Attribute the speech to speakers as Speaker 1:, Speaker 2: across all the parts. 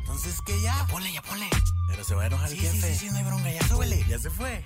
Speaker 1: entonces que ya.
Speaker 2: Ponle, ya ponle.
Speaker 1: Pero se va a enojar
Speaker 2: Sí,
Speaker 1: el
Speaker 2: sí,
Speaker 1: jefe.
Speaker 2: sí, sí, no hay bronca, ya súbele.
Speaker 1: Ya se fue.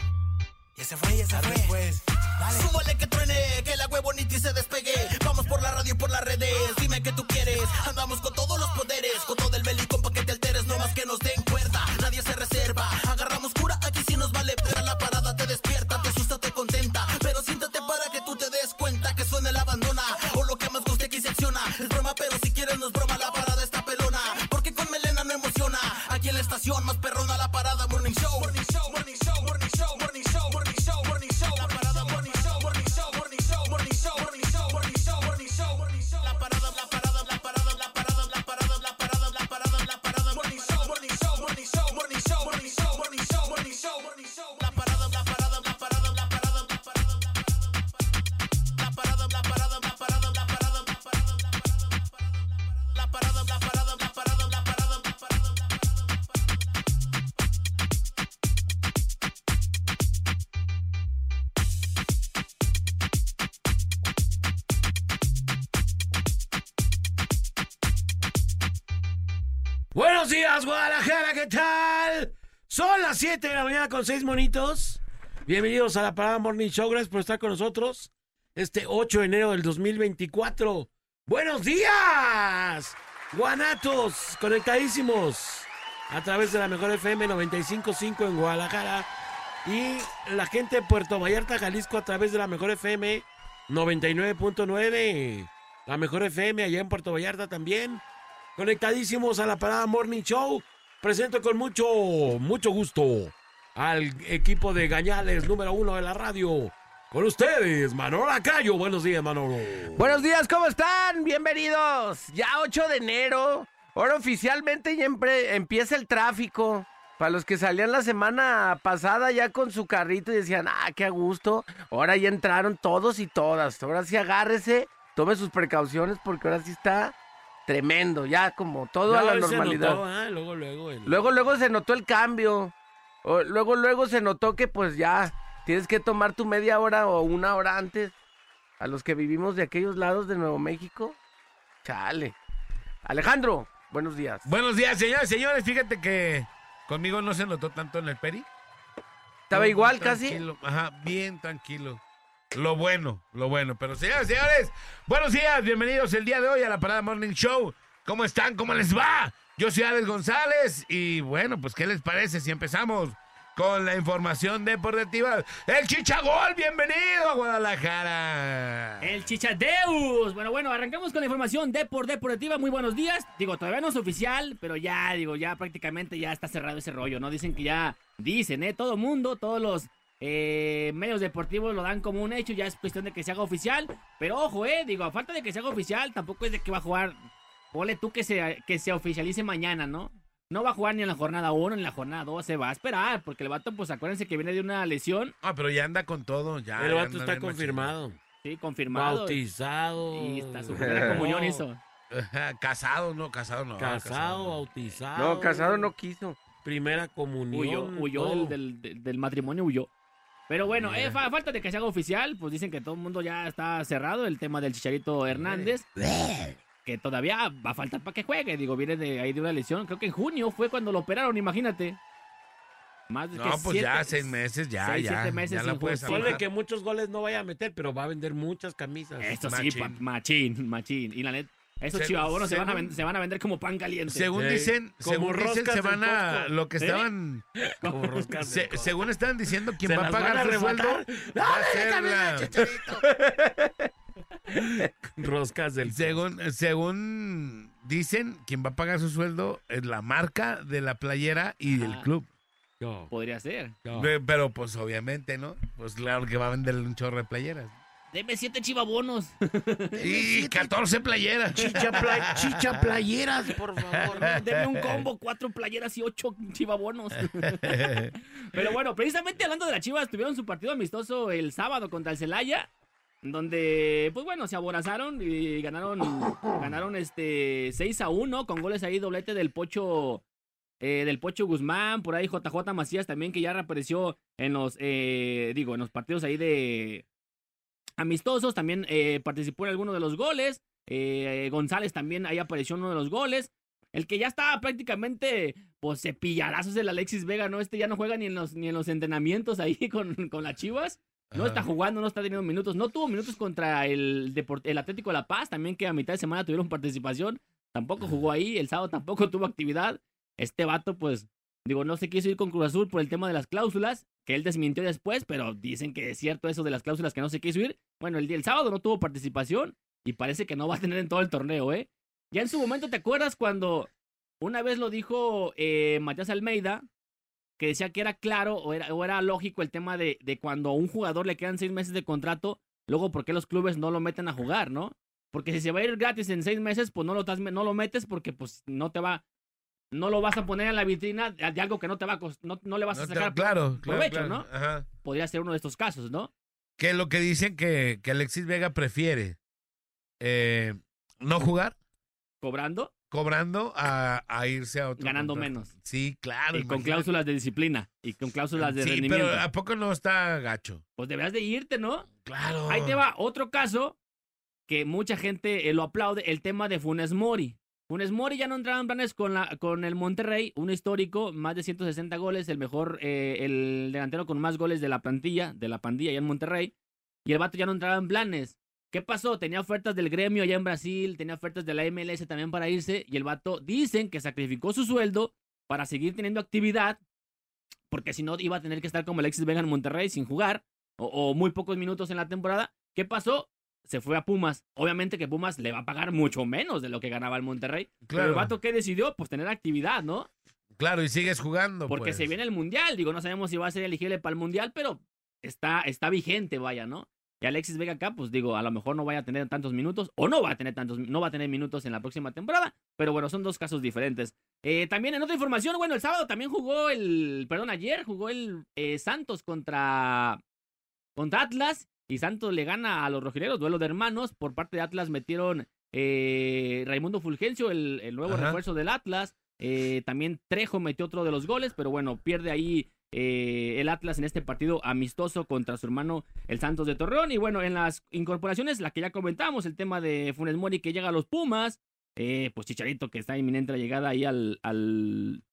Speaker 2: Ya se fue, ya se
Speaker 1: Arre,
Speaker 2: fue.
Speaker 1: pues.
Speaker 2: Dale.
Speaker 3: Súbale que truene, que la huevoniti se despegue. Vamos por la radio y por las redes, dime que tú quieres. Andamos con todos los poderes, con todo el belicón pa' que te alteres, no más que nos den cuerda. Nadie se reserva, agarramos cura, aquí sí nos vale. Pero la parada te despierta, te asusta, te contenta. Pero siéntate para que tú te des cuenta que suena el abandona. O lo que más guste aquí secciona. Es broma, pero si quieres nos broma, la parada está pelona. Porque con melena no emociona. Aquí en la estación más perrona la parada Morning Show. Morning Show, Morning Show, Morning Show, Morning Show, Morning Show, Morning Show. La parada Morning Show, Morning Show, Morning Show, Morning Show, Morning Show, Morning Show, Morning Show, Morning Show. La parada, la parada, la parada, la parada, la parada, la parada, la parada, la parada Morning Show, Morning Show, Morning Show, Morning Show, Morning Show, Morning Show, Morning Show, Morning Show. La parada, la parada, la parada, la parada, la parada, la parada. La parada, la parada, la parada, la parada, la parada, la parada, la parada, la parada, la parada, la parada, la parada, la parada, la parada.
Speaker 4: Buenos días, Guadalajara, ¿qué tal? Son las 7 de la mañana con 6 monitos. Bienvenidos a la Parada Morning Show, gracias por estar con nosotros este 8 de enero del 2024. Buenos días, guanatos, conectadísimos a través de la mejor FM 95.5 en Guadalajara y la gente de Puerto Vallarta, Jalisco a través de la mejor FM 99.9. La mejor FM allá en Puerto Vallarta también conectadísimos a la parada Morning Show. Presento con mucho, mucho gusto al equipo de Gañales número uno de la radio. Con ustedes, Manolo Lacayo. Buenos días, Manolo.
Speaker 5: Buenos días, ¿cómo están? Bienvenidos. Ya 8 de enero. Ahora oficialmente ya empre- empieza el tráfico. Para los que salían la semana pasada ya con su carrito y decían, ah, qué a gusto. Ahora ya entraron todos y todas. Ahora sí agárrese, tome sus precauciones porque ahora sí está tremendo. Ya como todo a
Speaker 4: Ya
Speaker 5: la
Speaker 4: hoy se
Speaker 5: normalidad.
Speaker 4: notó, ¿ah? Luego, luego. el-
Speaker 5: Luego, luego se notó el cambio. O- luego, luego se notó que pues ya tienes que tomar tu media hora o una hora antes. A los que vivimos de aquellos lados de Nuevo México. Chale. Alejandro, buenos días.
Speaker 6: Buenos días, señores, señores. Fíjate que conmigo no se notó tanto en el peri.
Speaker 5: Estaba
Speaker 6: Muy
Speaker 5: igual casi.
Speaker 6: tranquilo, Ajá, bien tranquilo. Lo bueno, lo bueno. Pero señores, señores, buenos días. Bienvenidos el día de hoy a la Parada Morning Show. ¿Cómo están? ¿Cómo les va? Yo soy Alex González y bueno, pues ¿qué les parece si empezamos con la información deportiva? El Chichagol, bienvenido a Guadalajara.
Speaker 7: El Chichadeus. Bueno, bueno, arrancamos con la información de por deportiva. Muy buenos días. Digo, todavía no es oficial, pero ya, digo, ya prácticamente ya está cerrado ese rollo, ¿no? Dicen que ya, dicen, ¿eh? Todo mundo, todos los eh, medios deportivos lo dan como un hecho, ya es cuestión de que se haga oficial. Pero ojo, ¿eh? Digo, a falta de que se haga oficial, tampoco es de que va a jugar. Ponle tú que se, que se oficialice mañana, ¿no? No va a jugar ni en la jornada 1, ni en la jornada 2, se va a esperar, porque el vato, pues acuérdense que viene de una lesión,
Speaker 6: Ah, pero ya anda con todo. Ya,
Speaker 4: el
Speaker 6: ya
Speaker 4: vato
Speaker 6: anda
Speaker 4: está
Speaker 6: bien machín.
Speaker 4: confirmado.
Speaker 7: sí, confirmado.
Speaker 4: Bautizado.
Speaker 7: Y está su primera comunión hizo.
Speaker 6: Ajá, casado, no, casado no.
Speaker 4: Casado,
Speaker 6: no.
Speaker 4: bautizado.
Speaker 5: No, casado no quiso.
Speaker 4: Primera comunión. Oh.
Speaker 7: Huyó, huyó
Speaker 4: todo.
Speaker 7: del, del- del- del matrimonio, huyó. Pero bueno,
Speaker 4: Mira.
Speaker 7: eh, fa- a falta de que se haga oficial, pues dicen que todo el mundo ya está cerrado el tema del Chicharito Hernández. Que todavía va a faltar para que juegue. Digo, viene de ahí de una lesión. Creo que en junio fue cuando lo operaron, imagínate. Más de
Speaker 6: No,
Speaker 7: que
Speaker 6: pues
Speaker 7: siete-
Speaker 6: ya seis meses, ya,
Speaker 7: seis,
Speaker 6: ya.
Speaker 7: siete meses
Speaker 6: ya la
Speaker 7: sin
Speaker 6: puedes
Speaker 7: jugar.
Speaker 6: armar.
Speaker 4: Pues, Ponle que muchos goles no vaya a meter, pero va a vender muchas camisas.
Speaker 7: Esto sí,
Speaker 6: Machín.
Speaker 7: pa- machín, machín. Y la neta, esos
Speaker 6: Se-
Speaker 7: chivabonos se, van a
Speaker 6: según-
Speaker 7: ven- se van a vender como pan caliente.
Speaker 6: Según
Speaker 4: Sí.
Speaker 6: dicen,
Speaker 4: Como
Speaker 6: según dicen
Speaker 4: roscas
Speaker 6: se
Speaker 4: del
Speaker 6: van a
Speaker 4: Costco. ¿Eh?
Speaker 6: lo que
Speaker 7: ¿Sí?
Speaker 6: estaban,
Speaker 4: Como roscas de
Speaker 6: se-
Speaker 4: coco.
Speaker 6: según estaban diciendo, quien
Speaker 4: ¿Se
Speaker 6: va a
Speaker 4: las van
Speaker 6: pagar
Speaker 4: a
Speaker 6: su sueldo
Speaker 4: arrebatar?
Speaker 6: va a ser la-
Speaker 4: Roscas del
Speaker 6: según, según dicen, quien va a pagar su sueldo es la marca de la playera y del
Speaker 7: Ajá.
Speaker 6: club.
Speaker 4: No,
Speaker 7: Podría ser.
Speaker 4: no.
Speaker 6: Ve- Pero pues obviamente, ¿no? Pues claro que va a venderle un chorro de playeras.
Speaker 7: Deme siete chivabonos.
Speaker 6: Y 14 playeras.
Speaker 4: Chicha, pla- chicha playeras, por favor.
Speaker 7: Deme un combo, cuatro playeras y ocho chivabonos. Pero bueno, precisamente hablando de las chivas, tuvieron su partido amistoso el sábado contra el Celaya. Donde, pues bueno, se aborazaron y ganaron, ganaron este 6 a 1 con goles ahí, doblete del Pocho, eh, del Pocho Guzmán, por ahí JJ Macías también que ya reapareció en los, eh, digo, en los partidos ahí de amistosos, también eh, participó en alguno de los goles, eh, González también ahí apareció en uno de los goles, El que ya estaba prácticamente, pues, cepilladazos el Alexis Vega, ¿no? Este ya no juega ni en los, ni en los entrenamientos ahí con, con las chivas. No
Speaker 6: Ajá.
Speaker 7: está jugando, no está teniendo minutos. No tuvo minutos contra el, Depor- el Atlético de La Paz, también que a mitad de semana tuvieron participación. Tampoco jugó ahí. El sábado tampoco tuvo actividad. Este vato, pues, digo, no se quiso ir con Cruz Azul por el tema de las cláusulas, que él desmintió después, pero dicen que es cierto eso de las cláusulas que no se quiso ir. Bueno, el, día- el sábado no tuvo participación y parece que no va a tener en todo el torneo, ¿eh? Ya en su momento, ¿te acuerdas cuando una vez lo dijo eh, Matías Almeida, que decía que era claro o era, o era lógico el tema de, de cuando a un jugador le quedan seis meses de contrato, luego por qué los clubes no lo meten a jugar, ¿no? Porque si se va a ir gratis en seis meses, pues no lo, tas- no lo metes porque pues no te va, no lo vas a poner en la vitrina de, de algo que no te va a cost- no, no le vas
Speaker 6: No
Speaker 7: a
Speaker 6: te-
Speaker 7: sacar.
Speaker 6: claro, claro,
Speaker 7: provecho,
Speaker 6: claro.
Speaker 7: ¿no?
Speaker 6: Ajá.
Speaker 7: Podría ser uno de estos casos, ¿no?
Speaker 6: Que lo que dicen que, que Alexis Vega prefiere eh, no jugar
Speaker 7: Cobrando
Speaker 6: cobrando a, a irse a otro.
Speaker 7: Ganando
Speaker 6: contrato.
Speaker 7: menos.
Speaker 6: Sí, claro.
Speaker 7: y con
Speaker 6: imagínate.
Speaker 7: cláusulas de disciplina y con cláusulas de
Speaker 6: sí,
Speaker 7: rendimiento.
Speaker 6: pero ¿a poco no está gacho?
Speaker 7: Pues deberás de irte, ¿no?
Speaker 6: Claro.
Speaker 7: Ahí te va otro caso que mucha gente eh, lo aplaude, el tema de Funes Mori. Funes Mori ya no entraba en planes con, la, con el Monterrey, un histórico, más de 160 goles, el mejor, eh, el delantero con más goles de la plantilla, de la pandilla allá en Monterrey. Y el vato ya no entraba en planes. ¿Qué pasó? Tenía ofertas del gremio allá en Brasil, tenía ofertas de la MLS también para irse. Y el vato dicen que sacrificó su sueldo para seguir teniendo actividad, porque si no iba a tener que estar como Alexis Vega en Monterrey sin jugar o, o muy pocos minutos en la temporada. ¿Qué pasó? Se fue a Pumas. Obviamente que Pumas le va a pagar mucho menos de lo que ganaba el Monterrey. Pero
Speaker 6: Claro.
Speaker 7: el vato que decidió, pues tener actividad, ¿no?
Speaker 6: Claro, y sigues jugando.
Speaker 7: Porque
Speaker 6: pues.
Speaker 7: se viene el Mundial. Digo, no sabemos si va a ser elegible para el Mundial, pero está, está vigente, vaya, ¿no? Y Alexis Vega acá, pues digo, a lo mejor no vaya a tener tantos minutos o no va a tener tantos, no va a tener minutos en la próxima temporada. Pero bueno, son dos casos diferentes. Eh, también en otra información, bueno, el sábado también jugó el, perdón, ayer jugó el eh, Santos contra contra Atlas y Santos le gana a los rojileros, duelo de hermanos. Por parte de Atlas metieron eh, Raimundo Fulgencio, el, el nuevo
Speaker 6: Ajá.
Speaker 7: refuerzo del Atlas. Eh, también Trejo metió otro de los goles, pero bueno, pierde ahí eh, el Atlas en este partido amistoso contra su hermano el Santos de Torreón. Y bueno, en las incorporaciones, la que ya comentamos, el tema de Funes Mori que llega a los Pumas. Eh, pues Chicharito que está inminente la llegada ahí al, al,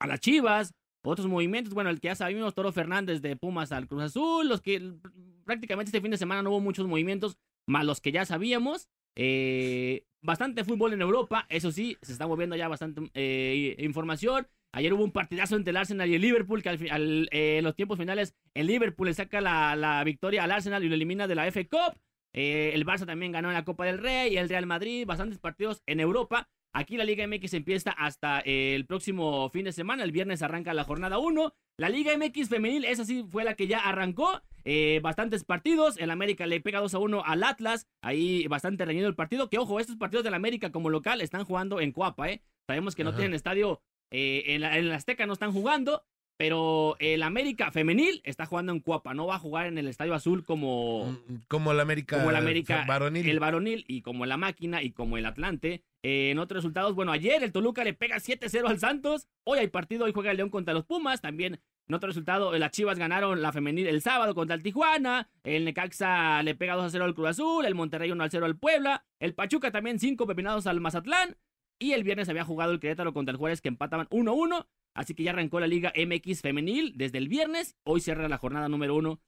Speaker 7: a las Chivas, otros movimientos, bueno, el que ya sabemos, Toro Fernández de Pumas al Cruz Azul, los que pr- prácticamente este fin de semana no hubo muchos movimientos, más los que ya sabíamos. Eh, bastante fútbol en Europa, eso sí, se está moviendo ya bastante eh, información. Ayer hubo un partidazo entre el Arsenal y el Liverpool, que al, fi- al, eh, en los tiempos finales el Liverpool le saca la, la victoria al Arsenal y lo elimina de la F Cup. Eh, el Barça también ganó en la Copa del Rey, el Real Madrid, bastantes partidos en Europa. Aquí la Liga MX empieza hasta eh, el próximo fin de semana. El viernes arranca la jornada 1. La Liga MX femenil, esa sí fue la que ya arrancó. eh, bastantes partidos. El América le pega 2 a 1 al Atlas. Ahí bastante reñido el partido. Que ojo, estos partidos del América como local están jugando en Coapa, ¿eh? Sabemos que no
Speaker 6: Ajá.
Speaker 7: tienen estadio. eh, en, la, en la Azteca no están jugando. Pero el América femenil está jugando en Coapa. No va a jugar en el Estadio Azul como,
Speaker 6: Mm, Como el América.
Speaker 7: como el América,
Speaker 6: Varonil.
Speaker 7: el varonil y como la máquina y como el Atlante. Eh, en otros resultados, bueno, ayer el Toluca le pega 7-0 al Santos. Hoy hay partido, hoy juega el León contra los Pumas. También en otro resultado, eh, las Chivas ganaron la femenil el sábado contra el Tijuana. El Necaxa le pega 2-0 al Cruz Azul. El Monterrey 1-0 al Puebla. El Pachuca también 5 pepinados al Mazatlán. Y el viernes había jugado el Querétaro contra el Juárez que empataban 1-1. Así que ya arrancó la Liga MX femenil desde el viernes. Hoy cierra la jornada número 1.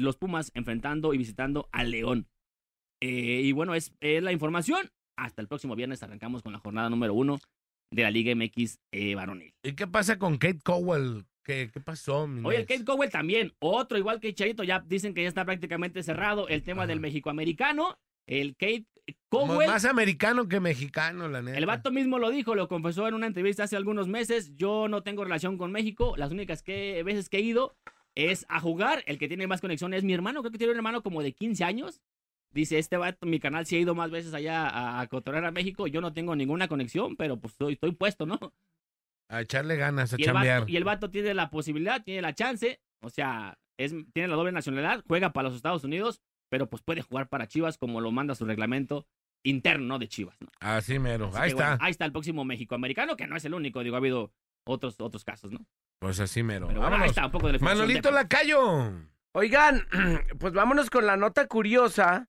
Speaker 7: los Pumas enfrentando y visitando al León. Eh, y bueno, es, es la información. Hasta el próximo viernes arrancamos con la jornada número uno de la Liga MX eh, varonil.
Speaker 6: ¿Y qué pasa con Kate Cowell? ¿Qué, qué pasó? mi
Speaker 7: Oye, el
Speaker 6: Inés?
Speaker 7: Kate Cowell también, otro igual que Charito, ya dicen que ya está prácticamente cerrado el tema
Speaker 6: Ajá.
Speaker 7: del mexicoamericano. El Kate
Speaker 6: Como
Speaker 7: Cowell.
Speaker 6: Más americano que mexicano, la neta.
Speaker 7: El vato mismo lo dijo, lo confesó en una entrevista hace algunos meses. Yo no tengo relación con México. Las únicas que, veces que he ido es a jugar. El que tiene más conexión es mi hermano. Creo que tiene un hermano como de 15 años. Dice, este vato, mi canal sí ha ido más veces allá a, a cotorrear a México. Yo no tengo ninguna conexión, pero pues estoy, estoy puesto, ¿no?
Speaker 6: A echarle ganas, a
Speaker 7: Y el, vato,
Speaker 6: chambear.
Speaker 7: y el vato tiene la posibilidad, tiene la chance. O sea, es, tiene la doble nacionalidad, juega para los Estados Unidos, pero pues puede jugar para Chivas como lo manda su reglamento interno de Chivas, ¿no?
Speaker 6: Así mero.
Speaker 7: Así
Speaker 6: Pues, Ahí
Speaker 7: que,
Speaker 6: está.
Speaker 7: bueno, ahí está el próximo México-americano, que no es el único. Digo, ha habido otros, otros casos, ¿no?
Speaker 6: Pues así mero.
Speaker 7: Pero bueno, ahí
Speaker 6: Vámonos.
Speaker 7: está un poco de la información
Speaker 6: Manolito
Speaker 7: de-
Speaker 6: Lacayo.
Speaker 5: Oigan, pues vámonos con la nota curiosa.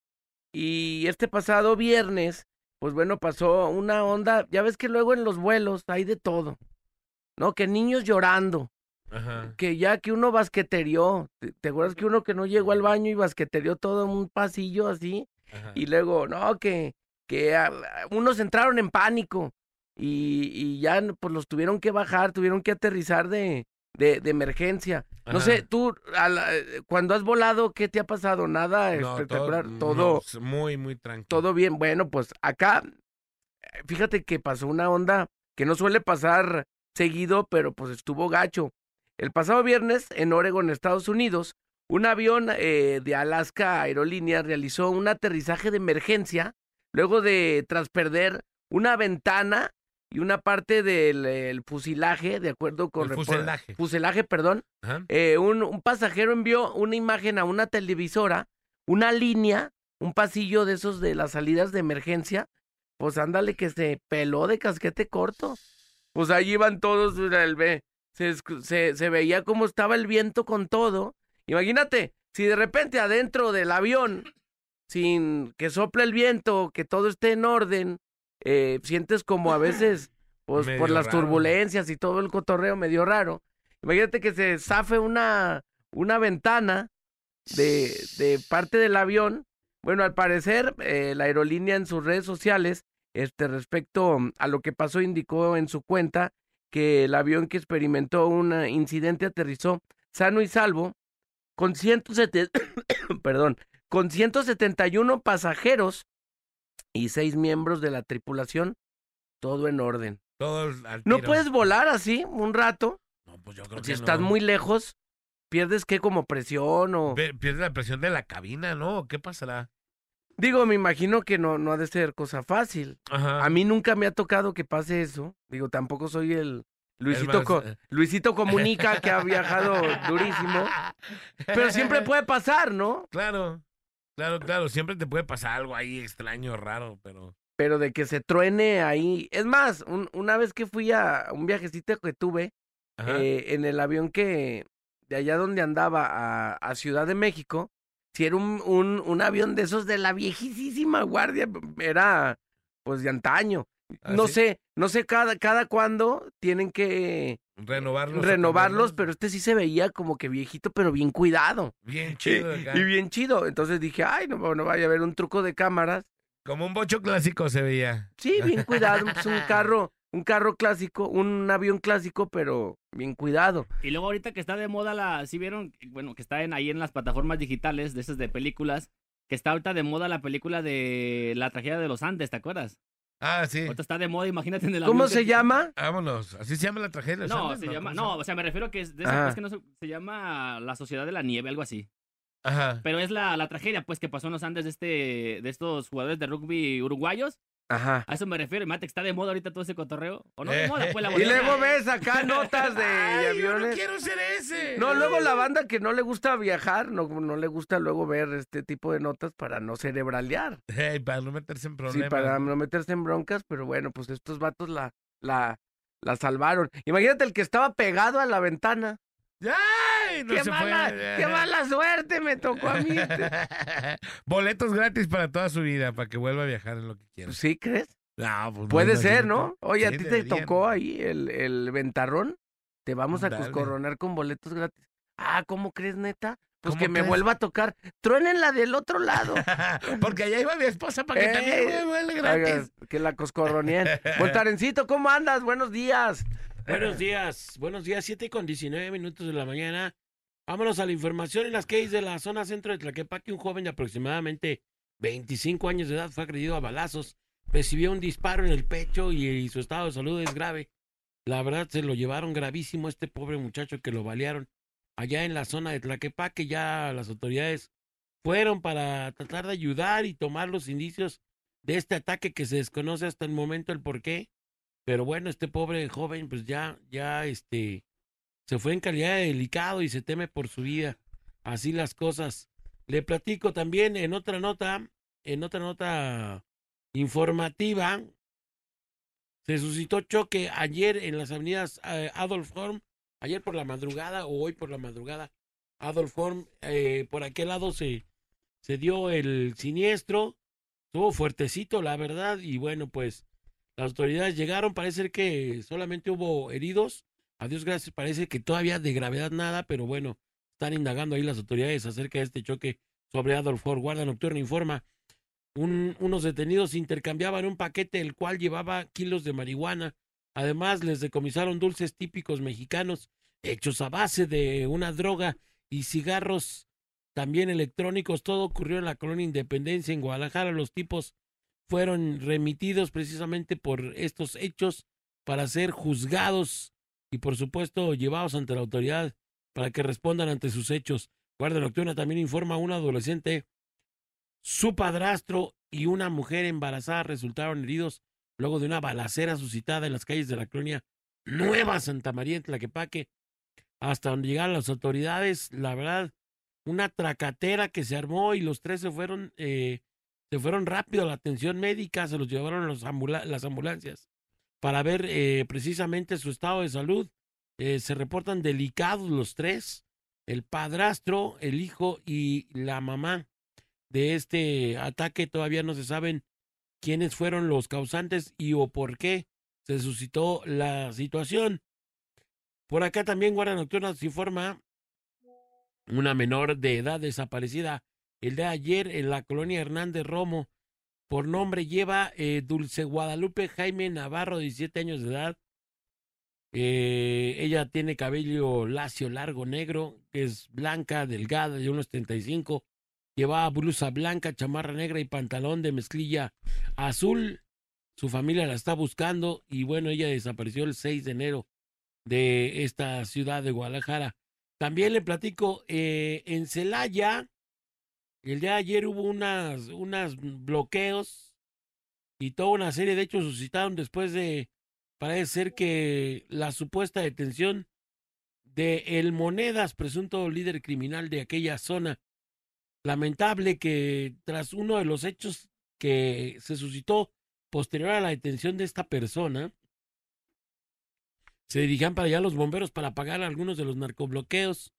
Speaker 5: Y este pasado viernes, pues bueno, pasó una onda. Ya ves que luego en los vuelos hay de todo. ¿No? Que niños llorando.
Speaker 6: Ajá.
Speaker 5: Que ya que uno basqueterió. ¿Te, te acuerdas que uno que no llegó al baño y basqueterió todo en un pasillo así?
Speaker 6: ajá.
Speaker 5: Y luego, no, que, que ah, unos entraron en pánico. Y, y ya pues los tuvieron que bajar, tuvieron que aterrizar de, de, de emergencia. No
Speaker 6: Ajá.
Speaker 5: sé, tú, a la- eh, cuando has volado, ¿qué te ha pasado? Nada
Speaker 6: No,
Speaker 5: espectacular.
Speaker 6: no,
Speaker 5: Todo,
Speaker 6: es muy, muy tranquilo.
Speaker 5: todo bien. Bueno, pues acá, eh, fíjate que pasó una onda que no suele pasar seguido, pero pues estuvo gacho. El pasado viernes, en Oregon, Estados Unidos, un avión eh, de Alaska Aerolínea realizó un aterrizaje de emergencia luego de tras perder una ventana y una parte del eh, el fusilaje, de acuerdo con...
Speaker 6: El
Speaker 5: repor-
Speaker 6: fuselaje.
Speaker 5: Fuselaje, perdón
Speaker 6: Ajá.
Speaker 5: eh, un, un pasajero envió una imagen a una televisora, una línea, un pasillo de esos de las salidas de emergencia. Pues ándale que se peló de casquete corto. Pues ahí iban todos, mira, el ve- se, escu- se, se veía cómo estaba el viento con todo. Imagínate, si de repente adentro del avión, sin que sople el viento, que todo esté en orden, eh, sientes como a veces, pues por
Speaker 6: Medio
Speaker 5: las
Speaker 6: raro.
Speaker 5: turbulencias y todo el cotorreo medio raro. Imagínate que se zafe una, una ventana de, de parte del avión. Bueno, al parecer, eh, la aerolínea en sus redes sociales, este, respecto a lo que pasó, indicó en su cuenta que el avión que experimentó un eh, incidente aterrizó sano y salvo con, 170, perdón, con 171 pasajeros y seis miembros de la tripulación, todo en orden.
Speaker 6: Todo al
Speaker 5: ¿No
Speaker 6: tiro.
Speaker 5: puedes volar así un rato?
Speaker 6: No, pues yo creo
Speaker 5: Si
Speaker 6: que
Speaker 5: estás
Speaker 6: no.
Speaker 5: muy lejos, pierdes que como presión o...
Speaker 6: Pe- Pierde la presión de la cabina, ¿no? ¿Qué pasará?
Speaker 5: Digo, me imagino que no, no ha de ser cosa fácil.
Speaker 6: Ajá.
Speaker 5: A mí nunca me ha tocado que pase eso. Digo, tampoco soy el Luisito,
Speaker 6: más- eh.
Speaker 5: Co- Luisito Comunica que ha viajado durísimo. Pero siempre puede pasar, ¿no?
Speaker 6: Claro, claro, claro. Siempre te puede pasar algo ahí extraño, raro, pero.
Speaker 5: Pero de que se truene ahí. Es más, un- una vez que fui a un viajecito que tuve
Speaker 6: Ajá.
Speaker 5: eh, en el avión que de allá donde andaba a, a Ciudad de México, si era un, un, un avión de esos de la viejísima guardia, era pues de antaño.
Speaker 6: ¿Ah,
Speaker 5: no
Speaker 6: sí?
Speaker 5: sé, no sé cada, cada cuándo tienen que
Speaker 6: Renovarlos.
Speaker 5: renovarlos,
Speaker 6: cambiarlos.
Speaker 5: pero este sí se veía como que viejito, pero bien cuidado.
Speaker 6: Bien
Speaker 5: Y,
Speaker 6: chido acá.
Speaker 5: y bien chido. Entonces dije, ay, no, no vaya a haber un truco de cámaras.
Speaker 6: Como un bocho clásico se veía.
Speaker 5: Sí, bien cuidado. pues, un carro, un carro clásico, un avión clásico, pero bien cuidado.
Speaker 7: Y luego ahorita que está de moda la, si vieron, bueno, que está en, ahí en las plataformas digitales de esas de películas, que está ahorita de moda la película de la tragedia de los Andes, ¿te acuerdas?
Speaker 6: Ah, sí.
Speaker 7: Ahorita está de moda, imagínate en el
Speaker 5: ¿Cómo
Speaker 7: avión que-
Speaker 5: se llama?
Speaker 6: Vámonos. Así se llama la tragedia.
Speaker 7: No,
Speaker 6: ¿sabes?
Speaker 7: se llama,
Speaker 6: ¿Cómo
Speaker 7: no, o sea, me refiero que es de esa,
Speaker 5: Ah.
Speaker 7: es que no se, se llama La Sociedad de la Nieve, algo así.
Speaker 6: se llama? Ajá.
Speaker 7: Pero es la, la tragedia, pues, que pasó en los Andes de, este, de estos jugadores de rugby uruguayos.
Speaker 6: Ah.
Speaker 5: Ajá.
Speaker 7: A eso me refiero, y mate, que está de moda ahorita todo ese cotorreo. O no
Speaker 6: Eh,
Speaker 7: de moda, pues la
Speaker 5: Y
Speaker 7: moderna.
Speaker 5: luego ves acá notas de
Speaker 6: Ay, yo no
Speaker 5: aviones.
Speaker 6: quiero ser ese.
Speaker 5: No, luego la banda que no le gusta viajar, no, no le gusta luego ver este tipo de notas para no cerebralear.
Speaker 6: Ey, para no meterse en
Speaker 5: Sí,
Speaker 6: problemas.
Speaker 5: para no meterse en broncas, pero bueno, pues estos vatos la, la, la salvaron. Imagínate el que estaba pegado a la ventana.
Speaker 6: Ay, no
Speaker 5: ¡Qué,
Speaker 6: se
Speaker 5: mala,
Speaker 6: fue.
Speaker 5: qué mala suerte me tocó a mí! este.
Speaker 6: Pues, Boletos gratis para toda su vida, para que vuelva a viajar en lo que quiera.
Speaker 5: Pues, ¿Sí crees?
Speaker 6: No, pues,
Speaker 5: Puede ser,
Speaker 6: imagínate.
Speaker 5: ¿no?
Speaker 6: Sí,
Speaker 5: Oye, a ti te
Speaker 6: deberían.
Speaker 5: tocó ahí el, el ventarrón. Te vamos a
Speaker 6: Ándale.
Speaker 5: coscorronar con boletos gratis. Ah, ¿cómo crees, neta? Pues
Speaker 6: ¿Cómo
Speaker 5: que me
Speaker 6: crees?
Speaker 5: vuelva a tocar. Truénenla del otro lado.
Speaker 6: Porque allá iba mi esposa para que también
Speaker 5: Ey,
Speaker 6: me vuele
Speaker 5: Hagas
Speaker 6: gratis.
Speaker 5: que la coscorroneen. Voltarencito, ¿cómo andas? Buenos días.
Speaker 4: Buenos días, buenos días, 7 con 19 minutos de la mañana. Vámonos a la información en las calles de la zona centro de Tlaquepaque. Un joven de aproximadamente 25 años de edad fue agredido a balazos. Recibió un disparo en el pecho y, y su estado de salud es grave. La verdad, se lo llevaron gravísimo a este pobre muchacho que lo balearon allá en la zona de Tlaquepaque. Ya las autoridades fueron para tratar de ayudar y tomar los indicios de este ataque que se desconoce hasta el momento el porqué. Pero bueno, este pobre joven, pues ya, ya, este, se fue en calidad de delicado y se teme por su vida. Así las cosas. Le platico también en otra nota, en otra nota informativa, se suscitó choque ayer en las avenidas eh, Adolf Horm, ayer por la madrugada o hoy por la madrugada. Adolf Horm, eh, por aquel lado se, se dio el siniestro. Estuvo fuertecito, la verdad, y bueno, pues las autoridades llegaron, parece que solamente hubo heridos. A Dios gracias, parece que todavía de gravedad nada, pero bueno, están indagando ahí las autoridades acerca de este choque sobre Adolf Ford. Guarda Nocturna informa. Un- unos detenidos intercambiaban un paquete el cual llevaba kilos de marihuana. Además, les decomisaron dulces típicos mexicanos hechos a base de una droga y cigarros también electrónicos. Todo ocurrió en la colonia Independencia en Guadalajara. Los tipos fueron remitidos precisamente por estos hechos para ser juzgados y por supuesto llevados ante la autoridad para que respondan ante sus hechos. Guardia Nocturna también informa a un adolescente, su padrastro y una mujer embarazada resultaron heridos luego de una balacera suscitada en las calles de la colonia Nueva Santa María en Tlaquepaque. Hasta donde llegaron las autoridades, la verdad, una tracatera que se armó y los tres se fueron, eh, se fueron rápido a la atención médica, se los llevaron los ambula- las ambulancias para ver eh, precisamente su estado de salud. Eh, se reportan delicados los tres, el padrastro, el hijo y la mamá de este ataque. Todavía no se saben quiénes fueron los causantes y o por qué se suscitó la situación. Por acá también Guardia Nocturna nos informa una menor de edad desaparecida el de ayer en la colonia Hernández Romo. Por nombre lleva eh, Dulce Guadalupe Jaime Navarro, de 17 años de edad. Eh, ella tiene cabello lacio, largo, negro, es blanca, delgada, de unos 35. Llevaba blusa blanca, chamarra negra y pantalón de mezclilla azul. Su familia la está buscando y bueno, ella desapareció el 6 de enero de esta ciudad de Guadalajara. También le platico, eh, en Celaya, el día de ayer hubo unas, unas bloqueos y toda una serie de hechos suscitaron después de, parece ser que la supuesta detención de El Monedas, presunto líder criminal de aquella zona. Lamentable que tras uno de los hechos que se suscitó posterior a la detención de esta persona, se dirigían para allá los bomberos para apagar algunos de los narcobloqueos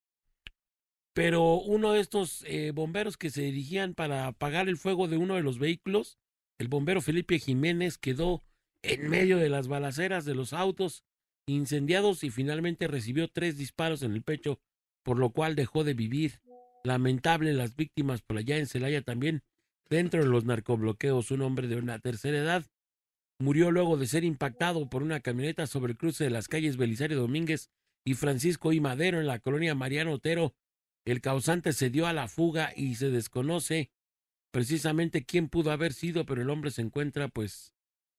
Speaker 4: pero uno de estos eh, bomberos que se dirigían para apagar el fuego de uno de los vehículos, el bombero Felipe Jiménez, quedó en medio de las balaceras de los autos incendiados y finalmente recibió tres disparos en el pecho, por lo cual dejó de vivir. Lamentable las víctimas por allá en Celaya también. Dentro de los narcobloqueos, un hombre de una tercera edad murió luego de ser impactado por una camioneta sobre el cruce de las calles Belisario Domínguez y Francisco I. Madero en la colonia Mariano Otero, el causante se dio a la fuga y se desconoce precisamente quién pudo haber sido, pero el hombre se encuentra, pues,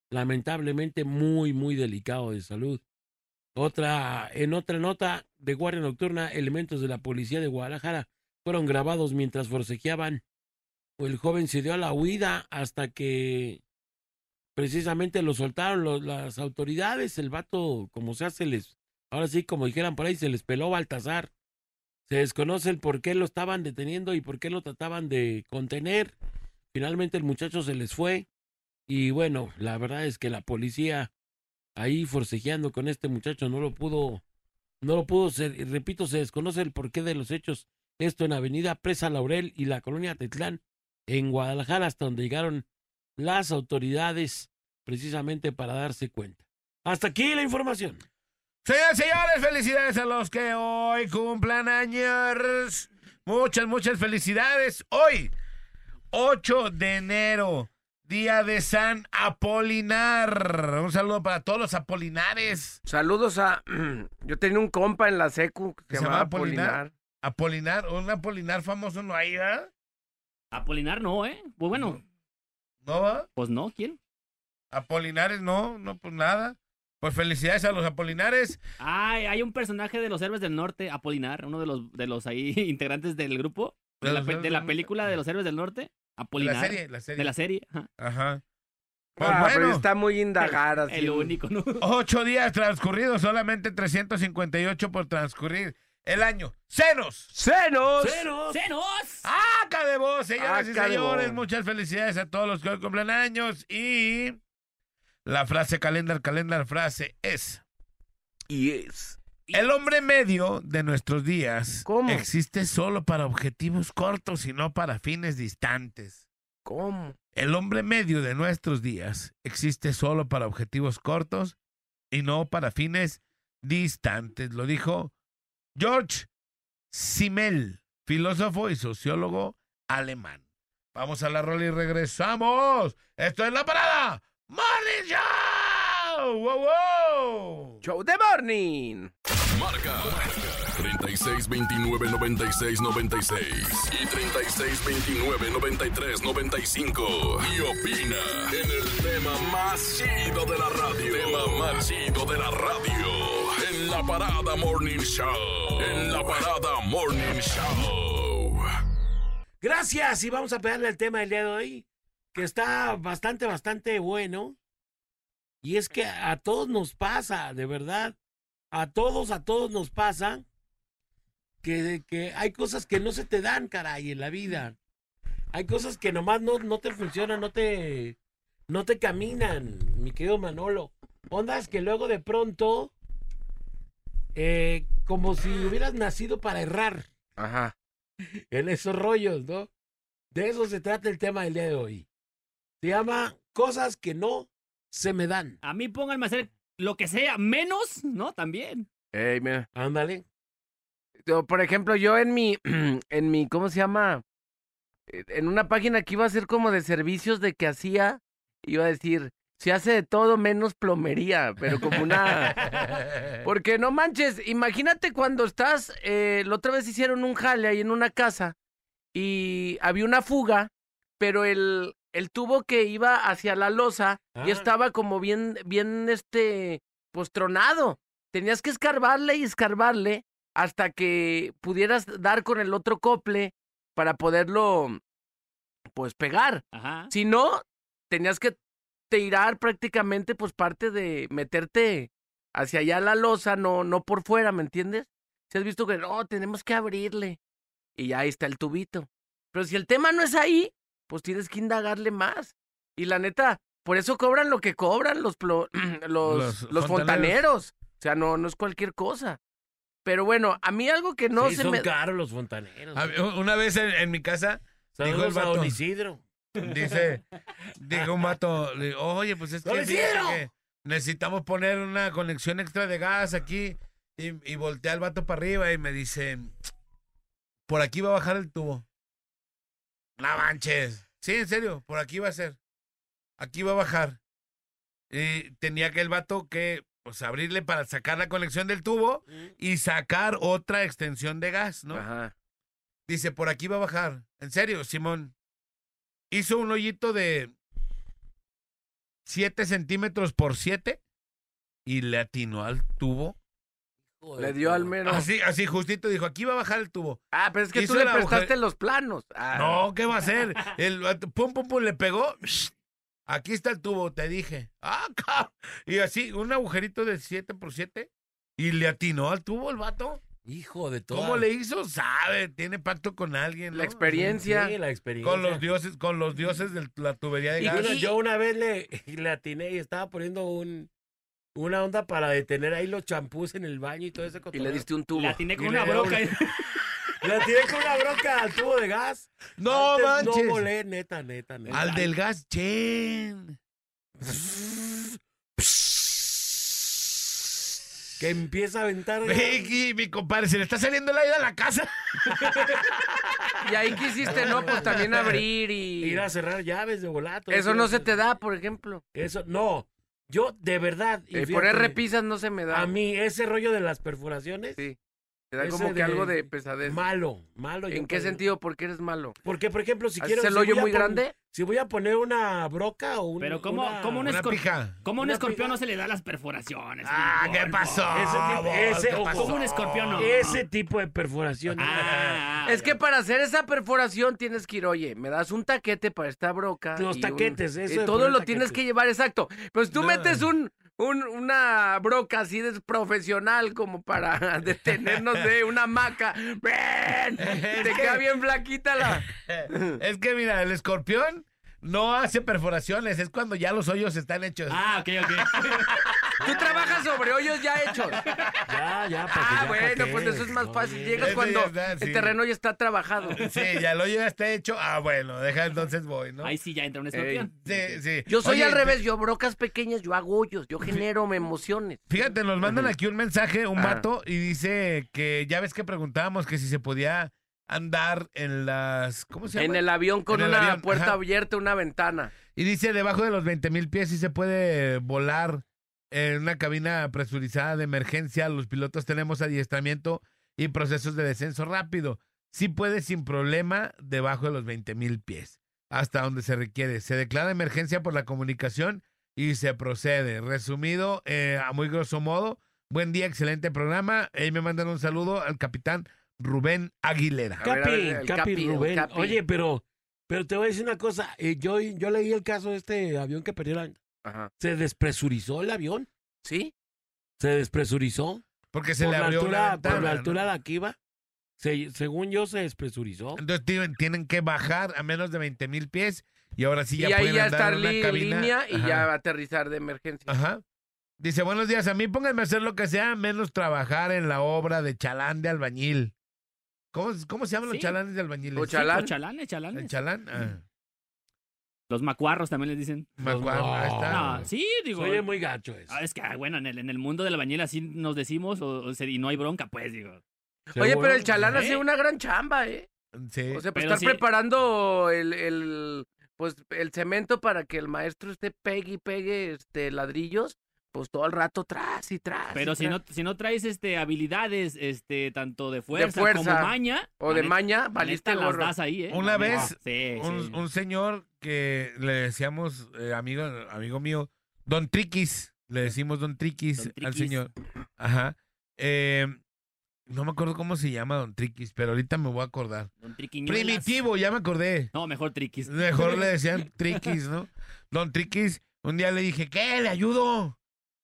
Speaker 4: lamentablemente muy, muy delicado de salud. Otra, en otra nota de Guardia Nocturna, elementos de la policía de Guadalajara fueron grabados mientras forcejeaban. El joven se dio a la huida hasta que precisamente lo soltaron lo- las autoridades. El vato, como se hace, les, ahora sí, como dijeran por ahí, se les peló Baltasar. Se desconoce el por qué lo estaban deteniendo y por qué lo trataban de contener. Finalmente el muchacho se les fue. Y bueno, la verdad es que la policía ahí forcejeando con este muchacho no lo pudo, no lo pudo ser. Y repito, se desconoce el porqué de los hechos. Esto en Avenida Presa Laurel y la colonia Tetlán, en Guadalajara, hasta donde llegaron las autoridades precisamente para darse cuenta. Hasta aquí la información.
Speaker 6: Señoras y señores, felicidades a los que hoy cumplan años. Muchas, muchas felicidades. Hoy, 8 de enero, día de San Apolinar. Un saludo para todos los apolinares.
Speaker 5: Saludos a. Yo tenía un compa en la secu que
Speaker 6: ¿Se
Speaker 5: se llamaba
Speaker 6: llamaba Polinar?
Speaker 5: Apolinar.
Speaker 6: Apolinar, un apolinar famoso no hay, ¿verdad?
Speaker 7: Apolinar no, ¿eh? Pues bueno,
Speaker 6: ¿No va?
Speaker 7: pues no, ¿quién?
Speaker 6: Apolinares no, no, pues nada. Pues felicidades a los apolinares.
Speaker 7: Ay, hay un personaje de los héroes del norte, Apolinar, uno de los, de los ahí integrantes del grupo, de,
Speaker 6: De
Speaker 7: la,
Speaker 6: los
Speaker 7: pe-
Speaker 6: héroes
Speaker 7: de
Speaker 6: del
Speaker 7: la
Speaker 6: norte.
Speaker 7: película de los héroes del norte,
Speaker 6: De la
Speaker 7: Apolinar.
Speaker 6: serie, la serie.
Speaker 7: de la serie, ajá.
Speaker 6: Ajá. Pues
Speaker 5: Ah, pero
Speaker 6: bueno.
Speaker 5: está muy indagada. así.
Speaker 7: El único, ¿no?
Speaker 6: Ocho días transcurridos, solamente 358 por transcurrir el año. ¡Cenos!
Speaker 5: ¡Senos!
Speaker 4: Pero
Speaker 7: ¡Cenos!
Speaker 6: ¡Aca de vos, Oh, señoras y
Speaker 5: ¡Aca de
Speaker 6: señores!
Speaker 5: vos!
Speaker 6: Muchas felicidades a todos los que hoy cumplen años. Y la frase calendar, calendar, frase es...
Speaker 5: Y es.
Speaker 6: El hombre medio de nuestros días
Speaker 5: ¿Cómo?
Speaker 6: existe solo para objetivos cortos y no para fines distantes.
Speaker 5: ¿Cómo?
Speaker 6: El hombre medio de nuestros días existe solo para objetivos cortos y no para fines distantes, lo dijo George Simmel, filósofo y sociólogo alemán. Vamos a la rola y regresamos. Esto es la parada. Morning Show. ¡Wow, wow!
Speaker 5: Show de morning.
Speaker 1: Marca 36 29 96 96 y 36 29 93 95. Y opina en el tema más chido de la radio. Tema más chido de la radio. En la parada Morning Show. En la parada Morning Show.
Speaker 4: Gracias y vamos a pegarle al tema del día de hoy, que está bastante, bastante bueno. Y es que a todos nos pasa, de verdad. A todos, a todos nos pasa que, que hay cosas que no se te dan, caray, en la vida. Hay cosas que nomás no, no te funcionan, no te, no te caminan, mi querido Manolo. Ondas que luego de pronto, eh, como si hubieras nacido para errar
Speaker 5: Ajá.
Speaker 4: en esos rollos, ¿no? De eso se trata el tema del día de hoy. Se llama Cosas que no se me dan.
Speaker 7: A mí pónganme a hacer lo que sea, menos, ¿no? También.
Speaker 5: Ey, mira.
Speaker 4: Ándale.
Speaker 5: Yo, por ejemplo, yo en mi, en mi, ¿cómo se llama? Eh, En una página que iba a ser como de servicios de que hacía, iba a decir, se hace de todo menos plomería, pero como una... Porque no manches, imagínate cuando estás, eh, la otra vez hicieron un jale ahí en una casa y había una fuga, pero el, el tubo que iba hacia la losa
Speaker 4: Ah.
Speaker 5: ya estaba como bien, bien, este, postronado. Tenías que escarbarle y escarbarle hasta que pudieras dar con el otro cople para poderlo, pues, pegar.
Speaker 7: Ajá.
Speaker 5: Si no, tenías que tirar prácticamente, pues, parte de meterte hacia allá la losa, no, no por fuera, ¿me entiendes? Si has visto que no, tenemos que abrirle. Y ya ahí está el tubito. Pero si el tema no es ahí, pues tienes que indagarle más. Y la neta, por eso cobran lo que cobran los, plo- los,
Speaker 6: Los
Speaker 5: los fontaneros.
Speaker 6: fontaneros.
Speaker 5: O sea, no, no es cualquier cosa. Pero bueno, a mí algo que no
Speaker 4: Sí,
Speaker 5: se
Speaker 4: son
Speaker 5: me...
Speaker 4: caros los fontaneros.
Speaker 6: A mí, u- Una vez en, en mi casa dijo el
Speaker 4: Saludos a
Speaker 6: vato.
Speaker 4: Don Isidro.
Speaker 6: dice, dijo un mato, le digo, oye, pues es que,
Speaker 4: ¡Don
Speaker 6: fíjate
Speaker 4: Isidro!
Speaker 6: que necesitamos poner una conexión extra de gas aquí y, y voltea el vato para arriba y me dice, por aquí va a bajar el tubo. No manches. Sí, en serio, por aquí va a ser. Aquí va a bajar. Y tenía que el vato que, pues, abrirle para sacar la conexión del tubo y sacar otra extensión de gas, ¿no?
Speaker 5: Ajá.
Speaker 6: Dice, por aquí va a bajar. En serio, Simón. Hizo un hoyito de 7 centímetros por 7 y le atinó al tubo.
Speaker 5: Le dio al menos...
Speaker 6: Así, así justito dijo, aquí va a bajar el tubo.
Speaker 5: Ah, pero es que
Speaker 6: Hizo
Speaker 5: tú le
Speaker 6: el agujero-
Speaker 5: prestaste los planos. Ah,
Speaker 6: No, ¿qué va a hacer? El, vato, pum, pum, pum, le pegó. Aquí está el tubo, te dije. Ah, cab- Y así, un agujerito de 7 por 7 y le atinó al tubo el vato.
Speaker 4: Hijo de todo.
Speaker 6: ¿Cómo le hizo? Sabe, tiene pacto con alguien. ¿no?
Speaker 5: La experiencia.
Speaker 4: Sí, la experiencia.
Speaker 6: Con los dioses, con los dioses de la tubería de
Speaker 4: Y
Speaker 6: gas.
Speaker 4: bueno, yo una vez le, le atiné y estaba poniendo un, una onda para detener ahí los champús en el baño y todo ese
Speaker 5: Y le
Speaker 4: cotorreo.
Speaker 5: diste un tubo.
Speaker 7: La atiné con
Speaker 4: Y
Speaker 7: una
Speaker 4: le-
Speaker 7: broca.
Speaker 4: Le atiné con una bronca al tubo de gas.
Speaker 6: No
Speaker 4: Antes
Speaker 6: manches.
Speaker 4: No volé, neta, neta, neta.
Speaker 6: Al del gas, chen.
Speaker 4: Que empieza a aventar.
Speaker 6: Vicky, mi compadre, se le está saliendo el aire a la casa.
Speaker 5: Y ahí quisiste, no, pues también abrir y...
Speaker 4: ir a cerrar llaves de volato.
Speaker 5: Eso no se te da, por ejemplo.
Speaker 4: Eso, no. Yo, de verdad. y
Speaker 5: Eh,
Speaker 4: fíjate,
Speaker 5: poner repisas no se me da.
Speaker 4: A mí, ese rollo de las perforaciones,
Speaker 5: Sí. Te da
Speaker 4: ese
Speaker 5: como que
Speaker 4: de-
Speaker 5: algo de pesadez.
Speaker 4: malo, malo. yo
Speaker 5: ¿En qué
Speaker 4: creo.
Speaker 5: sentido? Porque eres malo.
Speaker 4: Porque, por ejemplo, si
Speaker 5: ¿Haces
Speaker 4: quiero.
Speaker 5: el
Speaker 4: si
Speaker 5: hoyo
Speaker 4: voy a
Speaker 5: muy
Speaker 4: pon-
Speaker 5: grande?
Speaker 4: Si voy a poner una broca o un.
Speaker 7: Pero ¿cómo- cómo un
Speaker 6: Una
Speaker 7: escor-
Speaker 6: pija.
Speaker 7: Como un
Speaker 4: Una
Speaker 7: escorpión
Speaker 4: pija.
Speaker 7: no se le da las perforaciones.
Speaker 6: Ah,
Speaker 7: ningún,
Speaker 6: ¿qué pasó?
Speaker 4: Ese tipo-
Speaker 5: Ah,
Speaker 6: vos?
Speaker 4: ese-
Speaker 6: ¿Qué
Speaker 4: o
Speaker 6: pasó?
Speaker 7: como un escorpión, no.
Speaker 4: Ese tipo de perforación.
Speaker 7: Ah,
Speaker 5: es que para hacer esa perforación tienes que ir, oye, me das un taquete para esta broca.
Speaker 4: Los
Speaker 5: y un-
Speaker 4: taquetes, eso
Speaker 5: Y
Speaker 4: de
Speaker 5: todo
Speaker 4: poner
Speaker 5: lo tienes
Speaker 4: taquetes.
Speaker 5: que llevar, exacto. Pues tú
Speaker 6: No.
Speaker 5: metes un, un, una broca así de profesional como para detenernos de una hamaca. ¡Ven! Te queda bien flaquita la...
Speaker 6: Es que mira, el escorpión no hace perforaciones, es cuando ya los hoyos están hechos.
Speaker 7: Ah, ok, ok.
Speaker 5: Tú trabajas sobre hoyos ya hechos.
Speaker 4: Ya, ya, para que
Speaker 5: Ah,
Speaker 4: Pues ya, ¿pa'
Speaker 5: bueno,
Speaker 4: qué?
Speaker 5: pues eso es más fácil. Llegas
Speaker 6: Eso
Speaker 5: cuando
Speaker 6: ya está, sí.
Speaker 5: el terreno ya está trabajado.
Speaker 6: Sí, ya lo ya está hecho. Ah, bueno, deja entonces voy, ¿no? Eh,
Speaker 7: Ahí sí ya entra un escorpión.
Speaker 6: Sí, sí.
Speaker 5: Yo soy
Speaker 6: Oye,
Speaker 5: al revés, yo brocas pequeñas, yo hago hoyos, yo genero me emociones.
Speaker 6: Fíjate, nos mandan aquí un mensaje, un
Speaker 7: Ah.
Speaker 5: Ajá.
Speaker 6: vato, y dice que ya ves que preguntábamos que si se podía andar en las. ¿Cómo se
Speaker 5: En
Speaker 6: llama?
Speaker 5: el avión con
Speaker 6: En el
Speaker 5: una
Speaker 6: avión,
Speaker 5: puerta
Speaker 6: ajá.
Speaker 5: abierta, una ventana.
Speaker 6: Y dice debajo de los 20 mil pies si se puede volar en una cabina presurizada de emergencia. Los pilotos tenemos adiestramiento y procesos de descenso rápido. Sí puede sin problema debajo de los 20 mil pies, hasta donde se requiere. Se declara emergencia por la comunicación y se procede. Resumido, eh, a muy grosso modo, buen día, excelente programa. Ahí me mandan un saludo al capitán Rubén Aguilera.
Speaker 5: A ver, a ver,
Speaker 4: Capi,
Speaker 5: el
Speaker 4: Capi,
Speaker 5: Capi, el
Speaker 4: Rubén.
Speaker 5: Capi.
Speaker 4: Oye, pero, pero te voy a decir una cosa. eh, yo, yo leí el caso de este avión que perdió la...
Speaker 5: Ajá.
Speaker 4: Se despresurizó el avión.
Speaker 5: ¿Sí?
Speaker 4: Se despresurizó.
Speaker 6: Porque se
Speaker 4: por
Speaker 6: le
Speaker 4: la
Speaker 6: abrió
Speaker 4: altura,
Speaker 6: una
Speaker 4: por la
Speaker 6: ventana, ¿no?
Speaker 4: altura de aquí va. Se- según yo, se despresurizó.
Speaker 6: Entonces tienen, tienen que bajar a menos de 20 mil pies y ahora sí
Speaker 5: Y
Speaker 6: ya
Speaker 5: ahí
Speaker 6: pueden
Speaker 5: ya
Speaker 6: andar
Speaker 5: está
Speaker 6: en una
Speaker 5: li-
Speaker 6: cabina.
Speaker 5: línea y
Speaker 6: Ajá,
Speaker 5: ya va a aterrizar de emergencia.
Speaker 6: Ajá. Dice, buenos días, a mí pónganme a hacer lo que sea menos trabajar en la obra de chalán de albañil. ¿Cómo, cómo se llaman los
Speaker 7: Sí.
Speaker 6: chalanes de albañiles?
Speaker 5: Los
Speaker 7: Sí,
Speaker 5: chalán.
Speaker 7: los chalanes, chalanes.
Speaker 6: ¿El chalán? Ah,
Speaker 7: Los macuarros también les dicen.
Speaker 6: me acuerdo,
Speaker 4: No.
Speaker 6: ahí está.
Speaker 4: Ah.
Speaker 7: No, sí, digo.
Speaker 4: Oye, muy gacho eso.
Speaker 7: Ah, es que, ah, bueno, en el, en el mundo de la bañera así nos decimos o, o se- y no hay bronca, pues, digo.
Speaker 5: Oye, pero el
Speaker 4: Seguro.
Speaker 5: chalán
Speaker 7: ¿Eh?
Speaker 5: hace una gran chamba, ¿eh?
Speaker 6: Sí.
Speaker 5: O sea, pues
Speaker 7: Pero
Speaker 5: estar
Speaker 7: sí.
Speaker 5: preparando el, el, pues, el cemento para que el maestro esté pegue y pegue este, ladrillos, pues todo el rato tras y tras.
Speaker 7: Pero
Speaker 5: y
Speaker 7: si no,
Speaker 5: tras.
Speaker 7: si no traes este, habilidades este, tanto de fuerza, como
Speaker 5: fuerza.
Speaker 7: maña.
Speaker 5: O
Speaker 7: la
Speaker 5: de
Speaker 7: neta-
Speaker 5: maña,
Speaker 7: la neta
Speaker 5: valiste
Speaker 7: las
Speaker 5: gorro.
Speaker 7: das ahí, ¿eh?
Speaker 6: Una
Speaker 7: La neta.
Speaker 6: vez,
Speaker 7: Sí,
Speaker 6: un,
Speaker 7: sí.
Speaker 6: un señor que le decíamos, eh, amigo, amigo mío, Don Triquis, le decimos Don Triquis
Speaker 7: Don
Speaker 6: al
Speaker 7: Triquis.
Speaker 6: señor. Ajá. Eh, no me acuerdo cómo se llama Don Triquis, pero ahorita me voy a acordar.
Speaker 7: Don Triquiñuelas.
Speaker 6: Primitivo, ya me acordé.
Speaker 7: No, mejor triquis.
Speaker 6: Mejor le decían Triquis, ¿no? Don Triquis, un día le dije, ¿qué? ¿Le ayudo?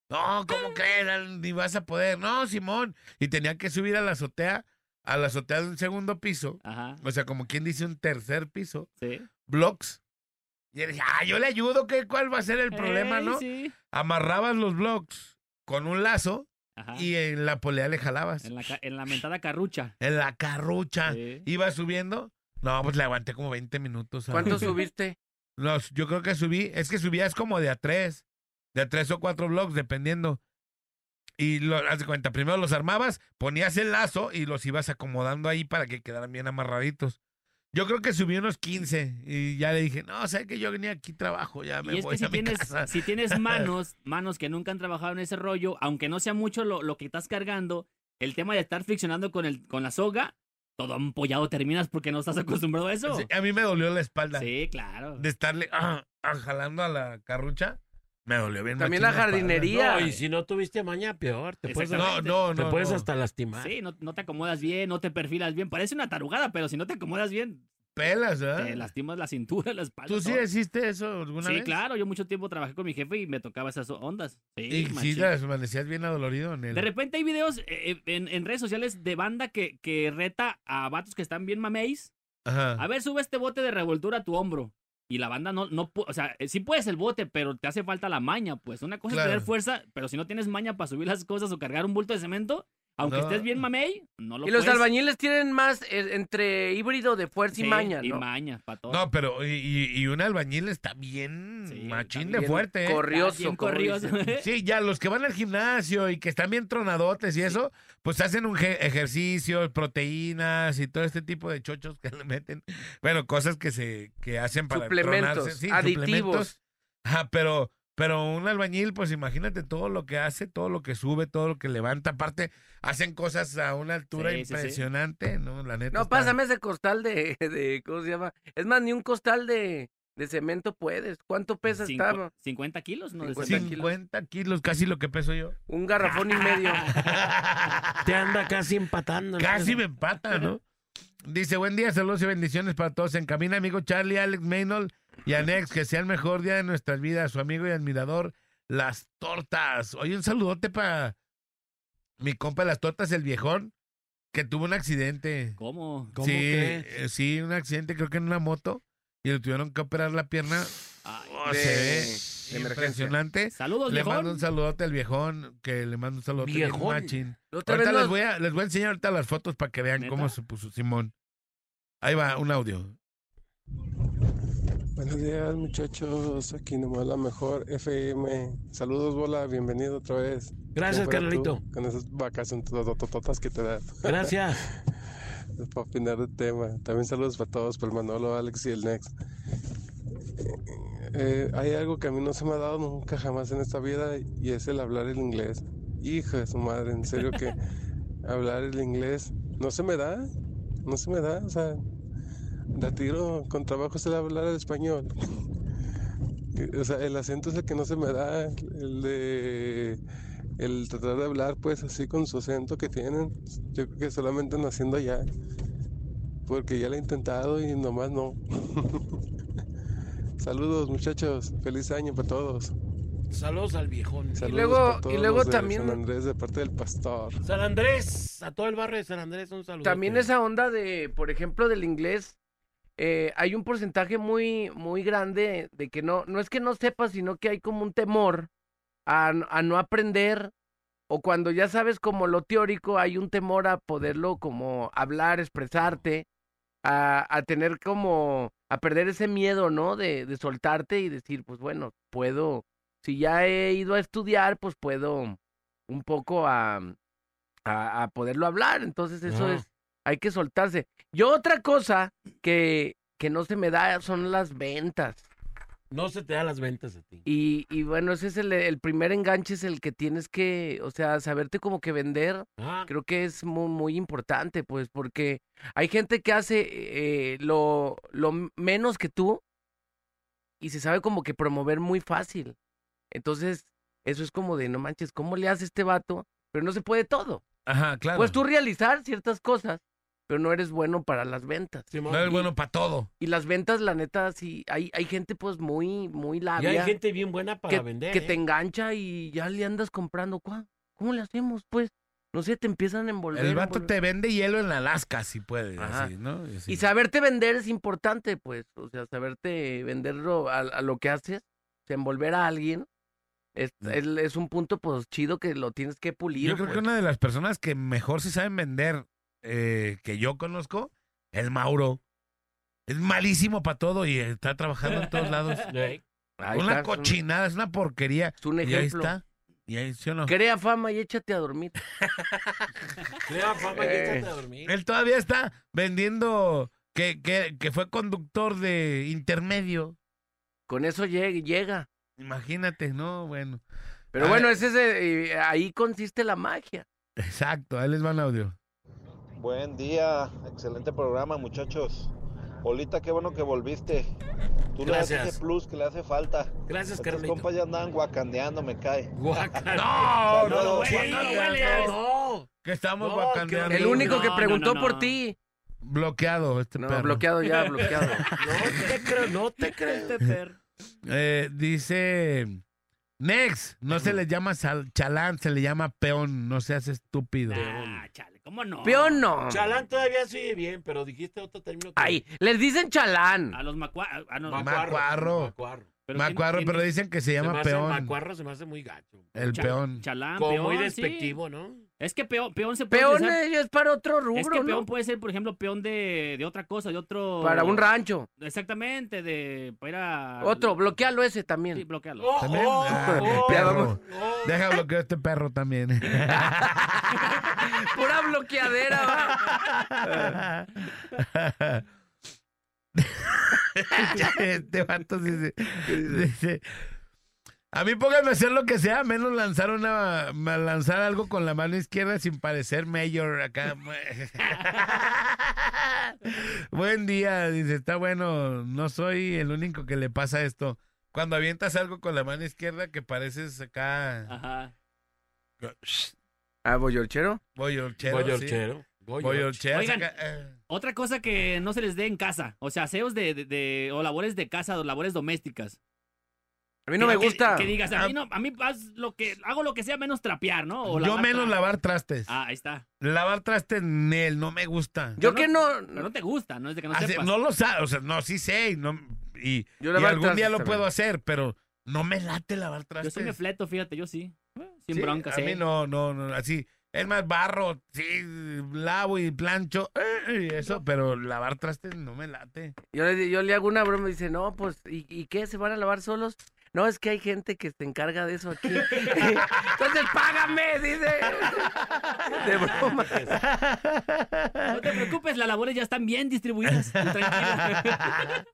Speaker 6: No,
Speaker 7: Ah.
Speaker 6: ¿cómo crees? Ni vas a poder. No, Simón. Y tenía que subir a la azotea, a la azotea de un segundo piso.
Speaker 7: Ajá.
Speaker 6: O sea, como quien dice, un tercer piso
Speaker 7: Sí.
Speaker 6: blogs. Y él dije, ah, yo le ayudo, ¿qué, ¿cuál va a ser el problema,
Speaker 7: Ey,
Speaker 6: no?
Speaker 7: sí.
Speaker 6: Amarrabas los blogs con un lazo
Speaker 7: Ajá.
Speaker 6: y en la polea le jalabas.
Speaker 7: En, la, ca- en la mentada carrucha.
Speaker 6: En la carrucha.
Speaker 7: Sí.
Speaker 6: Iba subiendo. No, pues le aguanté como 20 minutos. ¿sabes?
Speaker 5: ¿Cuánto subiste?
Speaker 6: No, yo creo que subí. Es que subías como de a tres. De a tres o cuatro blogs, dependiendo. Y lo, haz de cuenta, primero los armabas, ponías el lazo y los ibas acomodando ahí para que quedaran bien amarraditos. Yo creo que subí unos 15 y ya le dije, no, sé que yo venía aquí trabajo, ya me
Speaker 7: Y es
Speaker 6: voy
Speaker 7: que si
Speaker 6: a mi
Speaker 7: tienes,
Speaker 6: casa.
Speaker 7: si tienes manos, manos que nunca han trabajado en ese rollo, aunque no sea mucho lo, lo que estás cargando, el tema de estar friccionando con, el, con la soga, todo ampollado terminas porque no estás acostumbrado a eso.
Speaker 6: Sí,
Speaker 7: Sí,
Speaker 6: a mí me dolió la espalda
Speaker 7: claro.
Speaker 6: de estarle ah, ah, jalando a la carrucha. Me dolió bien.
Speaker 5: También
Speaker 6: machín
Speaker 5: la jardinería.
Speaker 4: No, y si no tuviste maña, peor. Te puedes,
Speaker 7: Exactamente.
Speaker 6: espalda. No, no,
Speaker 4: te
Speaker 6: no.
Speaker 4: puedes
Speaker 6: no.
Speaker 4: hasta lastimar.
Speaker 7: Sí, no, no te acomodas bien, no te perfilas bien. Parece una tarugada, pero si no te acomodas bien,
Speaker 6: Pelas, ¿verdad?
Speaker 7: te lastimas la cintura, la espalda.
Speaker 6: ¿Tú sí
Speaker 7: todo.
Speaker 6: hiciste eso
Speaker 7: Ah,
Speaker 6: alguna
Speaker 7: Sí,
Speaker 6: vez?
Speaker 7: claro. Yo mucho tiempo trabajé con mi jefe y me tocaba esas ondas. Sí,
Speaker 6: Y sí,
Speaker 7: machín.
Speaker 6: te amanecías bien adolorido en él.
Speaker 7: De repente hay videos eh, eh, en, en redes sociales de banda que, que reta a vatos que están bien mameis.
Speaker 6: Ajá.
Speaker 7: A ver, sube este bote de revoltura a tu hombro. Y la banda no, no pu- o sea, eh, sí puedes el bote, pero te hace falta la maña, pues. Una cosa
Speaker 6: Claro.
Speaker 7: es tener fuerza, pero si no tienes maña para subir las cosas o cargar un bulto de cemento, aunque
Speaker 6: No.
Speaker 7: estés bien mamey, no lo
Speaker 5: Y los
Speaker 7: puedes.
Speaker 5: albañiles tienen más eh, entre híbrido de fuerza
Speaker 7: Sí,
Speaker 5: y maña, ¿no?
Speaker 7: Y maña, para todo.
Speaker 6: No, pero y, y- y un albañil está bien
Speaker 7: Sí,
Speaker 6: machín
Speaker 7: está
Speaker 6: de
Speaker 5: Bien
Speaker 6: fuerte. ¿eh?
Speaker 5: Corrioso.
Speaker 7: Bien
Speaker 5: como
Speaker 7: corrioso. ¿eh?
Speaker 5: dicen.
Speaker 6: Sí, ya los que van al gimnasio y que están bien tronadotes y eso, pues hacen un je- ejercicio, proteínas y todo este tipo de chochos que le meten. Bueno, cosas que se que hacen para
Speaker 5: Suplementos,
Speaker 6: tronarse, sí,
Speaker 5: aditivos.
Speaker 6: suplementos. Ajá, pero pero un albañil, pues imagínate todo lo que hace, todo lo que sube, todo lo que levanta. Aparte, hacen cosas a una altura
Speaker 7: Sí, sí, sí.
Speaker 6: impresionante, ¿no? La neta.
Speaker 5: No,
Speaker 6: está-
Speaker 5: pásame ese costal de, de- ¿cómo se llama? Es más, ni un costal de, de cemento puedes. ¿cuánto pesa
Speaker 7: Cincu-
Speaker 5: estaba?
Speaker 7: 50 kilos, ¿no? De
Speaker 5: 50
Speaker 7: cemento.
Speaker 6: 50 kilos, casi lo que peso yo.
Speaker 5: Un garrafón y medio.
Speaker 4: Te anda casi empatando. ¿no?
Speaker 6: Casi me empata, ¿no? Dice, buen día, saludos y bendiciones para todos. En camino, amigo Charlie, Alex Maynol y Anex, que sea el mejor día de nuestras vidas. Su amigo y admirador, Las Tortas. Oye, un saludote para mi compa de Las Tortas, el viejón, que tuvo un accidente.
Speaker 7: ¿Cómo?
Speaker 4: ¿Cómo
Speaker 6: sí,
Speaker 4: crees?
Speaker 6: eh, sí, un accidente, creo que en una moto, y le tuvieron que operar la pierna.
Speaker 7: Ay,
Speaker 6: Oh, se ve
Speaker 5: emergencia.
Speaker 6: Impresionante.
Speaker 7: Saludos,
Speaker 6: Le
Speaker 7: viejón.
Speaker 6: mando un saludote al viejón, que le mando un saludote bien
Speaker 4: Viejón.
Speaker 6: machín.
Speaker 5: Otra vez
Speaker 6: Ahorita les
Speaker 5: nos-
Speaker 6: voy, a, les voy a enseñar ahorita las fotos para que vean
Speaker 7: ¿Neta?
Speaker 6: cómo se puso Simón. Ahí va, un audio.
Speaker 8: Buenos días muchachos, aquí nomás la mejor FM. Saludos bola, bienvenido otra vez.
Speaker 4: Gracias,
Speaker 8: ¿Cómo fuera tú
Speaker 4: Carlito.
Speaker 8: Con esas vacaciones totototas que te das
Speaker 4: Gracias.
Speaker 8: para opinar del tema. También saludos para todos, para el Manolo, Alex y el Nex. Eh, hay algo que a mí no se me ha dado nunca jamás en esta vida y es el hablar el inglés. Hija de su madre, en serio que hablar el inglés no se me da, no se me da, o sea, de a tiro con trabajo es el hablar el español. Que- O sea, el acento es el que no se me da, el de el tratar de hablar pues así con su acento que tienen, yo creo que solamente naciendo allá, porque ya lo he intentado y nomás no. Saludos muchachos, feliz año para todos.
Speaker 4: Saludos al viejón.
Speaker 8: Saludos
Speaker 5: luego-
Speaker 8: para
Speaker 5: y
Speaker 8: todos
Speaker 5: luego
Speaker 8: los de
Speaker 5: también-
Speaker 8: San Andrés de parte del pastor.
Speaker 4: San Andrés, a todo el barrio de San Andrés, un saludo.
Speaker 7: Ah,
Speaker 5: También esa onda de, por ejemplo, del inglés, eh, hay un porcentaje muy, muy grande de que no, no es que no sepas, sino que hay como un temor a, n- a no aprender, o cuando ya sabes como lo teórico, hay un temor a poderlo como hablar, expresarte, a, a tener como, a perder ese miedo, ¿no? De, de soltarte y decir, pues bueno, puedo, si ya he ido a estudiar, pues puedo un poco a, a, a poderlo hablar, entonces eso
Speaker 4: Ah.
Speaker 5: es hay que soltarse. Yo otra cosa que, que no se me da son las ventas.
Speaker 4: No se te da las ventas a ti.
Speaker 5: Y, y bueno, ese es el, el primer enganche, es el que tienes que, o sea, saberte como que vender,
Speaker 4: Ah,
Speaker 5: creo que es muy, muy importante, pues, porque hay gente que hace eh, lo, lo m- menos que tú y se sabe como que promover muy fácil. Entonces, eso es como de, no manches, ¿cómo le hace este vato? Pero no se puede todo.
Speaker 6: Ajá, claro.
Speaker 5: Puedes Pues tú realizar ciertas cosas, pero no eres bueno para las ventas.
Speaker 4: Simón.
Speaker 6: No es bueno para todo.
Speaker 5: Y las ventas, la neta, sí, hay, hay gente pues muy, muy
Speaker 4: Y
Speaker 5: labia
Speaker 4: hay gente bien buena para
Speaker 5: que,
Speaker 4: vender.
Speaker 5: que
Speaker 4: ¿eh?
Speaker 5: te engancha y ya le andas comprando. ¿Cuá? ¿Cómo le hacemos? Pues, no sé, te empiezan a envolver.
Speaker 6: El vato
Speaker 5: envolver.
Speaker 6: te vende hielo en Alaska, si puedes.
Speaker 5: pues Ajá.
Speaker 6: Así, ¿no? Y así.
Speaker 5: Y saberte vender es importante, pues, o sea, saberte venderlo a, a lo que haces, o sea, envolver a alguien. Es, es, es un punto pues chido que lo tienes que pulir.
Speaker 6: Mm. Yo creo que
Speaker 5: pues.
Speaker 6: una de las personas que mejor se saben vender eh, que yo conozco es Mauro. Es malísimo para todo y está trabajando en todos lados.
Speaker 4: Ey,
Speaker 5: Ahí
Speaker 6: una
Speaker 5: está, es un-
Speaker 6: cochinada, es una porquería.
Speaker 5: Es
Speaker 6: Y
Speaker 5: un
Speaker 6: ahí
Speaker 5: ejemplo.
Speaker 6: está. Y ahí sí o no.
Speaker 5: Crea fama y échate a dormir.
Speaker 4: Crea fama y
Speaker 5: Eh.
Speaker 4: échate a dormir.
Speaker 6: Él todavía está vendiendo que, que, que fue conductor de intermedio.
Speaker 5: Con eso llega. llega.
Speaker 6: Imagínate, no, bueno. Ah,
Speaker 5: Pero
Speaker 6: A
Speaker 5: bueno,
Speaker 6: ver.
Speaker 5: ese es, eh, ahí consiste la magia.
Speaker 6: Exacto, ahí les va el audio.
Speaker 9: Buen día, excelente programa, muchachos. Olita, qué bueno que volviste. Tú le
Speaker 4: Gracias.
Speaker 9: das ese plus que le hace falta.
Speaker 4: Gracias,
Speaker 9: Estos
Speaker 4: Carlito.
Speaker 9: compas ya andan guacandeando, me cae.
Speaker 4: Guácala.
Speaker 6: No,
Speaker 9: no lo
Speaker 4: Sí,
Speaker 7: hueles, no lo hueles.
Speaker 4: no.
Speaker 6: Que estamos
Speaker 4: No,
Speaker 6: guacandeando.
Speaker 4: qué
Speaker 5: El único que
Speaker 7: No, no,
Speaker 5: preguntó
Speaker 7: no, no.
Speaker 5: por ti.
Speaker 6: Bloqueado este
Speaker 5: No,
Speaker 6: perro.
Speaker 5: bloqueado ya, bloqueado.
Speaker 4: No te creo, no te creo este perro.
Speaker 6: Eh, dice. Next, no se le llama sal- chalán, se le llama peón, no seas estúpido.
Speaker 7: Ah, chale, ¿cómo no?
Speaker 5: Peón no.
Speaker 4: Chalán todavía sigue bien, pero dijiste otro término. que-
Speaker 5: Ay, les dicen chalán.
Speaker 7: A los macuarros. Ah, no,
Speaker 6: Macuarro.
Speaker 4: Macuarro.
Speaker 6: Macuarro,
Speaker 7: ¿quién-
Speaker 6: pero
Speaker 7: quién-
Speaker 6: dicen que se
Speaker 4: Se me
Speaker 6: llama
Speaker 4: hace-
Speaker 6: peón. Eh,
Speaker 4: Macuarro se me hace muy gacho.
Speaker 6: El
Speaker 7: cha-
Speaker 6: peón.
Speaker 7: Chalán,
Speaker 4: Como
Speaker 7: peón,
Speaker 4: muy
Speaker 7: sí.
Speaker 4: despectivo, ¿no?
Speaker 7: Es que peón, peón se puede
Speaker 5: Peón
Speaker 7: utilizar-
Speaker 5: eh, es para otro rubro,
Speaker 7: Es que peón
Speaker 5: ¿no?
Speaker 7: puede ser, por ejemplo, peón de, de otra cosa, de otro...
Speaker 5: Para un rancho.
Speaker 7: Exactamente, de... Para...
Speaker 5: Otro, bloquealo ese
Speaker 7: Sí,
Speaker 5: también. Oh,
Speaker 7: bloquealo.
Speaker 6: También. Ah, mi
Speaker 5: ya
Speaker 6: perro.
Speaker 5: vamos.
Speaker 6: Deja bloquear a este perro también.
Speaker 5: Pura bloqueadera, va.
Speaker 6: este vato dice, dice, A mí pónganme a hacer lo que sea, menos lanzar una ma- lanzar algo con la mano izquierda sin parecer mayor acá. Buen día, dice, está bueno, no soy el único que le pasa esto. Cuando avientas algo con la mano izquierda que pareces acá
Speaker 7: Ajá.
Speaker 5: Ah, boyolchero.
Speaker 6: boyolchero. sí.
Speaker 4: Boyorchero.
Speaker 6: Boyolchero,
Speaker 7: Oigan.
Speaker 6: acá, eh.
Speaker 7: Otra cosa que no se les dé en casa, o sea, aseos de, de- de- o labores de casa o labores domésticas.
Speaker 5: A mí no me
Speaker 7: Que-
Speaker 5: gusta.
Speaker 7: Que, digas, a
Speaker 6: Ah.
Speaker 7: mí no, a mí haz lo que, hago lo que sea menos trapear, ¿no? O
Speaker 6: Yo
Speaker 7: lavar
Speaker 6: menos
Speaker 7: tra-
Speaker 6: lavar trastes.
Speaker 7: Ah, ahí está.
Speaker 6: Lavar trastes en él, no me gusta.
Speaker 5: Yo
Speaker 7: no-
Speaker 5: que no.
Speaker 7: Pero no te gusta, no es de que no
Speaker 6: Hace-
Speaker 7: sepas.
Speaker 6: no lo sabe, o sea, no, sí sé, y, no, y,
Speaker 5: Yo
Speaker 6: y
Speaker 5: lavar
Speaker 6: algún día
Speaker 5: trastes
Speaker 6: lo
Speaker 5: también.
Speaker 6: puedo hacer, pero No me late lavar
Speaker 7: Yo
Speaker 6: trastes.
Speaker 7: sí me fleto, fíjate, yo sí. Eh, Sin
Speaker 6: Sí,
Speaker 7: broncas,
Speaker 6: A
Speaker 7: ¿eh?
Speaker 6: mí no, no, no, así. Es más barro, sí, lavo y plancho, eh, y eso, pero lavar trastes no me late.
Speaker 5: Yo le, yo le hago una broma y dice, no, pues, ¿y, y qué? ¿Se van a lavar solos? No, es que hay gente que se encarga de eso aquí. Entonces, págame, dice. De broma.
Speaker 7: No te preocupes, las labores ya están bien distribuidas. tú Tranquila.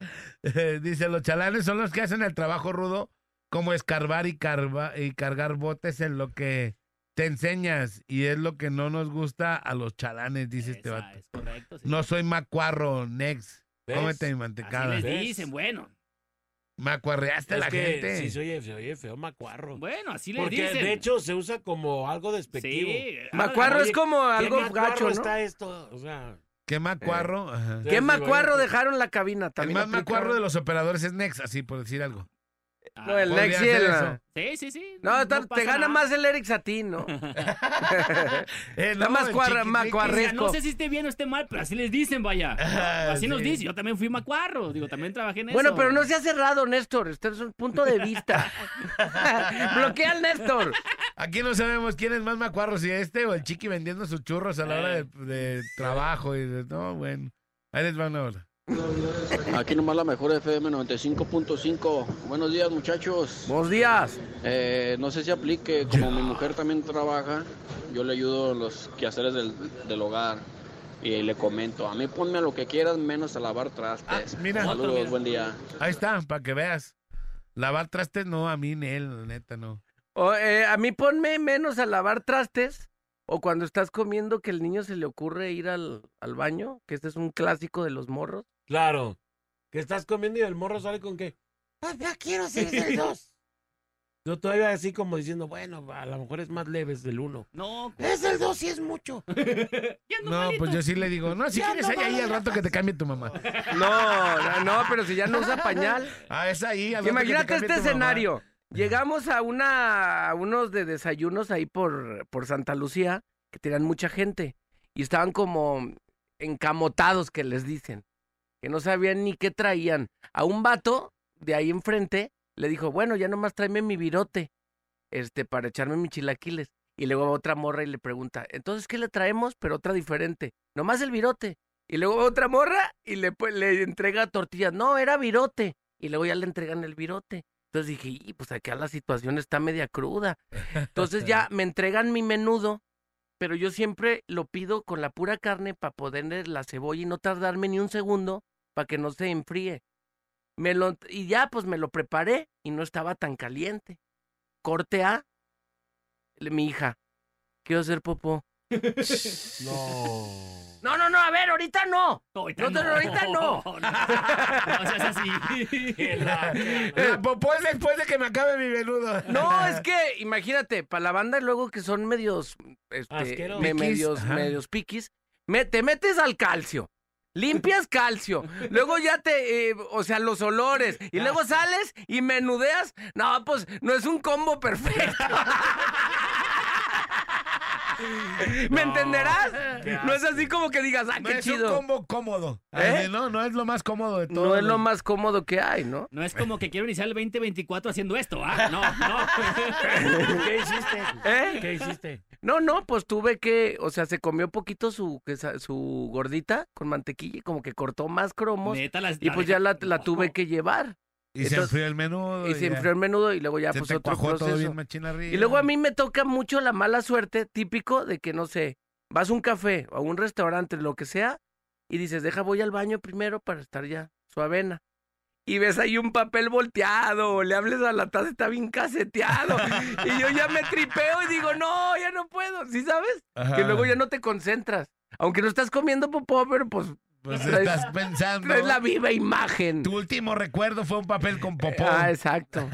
Speaker 6: Dice, los chalanes son los que hacen el trabajo rudo, como escarbar y, carva- y cargar botes en lo que te enseñas, y es lo que no nos gusta a los chalanes, dice este
Speaker 7: Esa
Speaker 6: vato.
Speaker 7: es correcto, sí.
Speaker 6: No soy macuarro, next.
Speaker 4: ¿Ves?
Speaker 6: Cómete mi
Speaker 7: Así
Speaker 6: mantecada.
Speaker 7: les
Speaker 4: ¿Ves?
Speaker 7: dicen, bueno.
Speaker 6: Macuarreaste a
Speaker 4: Es
Speaker 6: la
Speaker 4: que
Speaker 6: gente.
Speaker 4: sí, se oye, se oye feo macuarro.
Speaker 7: Bueno, así les
Speaker 4: Porque
Speaker 7: dicen.
Speaker 4: de hecho se usa como algo despectivo.
Speaker 7: sí.
Speaker 5: Macuarro
Speaker 4: Oye,
Speaker 5: es como
Speaker 4: ¿Qué
Speaker 5: algo
Speaker 4: macuarro
Speaker 5: gacho, ¿no?
Speaker 4: está esto? O sea,
Speaker 6: ¿Qué
Speaker 4: Eh,
Speaker 6: macuarro? Eh, Ajá.
Speaker 5: ¿Qué
Speaker 4: Sí,
Speaker 5: macuarro
Speaker 4: bueno.
Speaker 5: dejaron la cabina?
Speaker 6: El
Speaker 5: También
Speaker 6: más macuarro de
Speaker 5: aplicaron.
Speaker 6: los operadores es Nex, así por decir algo.
Speaker 7: Ah,
Speaker 5: No, el
Speaker 6: Podría
Speaker 5: Lex y
Speaker 6: hacer
Speaker 5: el-
Speaker 6: eso.
Speaker 7: Sí, sí, sí.
Speaker 5: No, está-
Speaker 7: pasa
Speaker 5: te gana
Speaker 7: nada.
Speaker 5: más el Eric Satín, ¿no?
Speaker 6: Eh,
Speaker 5: Está
Speaker 6: no,
Speaker 5: más
Speaker 6: el chiqui-
Speaker 5: cuarra-
Speaker 7: O
Speaker 5: macuarresco.
Speaker 7: sea, no sé si esté bien o esté mal, pero así les dicen, vaya.
Speaker 6: Ah,
Speaker 7: Así nos
Speaker 6: sí.
Speaker 7: dicen. Yo también fui macuarro. Digo, también trabajé en eso.
Speaker 5: Bueno, pero no se ha cerrado, Néstor. Este es un punto de vista. Bloquea al Néstor.
Speaker 6: Aquí no sabemos quién es más macuarro, si este o el chiqui vendiendo sus churros a la hora de, de trabajo. Y de- no, bueno. Ahí les van ahora.
Speaker 10: Aquí nomás la mejor FM 95.5. Buenos días, muchachos.
Speaker 5: Buenos días.
Speaker 10: Eh, no sé si aplique, como mi mujer también trabaja, yo le ayudo en los quehaceres del, del hogar y le comento, a mí ponme a lo que quieras menos a lavar trastes.
Speaker 6: Ah, mira.
Speaker 10: Saludos, buen día.
Speaker 6: Ahí está, para que veas. Lavar trastes no, a mí en él, neta, no.
Speaker 5: O, eh, a mí ponme menos a lavar trastes o cuando estás comiendo que el niño se le ocurre ir al, al baño, que este es un clásico de los morros.
Speaker 4: Claro. Que estás comiendo y el morro sale con que. Papá, Ah, quiero ser el dos. Yo todavía así como diciendo, bueno, a lo mejor es más leve es el uno.
Speaker 7: No,
Speaker 4: Es el dos y es mucho.
Speaker 7: ya no,
Speaker 6: No,
Speaker 7: malito.
Speaker 6: pues yo sí le digo, no, si quieres ahí, ahí al rato que te cambie tu mamá.
Speaker 5: No, no, no, pero si ya no usa pañal.
Speaker 6: Ah, es ahí, al rato que te
Speaker 5: Imagínate
Speaker 6: cambie
Speaker 5: este
Speaker 6: tu mamá.
Speaker 5: escenario. Llegamos a una a unos de desayunos ahí por, por Santa Lucía, que tenían mucha gente, y estaban como encamotados, que les dicen, que no sabían ni qué traían. A un vato de ahí enfrente le dijo, bueno, ya nomás tráeme mi virote, este, para echarme mis chilaquiles. Y luego va otra morra y le pregunta, entonces, ¿qué le traemos? Pero otra diferente, nomás el virote. Y luego va otra morra y le, pon- le entrega tortillas. No, era virote. Y luego ya le entregan el virote. Entonces dije, y pues acá la situación está media cruda. Entonces ya me entregan mi menudo, pero yo siempre lo pido con la pura carne para ponerle la cebolla y no tardarme ni un segundo para que no se enfríe. Me lo, y ya pues me lo preparé y no estaba tan caliente. Corte A, le- mi hija, quiero hacer popó.
Speaker 4: No.
Speaker 5: No, no, no, a ver, ahorita no.
Speaker 7: ahorita
Speaker 5: No, no, ahorita no.
Speaker 7: No, no seas así.
Speaker 6: La popó es después de que me acabe mi menudo.
Speaker 5: No, es que imagínate, para la banda luego que son medios, este,
Speaker 4: Asquerosos.
Speaker 5: me-
Speaker 6: Piquis,
Speaker 5: medios,
Speaker 6: ajá.
Speaker 5: medios piquis, me- te metes al calcio, limpias calcio, luego ya te, eh, o sea, los olores, y luego sales y menudeas. No, pues no es un combo perfecto. ¿Me entenderás?
Speaker 4: qué
Speaker 5: No es así como que digas, ah,
Speaker 6: No
Speaker 5: qué
Speaker 6: es un
Speaker 5: chido.
Speaker 6: combo cómodo.
Speaker 5: ¿Eh?
Speaker 6: Así, No, no es lo más cómodo de todo.
Speaker 5: No es lo más cómodo que hay, ¿no?
Speaker 7: No es como que quiero iniciar el 2024 haciendo esto, ¿ah? No, no.
Speaker 4: ¿Qué hiciste?
Speaker 5: ¿Eh?
Speaker 4: ¿Qué hiciste?
Speaker 5: No, no, pues tuve que, o sea, se comió poquito su, quesa- su gordita con mantequilla y como que cortó más cromos.
Speaker 7: Neta, las-
Speaker 5: y pues ya la, la tuve que llevar.
Speaker 6: Y se
Speaker 5: Entonces-
Speaker 6: enfrió el menudo.
Speaker 5: Y se
Speaker 6: ya.
Speaker 5: enfrió el menudo y luego ya
Speaker 6: Se
Speaker 5: pues
Speaker 6: te
Speaker 5: otro
Speaker 6: cuajó todo
Speaker 5: proceso.
Speaker 6: bien machín arriba.
Speaker 5: Y luego a mí me toca mucho la mala suerte, típico de que, no sé, vas a un café o a un restaurante, lo que sea, y dices, deja, voy al baño primero para estar ya suavena. Y ves ahí un papel volteado, o le hables a la taza, está bien caseteado. y yo ya me tripeo y digo, no, ya no puedo, ¿sí sabes?
Speaker 6: Ajá.
Speaker 5: Que luego ya no te concentras. Aunque no estás comiendo popó, pero pues
Speaker 6: Pues
Speaker 5: traes-
Speaker 6: estás pensando.
Speaker 5: traes la viva imagen.
Speaker 6: Tu último recuerdo fue un papel con popó.
Speaker 5: Ah, exacto.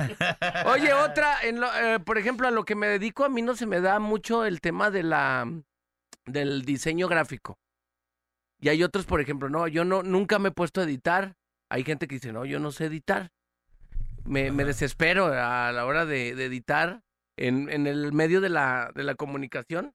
Speaker 5: Oye, otra, en lo- eh, por ejemplo, a lo que me dedico a mí no se me da mucho el tema de la del diseño gráfico. Y hay otros, por ejemplo, no, yo no nunca me he puesto a editar. Hay gente que dice, no, yo no sé editar. Me, me desespero a la hora de, de editar en, en el medio de la, de la comunicación.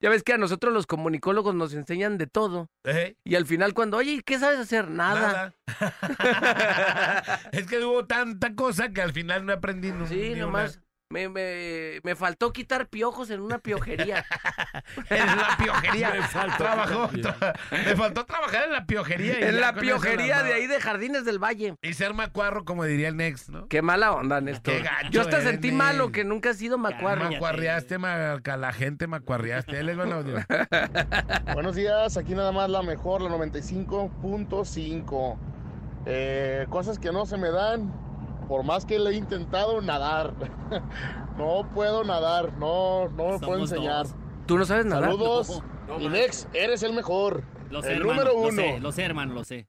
Speaker 5: Ya ves que a nosotros los comunicólogos nos enseñan de todo.
Speaker 6: Ey,
Speaker 5: Y al final cuando, oye, ¿qué sabes hacer? Nada.
Speaker 6: nada. es que hubo tanta cosa que al final no aprendí nu- ni
Speaker 5: Sí,
Speaker 6: una.
Speaker 5: nomás. Me, me, me faltó quitar piojos en una piojería.
Speaker 6: En la piojería.
Speaker 4: Me faltó.
Speaker 6: Trabajó. tra- me faltó trabajar en la piojería. y
Speaker 5: en
Speaker 6: ya
Speaker 5: la
Speaker 6: con eso
Speaker 5: piojería
Speaker 6: armaba.
Speaker 5: de ahí de Jardines del Valle.
Speaker 6: Y ser macuarro, como diría el Next, ¿no?
Speaker 5: Qué mala onda, Néstor.
Speaker 6: Qué gacho
Speaker 5: Yo hasta
Speaker 6: eres,
Speaker 5: sentí
Speaker 6: Nel.
Speaker 5: malo que nunca has sido macuarro.
Speaker 7: Cállate.
Speaker 6: Macuarreaste, maca- la gente macuarreaste. Él es buen audio.
Speaker 11: Buenos días, aquí nada más la mejor, la 95.5. Eh, cosas que no se me dan, por más que le he intentado nadar. no puedo nadar, no, no me puedo
Speaker 7: Somos
Speaker 11: enseñar.
Speaker 7: dos.
Speaker 5: Tú no sabes nada.
Speaker 11: Saludos, Inex, eres el mejor.
Speaker 7: Lo sé,
Speaker 11: el
Speaker 7: hermano,
Speaker 11: número
Speaker 7: Lo
Speaker 11: uno.
Speaker 7: sé, lo sé, hermano, lo sé.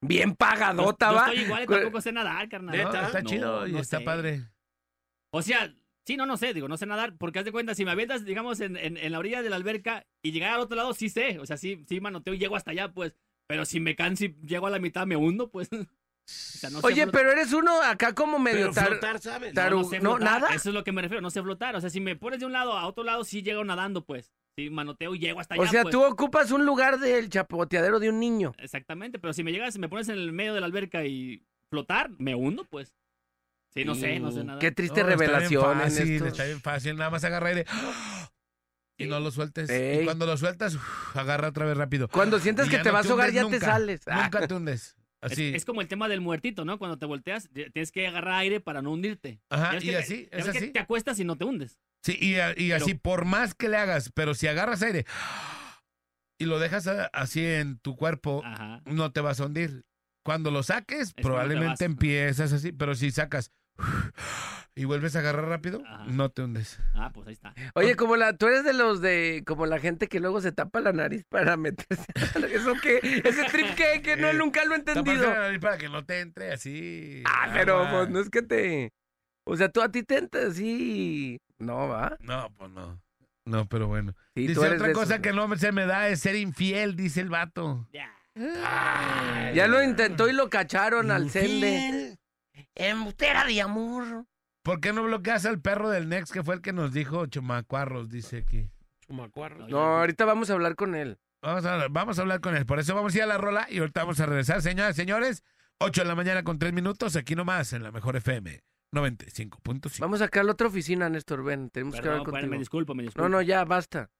Speaker 5: Bien
Speaker 7: Yo,
Speaker 5: pagadota,
Speaker 7: yo
Speaker 5: va.
Speaker 7: estoy igual y tampoco sé nadar, carnal.
Speaker 6: No, está
Speaker 7: No,
Speaker 6: chido y
Speaker 7: no
Speaker 6: está
Speaker 7: sé.
Speaker 6: padre.
Speaker 7: O sea, sí, no, no sé, digo, no sé nadar, porque haz de cuenta, si me avientas, digamos, en, en- en la orilla de la alberca y llegar al otro lado, sí sé, o sea, sí, sí manoteo y llego hasta allá, pues, pero si me canso y llego a la mitad, me hundo, pues. O sea, no sé
Speaker 5: Oye,
Speaker 7: flot-
Speaker 5: pero eres uno acá como medio
Speaker 4: Pero
Speaker 5: tar...
Speaker 4: flotar, ¿sabes?
Speaker 5: tar-
Speaker 7: no, no
Speaker 5: taru-
Speaker 7: sé
Speaker 5: no,
Speaker 7: flotar,
Speaker 5: nada.
Speaker 7: Eso es lo que me refiero, no sé flotar, o sea, si me pones de un lado a otro lado, sí llego nadando, pues, sí manoteo y llego hasta allá.
Speaker 5: O sea,
Speaker 7: pues.
Speaker 5: tú ocupas un lugar del chapoteadero de un niño.
Speaker 7: Exactamente, pero si me llegas y me pones en el medio de la alberca y flotar, me hundo, pues. Sí, no sé, no sé
Speaker 5: Mm,
Speaker 7: nada.
Speaker 5: Qué triste
Speaker 6: No, Está
Speaker 5: revelación
Speaker 6: bien
Speaker 5: en
Speaker 6: fácil,
Speaker 5: esto.
Speaker 6: está bien fácil. Nada más agarra aire. Y no lo sueltes.
Speaker 5: Ey.
Speaker 6: Y cuando lo sueltas, uf, agarra otra vez rápido.
Speaker 5: Cuando sientes
Speaker 6: Y
Speaker 5: que
Speaker 6: ya
Speaker 5: te
Speaker 6: no
Speaker 5: vas a ahogar,
Speaker 6: hundes
Speaker 5: ya te
Speaker 6: nunca.
Speaker 5: sales. Ah,
Speaker 6: Nunca te hundes.
Speaker 7: Es-
Speaker 6: Así.
Speaker 7: Es, como el tema del muertito, ¿no? Cuando te volteas, te- tienes que agarrar aire para no hundirte.
Speaker 6: Ajá,
Speaker 7: Ya ves
Speaker 6: y
Speaker 7: que-
Speaker 6: así,
Speaker 7: ya
Speaker 6: es
Speaker 7: ves que
Speaker 6: así.
Speaker 7: te acuestas y no te hundes.
Speaker 6: Sí, y, a- y así, por más que le hagas, pero si agarras aire y lo dejas a- así en tu cuerpo,
Speaker 7: Ajá.
Speaker 6: no te vas a hundir. Cuando lo
Speaker 7: cuando te
Speaker 6: saques,
Speaker 7: vas.
Speaker 6: probablemente empiezas así, pero si sacas y vuelves a agarrar rápido,
Speaker 7: Ajá.
Speaker 6: no te hundes.
Speaker 7: Ah, pues ahí está.
Speaker 5: Oye, como la, tú eres de los de, como la gente que luego se tapa la nariz para meterse. Eso que, ese trip que, que no,
Speaker 6: Eh,
Speaker 5: nunca lo he
Speaker 6: Taparse
Speaker 5: entendido.
Speaker 6: la nariz para que no te entre así.
Speaker 5: Ah, pero
Speaker 6: agua.
Speaker 5: pues no es que te. O sea, tú a ti te entra así. No, va.
Speaker 6: No, pues no. No, pero bueno.
Speaker 5: Sí,
Speaker 6: dice
Speaker 5: tú eres
Speaker 6: otra
Speaker 5: de
Speaker 6: cosa
Speaker 5: esos,
Speaker 6: que no me- se me da es ser infiel, dice el vato.
Speaker 7: Ya.
Speaker 5: Ya lo intentó y lo cacharon al sende.
Speaker 4: Infiel.
Speaker 5: Embustera de amor.
Speaker 6: ¿Por qué no bloqueas al perro del Nex que fue el que nos dijo Chumacuarros? Dice aquí.
Speaker 4: Chumacuarro.
Speaker 5: No, ahorita vamos a hablar con él.
Speaker 6: Vamos a, vamos a hablar con él. Por eso vamos a ir a la rola y ahorita vamos a regresar. Señoras, señores, 8 de la mañana con 3 minutos, aquí nomás en la mejor FM 95.5.
Speaker 5: Vamos acá a la otra oficina, Néstor. Ven, tenemos que
Speaker 7: Perdón,
Speaker 5: hablar
Speaker 7: perdón, me
Speaker 5: contigo.
Speaker 7: disculpo, me disculpo.
Speaker 5: No, no, ya, basta.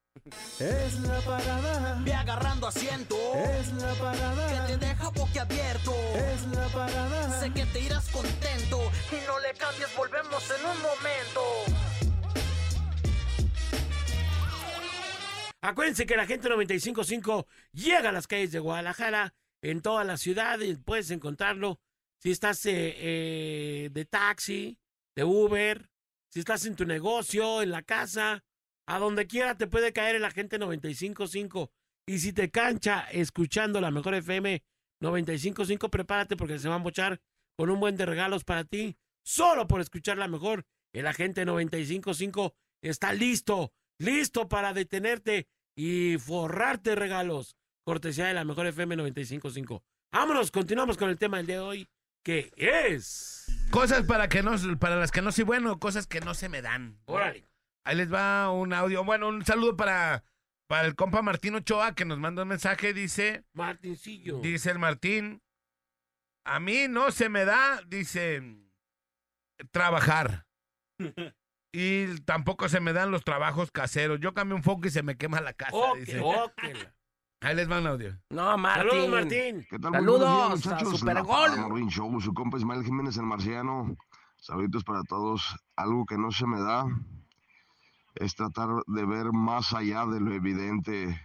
Speaker 2: Es la parada.
Speaker 3: Ve agarrando asiento.
Speaker 2: Es la
Speaker 3: Que
Speaker 2: parada.
Speaker 3: te deja boquiabierto.
Speaker 2: Es la parada.
Speaker 3: Sé que te irás contento. Y no le cambies, volvemos en un momento.
Speaker 4: Acuérdense que la gente 955 llega a las calles de Guadalajara, en toda la ciudad, y puedes encontrarlo si estás eh, eh, de taxi, de Uber, si estás en tu negocio, en la casa, a donde quiera te puede caer el agente 955. Y si te cancha escuchando la mejor FM 955, prepárate porque se va a mochar con un buen de regalos para ti, solo por escuchar la mejor. El agente 955 está listo listo para detenerte y forrarte regalos. Cortesía de la mejor FM 95.5. Vámonos, continuamos con el tema del día de hoy, que es...
Speaker 6: Cosas para, que no, para las que no soy bueno, cosas que no se me dan.
Speaker 4: Órale.
Speaker 6: Ahí les va un audio. Bueno, un saludo para, para el compa Martín Ochoa que nos manda un mensaje. Dice,
Speaker 4: Martincillo.
Speaker 6: dice el Martín, a mí no se me da, dice, trabajar. Y tampoco se me dan los trabajos caseros. Yo cambio un foco y se me quema la casa.
Speaker 4: Ok,
Speaker 6: dice.
Speaker 4: ok.
Speaker 6: Ahí les va un audio.
Speaker 5: No, Martín.
Speaker 4: Saludos, Martín.
Speaker 12: ¿Qué tal?
Speaker 5: Saludos
Speaker 12: Muy buenos
Speaker 5: a
Speaker 12: días, muchachos.
Speaker 5: Supergol.
Speaker 12: La Morning Show, su compa Ismael Jiménez el Marciano. Saluditos para todos. Algo que no se me da es tratar de ver más allá de lo evidente.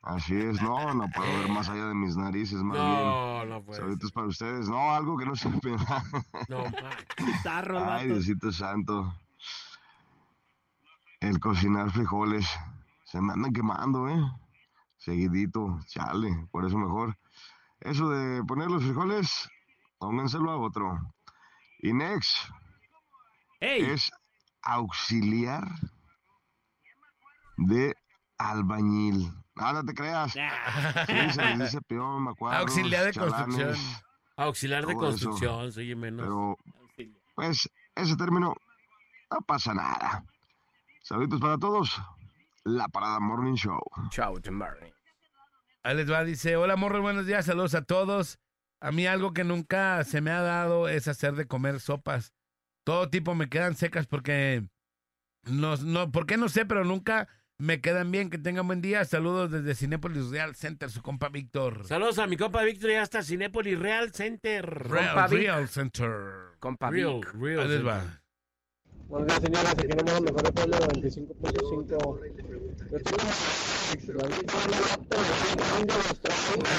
Speaker 12: Así es, no, no puedo ver más allá de mis narices, más bien.
Speaker 4: No, no puede ser.
Speaker 12: Saluditos para ustedes. No, algo que no se me da.
Speaker 4: No, ma-
Speaker 7: Tarro, el vato.
Speaker 12: Ay, Diosito Santo. El cocinar frijoles. Se me andan quemando, ¿eh? Seguidito, chale. Por eso mejor. Eso de poner los frijoles, pónganselo a otro. Y next
Speaker 7: ¡Ey!
Speaker 12: es auxiliar de albañil. Ah, no te creas.
Speaker 7: Ah,
Speaker 12: Sí, se les dice peón, macuarros,
Speaker 6: Auxiliar de
Speaker 12: chalanes,
Speaker 6: construcción.
Speaker 4: Auxiliar de
Speaker 12: Todo eso.
Speaker 4: construcción, soy menos.
Speaker 12: Pero pues ese término no pasa nada. Saluditos para todos. La Parada Morning Show.
Speaker 5: Chao, Tim Barney.
Speaker 6: Ahí les va, dice, hola morros, buenos días, saludos a todos. A mí algo que nunca se me ha dado es hacer de comer sopas. Todo tipo me quedan secas porque no, no, ¿por qué no sé? Pero nunca me quedan bien. Que tengan buen día. Saludos desde Cinépolis Real Center, su compa Víctor.
Speaker 4: Saludos a mi compa Víctor y hasta Cinépolis Real Center.
Speaker 6: Real,
Speaker 4: Compa Vic.
Speaker 6: Real Center.
Speaker 5: Compa
Speaker 4: Real,
Speaker 6: Vic.
Speaker 4: Real
Speaker 6: Ahí les va.
Speaker 4: Center.
Speaker 13: Buenos días, señores. Aquí nomás la mejor de pueblo, 25.5. Yo tengo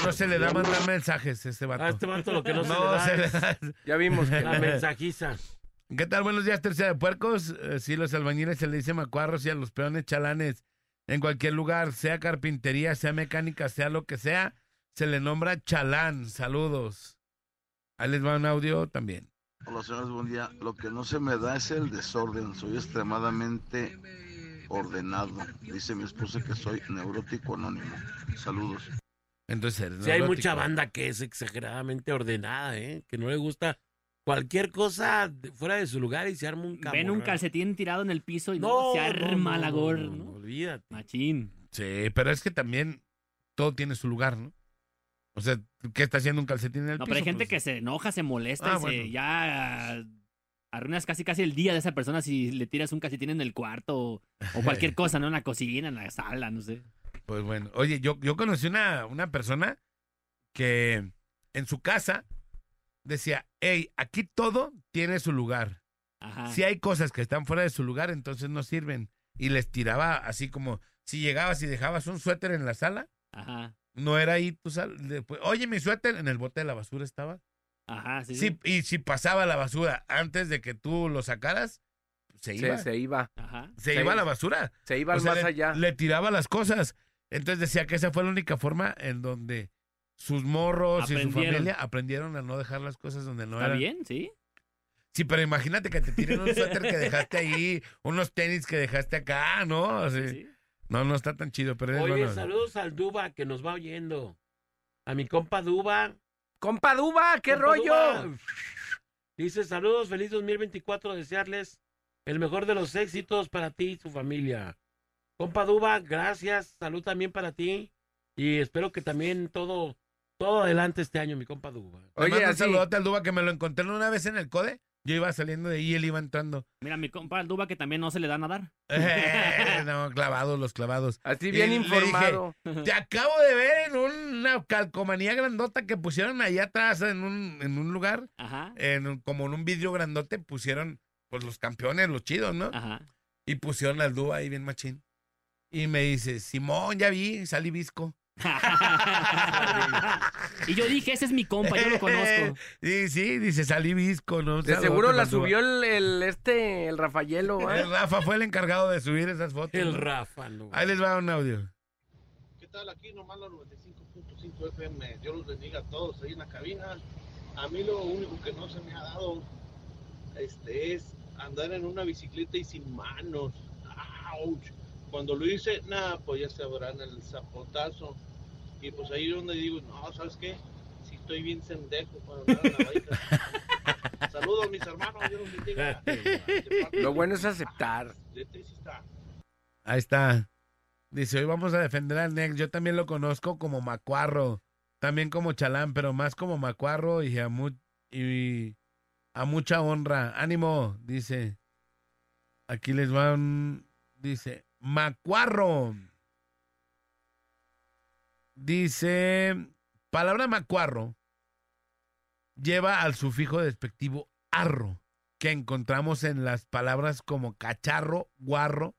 Speaker 6: No se le da mandar mensajes a este vato.
Speaker 4: A este vato lo que no se le da es-
Speaker 5: Ya vimos que-
Speaker 4: La mensajiza.
Speaker 6: ¿Qué tal? Buenos días, tercera de puercos. Eh, sí, los albañiles se le dice macuarros y a los peones chalanes. En cualquier lugar, sea carpintería, sea mecánica, sea lo que sea, se le nombra chalán. Saludos. Ahí les va un audio también.
Speaker 14: Hola señores, buen día. Lo que no se me da es el desorden. Soy extremadamente ordenado. Dice mi esposa que soy neurótico anónimo. Saludos.
Speaker 6: Entonces, eres
Speaker 4: Sí, hay
Speaker 6: neurótico.
Speaker 4: mucha banda que es exageradamente ordenada, ¿eh? Que no le gusta cualquier cosa de- fuera de su lugar y se arma
Speaker 7: Ven un
Speaker 4: un camorral.
Speaker 7: calcetín tirado en el piso y
Speaker 4: No,
Speaker 7: no, se arma
Speaker 4: no,
Speaker 7: la
Speaker 4: no,
Speaker 7: gorra,
Speaker 4: no,
Speaker 7: ¿no?
Speaker 4: Olvídate.
Speaker 7: Machín.
Speaker 6: Sí, pero es que también todo tiene su lugar, ¿no? O sea, ¿qué está haciendo un calcetín en el
Speaker 7: No,
Speaker 6: piso?
Speaker 7: pero hay gente
Speaker 6: Pues,
Speaker 7: que se enoja, se molesta
Speaker 6: Ah,
Speaker 7: y se-
Speaker 6: bueno.
Speaker 7: ya arruinas casi casi el día de esa persona si le tiras un calcetín en el cuarto o, o cualquier cosa, ¿no? En la cocina, en la sala, no sé.
Speaker 6: Pues bueno. Oye, yo, yo conocí una, una persona que en su casa decía, hey, aquí todo tiene su lugar.
Speaker 15: Ah.
Speaker 6: Si hay cosas que están fuera de su lugar, entonces no sirven. Y les tiraba así como, si llegabas y dejabas un suéter en la sala,
Speaker 7: Ajá.
Speaker 6: no era ahí tu sala. Después, Oye, mi suéter en el bote de la basura estaba.
Speaker 7: Ajá, sí.
Speaker 6: Sí, y si pasaba la basura antes de que tú lo sacaras, se iba.
Speaker 5: Se, se iba.
Speaker 6: Se iba a la basura.
Speaker 5: Se iba al
Speaker 6: O sea,
Speaker 5: más
Speaker 6: le-
Speaker 5: allá.
Speaker 6: Le tiraba las cosas. Entonces decía que esa fue la única forma en donde sus morros y su
Speaker 7: Aprendieron.
Speaker 6: familia aprendieron a no dejar las cosas donde no
Speaker 7: Está
Speaker 6: eran.
Speaker 7: bien, sí.
Speaker 6: Sí, pero imagínate que te tiren un suéter que dejaste ahí, unos tenis que dejaste acá, ¿no? O sea, No, no está tan chido, pero es
Speaker 4: Oye,
Speaker 6: bueno.
Speaker 4: saludos al Duba que nos va oyendo. A mi compa Duba.
Speaker 5: ¡Compa Duba! ¡Qué rollo!
Speaker 4: Duba. Dice, saludos, feliz 2024, desearles el mejor de los éxitos para ti y tu familia. Compa Duba, gracias, salud también para ti y espero que también todo, todo adelante este año, mi compa Duba.
Speaker 6: Oye,
Speaker 7: Oye,
Speaker 6: un
Speaker 7: así-
Speaker 6: saludote al Duba que me lo encontré una vez en el code. Yo iba saliendo de ahí y él iba entrando.
Speaker 7: Mira, mi compa el Duba que también no se le da nadar.
Speaker 6: Eh, no, clavados los clavados.
Speaker 5: Así
Speaker 7: bien informado.
Speaker 6: Te acabo de ver en una calcomanía grandota que pusieron allá atrás en un, en un lugar.
Speaker 7: Ajá.
Speaker 6: en un- como en un vidrio grandote pusieron pues los campeones, los chidos, ¿no?
Speaker 7: Ajá.
Speaker 6: Y pusieron al Duba ahí bien machín. Y me dice, Simón, ya vi, salí visco.
Speaker 7: Y yo dije, ese es mi compa, yo lo conozco.
Speaker 6: sí, sí, dice, salí visco, ¿no?
Speaker 5: Pues De seguro la subió el, el este, el Rafaelo, ¿eh?
Speaker 6: El Rafa fue el encargado de subir esas fotos.
Speaker 4: El
Speaker 6: ¿no?
Speaker 4: Rafa, no.
Speaker 6: Ahí les va un audio.
Speaker 9: ¿Qué tal? Aquí nomás los 95.5 FM. Dios los bendiga a todos ahí en la cabina. A mí lo único que no se me ha dado este, es andar en una bicicleta y sin manos. ¡Auch! Cuando lo hice, nada, pues ya se sabrán el zapotazo. Y pues ahí es donde digo, no, ¿sabes qué? Si estoy bien sendejo para andar en la bicicleta. Saludos, mis hermanos. Dios los bendiga.
Speaker 5: Lo bueno es aceptar.
Speaker 9: De triste
Speaker 6: Ahí está. Dice, hoy vamos a defender al Nex. Yo también lo conozco como Macuarro. También como Chalán, pero más como Macuarro y a, mu- y a mucha honra. Ánimo, dice. Aquí les van. Dice, Macuarro. Dice, palabra Macuarro lleva al sufijo despectivo arro, que encontramos en las palabras como cacharro, guarro,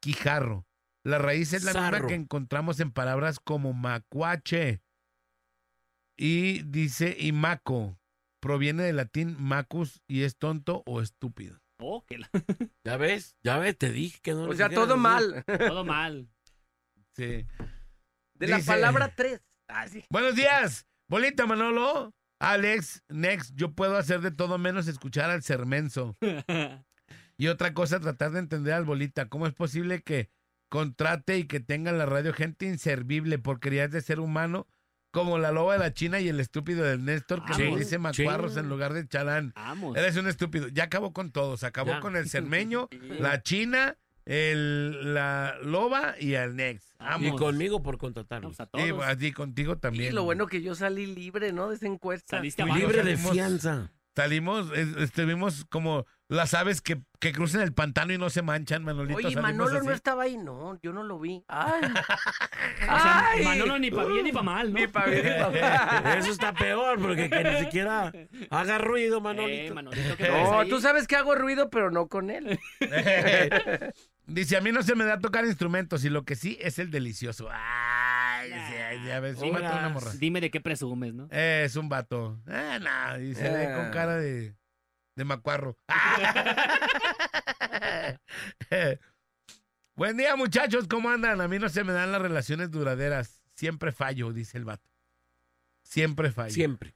Speaker 6: quijarro. La raíz es la misma
Speaker 4: Zarro.
Speaker 6: que encontramos en palabras como macuache y dice y maco. Proviene del latín macus y es tonto o estúpido.
Speaker 7: Oh, que la-
Speaker 4: ¿Ya ves? Ya ves, te dije que no.
Speaker 5: O
Speaker 4: les
Speaker 5: sea,
Speaker 4: dijeras
Speaker 5: todo
Speaker 4: así.
Speaker 5: mal.
Speaker 7: Todo mal.
Speaker 6: Sí.
Speaker 5: De la
Speaker 6: Dice-
Speaker 5: palabra tres. Ah, sí.
Speaker 6: Buenos días, Bolita Manolo. Alex, next, yo puedo hacer de todo menos escuchar al sermenso. Y otra cosa, tratar de entender al Bolita. ¿Cómo es posible que contrate y que tenga en la radio gente inservible, porquerías de ser humano, como la loba de la China y el estúpido del Néstor, que
Speaker 4: Vamos.
Speaker 6: le dice macuarros
Speaker 4: Sí.
Speaker 6: en lugar de chalán?
Speaker 7: Vamos.
Speaker 6: Eres un estúpido. Ya acabó con todos. Acabó
Speaker 4: Ya.
Speaker 6: con el cermeño, la China, el, la loba y al Nex.
Speaker 4: Y conmigo por contratarlos.
Speaker 6: Y a ti contigo también.
Speaker 5: Y lo bueno que yo salí libre, ¿no? De esa encuesta.
Speaker 4: Saliste abajo. Libre de fianza.
Speaker 6: Salimos, es- estuvimos como las aves que, que cruzan el pantano y no se manchan, Manolito.
Speaker 5: Oye,
Speaker 6: salimos
Speaker 5: Manolo
Speaker 6: así.
Speaker 5: no estaba ahí, no, yo no lo vi. Ay. Ay.
Speaker 7: Manolo ni pa' bien ni pa' mal, ¿no? Ni
Speaker 5: pa' bien ni pa' mal.
Speaker 4: Eso está peor, porque que ni siquiera haga ruido, Manolito.
Speaker 5: No, tú sabes que hago ruido, pero no con él.
Speaker 6: Dice, a mí no se me da tocar instrumentos y lo que sí es el delicioso. Ay, sí, ay, sí, a ver, es un vato o una morra.
Speaker 7: Dime de qué presumes, ¿no?
Speaker 6: Eh, es un vato. Eh, no, y se ve
Speaker 7: Eh.
Speaker 6: con cara de, de macuarro. Buen día, muchachos, ¿cómo andan? A mí no se me dan las relaciones duraderas. Siempre fallo, dice el vato. Siempre fallo.
Speaker 4: Siempre.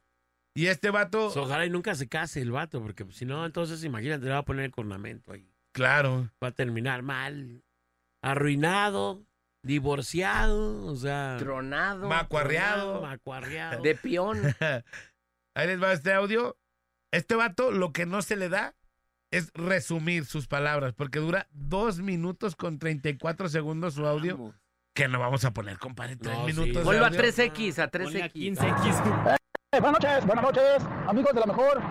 Speaker 6: Y este vato.
Speaker 4: Pues Ojalá y nunca se case el vato, porque si no, entonces imagínate, le va a poner el cornamento ahí.
Speaker 6: Claro.
Speaker 4: Va a terminar mal, arruinado, divorciado, o sea.
Speaker 5: Tronado.
Speaker 6: Macuarreado.
Speaker 4: tronado, Macuarreado.
Speaker 5: De peón.
Speaker 6: Ahí les va este audio. Este vato lo que no se le da es resumir sus palabras, porque dura dos minutos con 34 segundos su audio. Que no vamos a poner, compadre, tres
Speaker 5: No, sí.
Speaker 6: minutos. de
Speaker 5: Vuelvo a
Speaker 6: audio.
Speaker 5: 3X, a 3X.
Speaker 16: Eh, buenas noches, buenas noches, amigos de la mejor.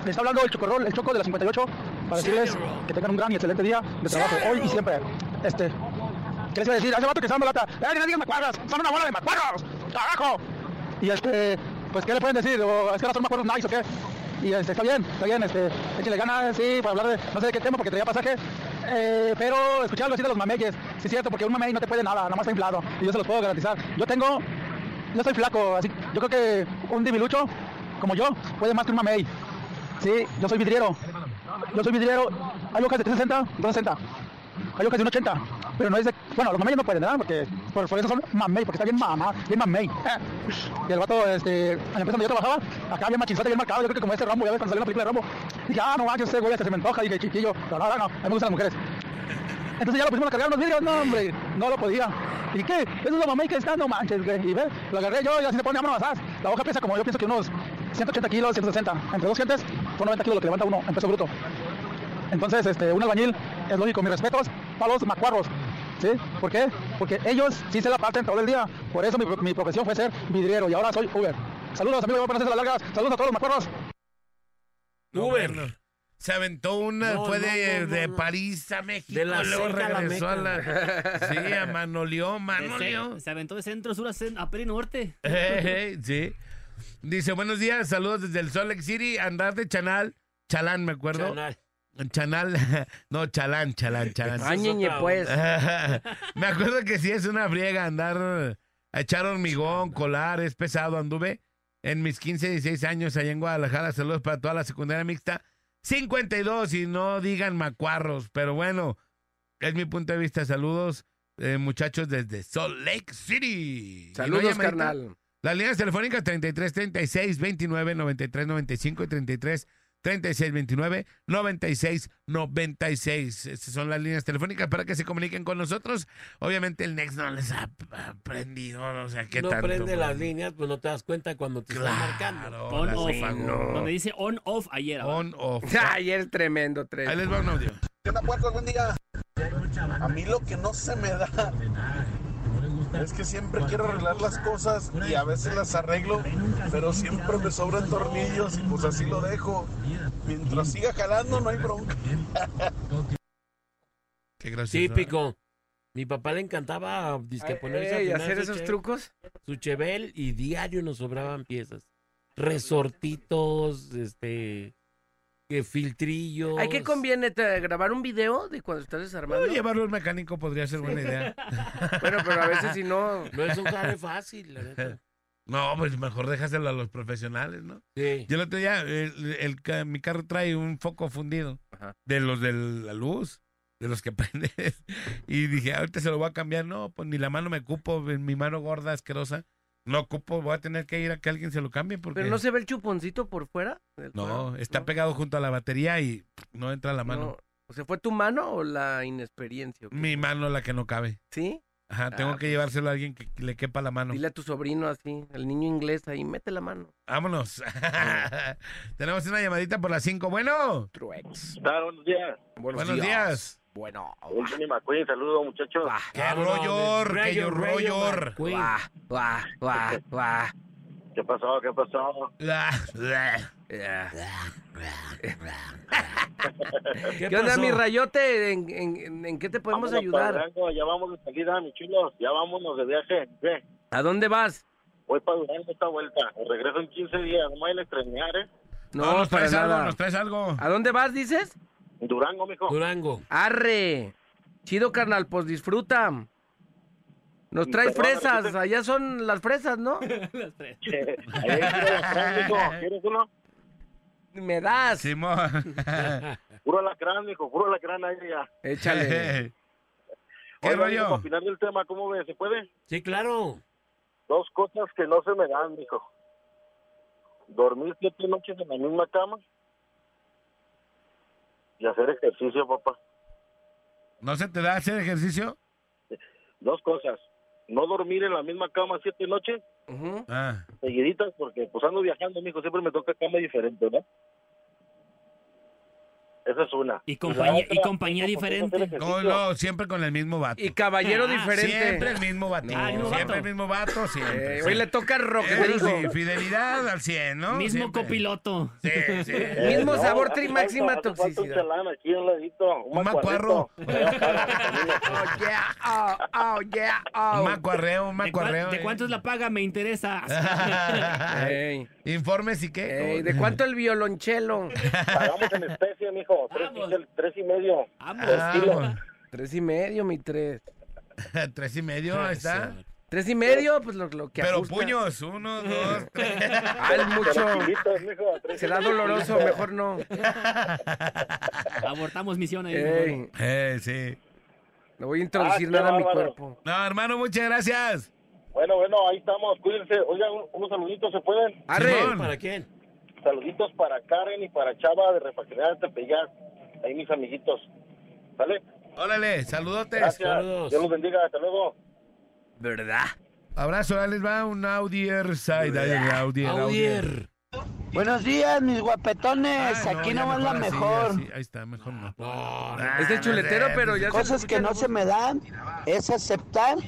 Speaker 16: Les está hablando el Chocorrol, el Choco de la 58, para decirles que tengan un gran y excelente día de trabajo, hoy y siempre. Este, ¿qué les iba a decir? Hace rato que estaban lata. ¡Eh, que no digan macuarras! ¡Son una bola de macuarros! ¡Carajo! Y este, pues, ¿qué le pueden decir? O, ¿Es que ahora son macuarros nice o qué? Y este, está bien, está bien, este, échenle ganas, sí, para hablar de, no sé de qué tema, porque traía pasaje. Eh, pero escuché algo así de los mameyes, sí es cierto, porque un mamey no te puede nada, nada más está inflado, y yo se los puedo garantizar. Yo tengo yo soy flaco, así yo creo que un divilucho como yo puede más que un mamey. Sí, yo soy vidriero. Yo soy vidriero. Hay hojas de 360, 260. Hay hojas de 180. Pero no dice, bueno, los mameys no pueden, ¿verdad? Porque por, por eso son mamey, porque está bien mamá, bien mamey. Y el vato, este, en la empresa donde yo trabajaba, acá bien machinzote, bien marcado, yo creo que como este Rambo, ya ves cuando salió la película de Rambo. Dije, ah, no manches, ese güey hasta se me antoja, dije, chiquillo, pero no, no, no, a mí me gustan las mujeres. Entonces ya lo pusimos a cargar los vidrios, no hombre, no lo podía. ¿Y qué? Eso es la mamá y que está, no manches, güey. Y ve, lo agarré yo y así se pone, vámonos, asaz. La hoja pesa como yo pienso que unos 180 kilos, 160. Entre dos gentes, son 90 kilos lo que levanta uno en peso bruto. Entonces, este, un albañil, es lógico, mis respetos para los macuarros. ¿Sí? ¿Por qué? Porque ellos sí se la parten todo el día. Por eso mi, mi profesión fue ser vidriero y ahora soy Uber. Saludos, amigos, buenas noches a las largas. Saludos a todos los macuarros.
Speaker 6: No, bueno. Se aventó una,
Speaker 4: No,
Speaker 6: fue
Speaker 4: no,
Speaker 6: de,
Speaker 4: no, no,
Speaker 6: de
Speaker 4: no.
Speaker 6: París a México.
Speaker 4: De la
Speaker 6: luego
Speaker 4: seca a la
Speaker 6: regresó a la.
Speaker 4: meca.
Speaker 6: Sí, a Manolió, Manolió.
Speaker 7: Se, se aventó de centro, sur a, cen- a Peri Norte.
Speaker 6: Eh, eh, sí. Dice, buenos días, saludos desde el Salt Lake City, andar de Chanal, Chalán, me acuerdo.
Speaker 4: Chanal.
Speaker 6: Chanal, no, Chalán, Chalán, Chalán.
Speaker 5: Ah, ñeñe, pues.
Speaker 6: me acuerdo que sí es una friega andar a echar hormigón, colar, es pesado, anduve en mis 15, 16 años allá en Guadalajara. Saludos para toda la secundaria mixta. 52 y no digan macuarros, pero bueno, es mi punto de vista. Saludos, eh, muchachos, desde Salt Lake City.
Speaker 5: Saludos,
Speaker 6: Y no llamadita.
Speaker 5: carnal.
Speaker 6: Las líneas telefónicas 33 36 29 93 95 y 33 36 29 96 96. Esas son las líneas telefónicas para que se comuniquen con nosotros. Obviamente el Next no les ha aprendido, o sea, ¿qué
Speaker 4: no
Speaker 6: tanto?
Speaker 4: prende
Speaker 6: man?
Speaker 4: las líneas, pues no te das cuenta cuando te están marcando.
Speaker 6: On, las off.
Speaker 7: Off,
Speaker 6: No.
Speaker 7: Donde dice on off ayer.
Speaker 6: On off.
Speaker 5: Ayer tremendo, tremendo.
Speaker 6: Ahí les va un audio.
Speaker 17: ¿Qué onda, puercos? Buen día. A mí lo que no se me da es que siempre quiero arreglar las cosas y a veces las arreglo, pero siempre me sobran tornillos y pues así lo dejo. Mientras siga jalando, no hay bronca.
Speaker 6: Qué gracioso. ¿eh?
Speaker 4: Típico. Mi papá le encantaba dizque,
Speaker 5: Ay,
Speaker 4: ponerse
Speaker 5: ey,
Speaker 4: a afinar
Speaker 5: hacer
Speaker 4: su
Speaker 5: esos
Speaker 4: che-
Speaker 5: trucos.
Speaker 4: Su chevel y diario nos sobraban piezas. Resortitos, este, que filtrillos.
Speaker 5: ¿Hay que conviene te- grabar un video de cuando estás desarmando?
Speaker 6: No, llevarlo al mecánico podría ser buena idea.
Speaker 5: bueno, pero a veces si no...
Speaker 4: No es un jale fácil, la neta.
Speaker 6: No, pues mejor déjaselo a los profesionales, ¿no?
Speaker 4: Sí.
Speaker 6: Yo el otro día, el- el ca- mi carro trae un foco fundido de los de la luz, de los que prendes. Y dije, ahorita se lo voy a cambiar. No, pues ni la mano me cupo, mi mano gorda, asquerosa. No cupo, voy a tener que ir a que alguien se lo cambie porque...
Speaker 5: ¿Pero no se ve el chuponcito por fuera? del
Speaker 6: No,
Speaker 5: cuadro?
Speaker 6: está pegado junto a la batería y no entra la mano.
Speaker 5: No. O sea, ¿fue tu mano o la inexperiencia? o qué?
Speaker 6: Mi mano la que no cabe.
Speaker 5: ¿Sí?
Speaker 6: Ajá, tengo que llevárselo a alguien que le quepa la mano.
Speaker 5: Dile a tu sobrino así, al niño inglés ahí, mete la mano.
Speaker 6: Vámonos. Tenemos una llamadita por las 5. Bueno.
Speaker 18: Ah, Buenos días.
Speaker 6: Buenos, días.
Speaker 5: Bueno.
Speaker 18: Un Jimmy McQueen, saludos muchachos.
Speaker 6: ¡Qué rollor! ¡Qué yo rollor!
Speaker 18: ¿Qué pasó? ¿Qué pasó?
Speaker 5: ¿Qué, onda, mi rayote? ¿En, en- en qué te podemos
Speaker 18: Vámonos para
Speaker 5: ayudar?
Speaker 18: Durango, Ya vamos de salida, mis chulos. Ya vámonos de viaje. ¿Qué?
Speaker 5: ¿A dónde vas?
Speaker 18: Voy para Durango esta vuelta. Regreso en 15 días. No me vayan a extrañar, ¿eh?
Speaker 5: No,
Speaker 18: Ah, nos
Speaker 5: para
Speaker 18: traes algo,
Speaker 5: nada.
Speaker 18: nos
Speaker 6: traes algo.
Speaker 5: ¿A dónde vas, dices?
Speaker 18: Durango, mijo.
Speaker 4: Durango.
Speaker 5: Arre. Chido, carnal, pues disfruta. Nos traes
Speaker 18: Perdón,
Speaker 5: fresas.
Speaker 18: repite.
Speaker 5: Allá son las fresas, ¿no?
Speaker 7: las fresas.
Speaker 18: Ahí hay puro alacrán, mijo. ¿Quieres uno?
Speaker 5: Me das.
Speaker 6: Simón.
Speaker 18: Puro alacrán, mijo. Puro alacrán ahí ya.
Speaker 5: Échale.
Speaker 18: ¿Qué rollo? Para opinar del tema, ¿cómo ves? ¿Se puede?
Speaker 4: Sí, claro.
Speaker 18: Dos cosas que no se me dan, mijo. Dormir siete noches en la misma cama y hacer ejercicio, papá.
Speaker 6: ¿No se te da hacer ejercicio?
Speaker 18: Dos cosas. No dormir en la misma cama siete noches ¿Mm?
Speaker 6: Ah.
Speaker 18: seguiditas porque pues ando viajando, mijo. Siempre me toca cama diferente, ¿verdad? Esa es una.
Speaker 7: Y
Speaker 6: compañía- y
Speaker 7: compañía
Speaker 18: diferente.
Speaker 6: No, Oh, no, siempre con el mismo vato.
Speaker 5: Y
Speaker 7: Ah,
Speaker 5: caballero diferente.
Speaker 6: Siempre el mismo vato.
Speaker 5: Ah, el mismo
Speaker 6: siempre
Speaker 5: vato.
Speaker 6: el mismo vato, siempre.
Speaker 5: Eh, hoy le toca a Rodrigo.
Speaker 6: Eso sí, fidelidad al 100, ¿no?
Speaker 7: Mismo
Speaker 6: Siempre.
Speaker 7: copiloto.
Speaker 6: Sí, sí.
Speaker 18: Eh, no, hace falta- hace falta Un chalán aquí a un ladito. Un
Speaker 6: Un macuarro.
Speaker 5: Oh, yeah, oh, oh, yeah, oh.
Speaker 6: macuarreo,
Speaker 7: ¿De cuán-
Speaker 6: un macuarreo,
Speaker 7: ¿De
Speaker 6: eh.
Speaker 7: cuánto es la paga? Me interesa.
Speaker 6: Ey. Informes y qué.
Speaker 5: Ey, ¿De cuánto el violonchelo?
Speaker 18: Pagamos en especie, mijo. Tres, y- tres y medio.
Speaker 5: Ah, Tres y medio, mi tres.
Speaker 6: Tres y medio, ahí está.
Speaker 5: Tres y medio, pues lo, lo que
Speaker 6: Pero
Speaker 5: ajusta.
Speaker 6: puños, uno, dos, tres.
Speaker 5: Ah, el mucho. Será doloroso, mejor no.
Speaker 7: Abortamos misiones.
Speaker 5: Ey.
Speaker 6: Eh, sí.
Speaker 5: No voy a introducir nada a Ah, mi cuerpo.
Speaker 6: No, hermano, muchas gracias.
Speaker 18: Bueno, bueno, ahí estamos. Cuídense. Oigan, un- unos saluditos, ¿se pueden?
Speaker 5: Arre.
Speaker 6: Simón.
Speaker 4: ¿Para quién?
Speaker 18: Saluditos para Karen y para Chava de Refaccionar Tepeyac. Ahí mis amiguitos. ¿Sale?
Speaker 6: Órale, saludotes.
Speaker 18: Gracias. Dios los bendiga. Hasta luego.
Speaker 5: ¿Verdad?
Speaker 6: Abrazo, ahí les va un Audier side. ahí el Audier, Audier.
Speaker 19: Buenos días, mis guapetones.
Speaker 6: No,
Speaker 19: Aquí
Speaker 6: ya
Speaker 19: nomás la
Speaker 6: así,
Speaker 19: mejor.
Speaker 6: así, ahí está, mejor no. Ah,
Speaker 19: Es
Speaker 7: Ah,
Speaker 19: de
Speaker 6: pues
Speaker 7: pues,
Speaker 19: Cosas que no se me dan es aceptar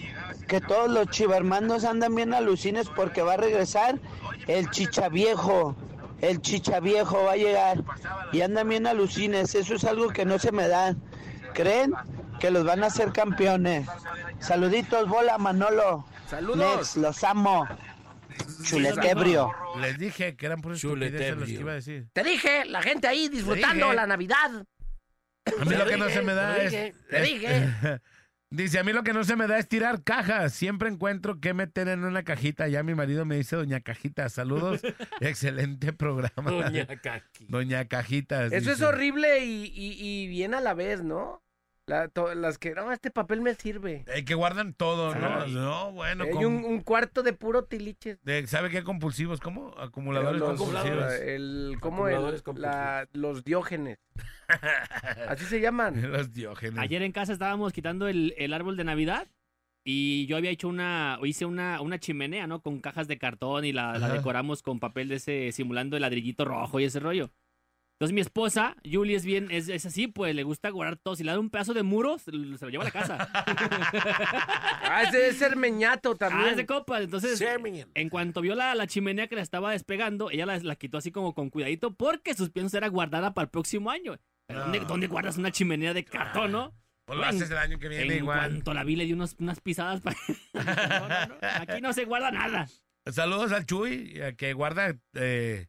Speaker 19: que todos los chivarmandos andan bien alucines porque va a regresar el chichaviejo. El chichaviejo va a llegar y andan bien alucines. Eso es algo que no se me dan. Creen que los van a hacer campeones. Saluditos, bola Manolo.
Speaker 5: Saludos.
Speaker 19: Next, los amo. Chuletebrio.
Speaker 6: Les dije que eran puras estupideces los que iba a decir.
Speaker 5: Te dije, la gente ahí disfrutando
Speaker 6: dije.
Speaker 5: la Navidad.
Speaker 6: A mí lo que no se me da
Speaker 5: te
Speaker 6: es...
Speaker 5: dije, te
Speaker 6: es-
Speaker 5: dije.
Speaker 6: Dice, a mí lo que no se me da es tirar cajas. Siempre encuentro que meter en una cajita. Ya mi marido me dice, doña cajita, saludos. Excelente programa.
Speaker 4: Doña
Speaker 6: cajita. Doña cajita.
Speaker 5: Eso es horrible y, y- y bien a la vez, ¿no? La- to- las que, no, este papel me sirve.
Speaker 6: que guardan todo, ¿no?
Speaker 5: Ay.
Speaker 6: No, bueno.
Speaker 5: Hay
Speaker 6: con-
Speaker 5: un, un cuarto de puro tiliches.
Speaker 6: de- ¿Sabe qué? Compulsivos, ¿cómo? Acumuladores
Speaker 5: Los-
Speaker 6: compulsivos.
Speaker 5: el- ¿cómo el-
Speaker 6: Acumuladores
Speaker 5: la- los diógenes. Así se llaman.
Speaker 6: Los diógenes.
Speaker 7: Ayer en casa estábamos quitando el, el árbol de Navidad y yo había hecho una, o hice una, una chimenea, ¿no? Con cajas de cartón y la, la
Speaker 20: Ajá.
Speaker 7: decoramos con papel de ese, simulando el ladrillito rojo y ese rollo. Entonces mi esposa, Julie, es bien, es, es así, pues le gusta guardar todo. Si le dan un pedazo de muro, se lo se lo lleva a la casa.
Speaker 5: Ah, ese es Hermeñato también.
Speaker 7: Ah, es de copas. Entonces, en cuanto vio la, la chimenea que la estaba despegando, ella la, la quitó así como con cuidadito porque sus piensos era guardarla para el próximo año. Pero ¿dónde, dónde guardas una chimenea de cartón, no?
Speaker 6: Pues lo haces el año que viene
Speaker 7: en
Speaker 6: igual.
Speaker 7: cuanto la vi, le di unos- unas pisadas para... No, no, no, Aquí no se guarda nada.
Speaker 6: Saludos al Chuy, eh, que guarda, eh,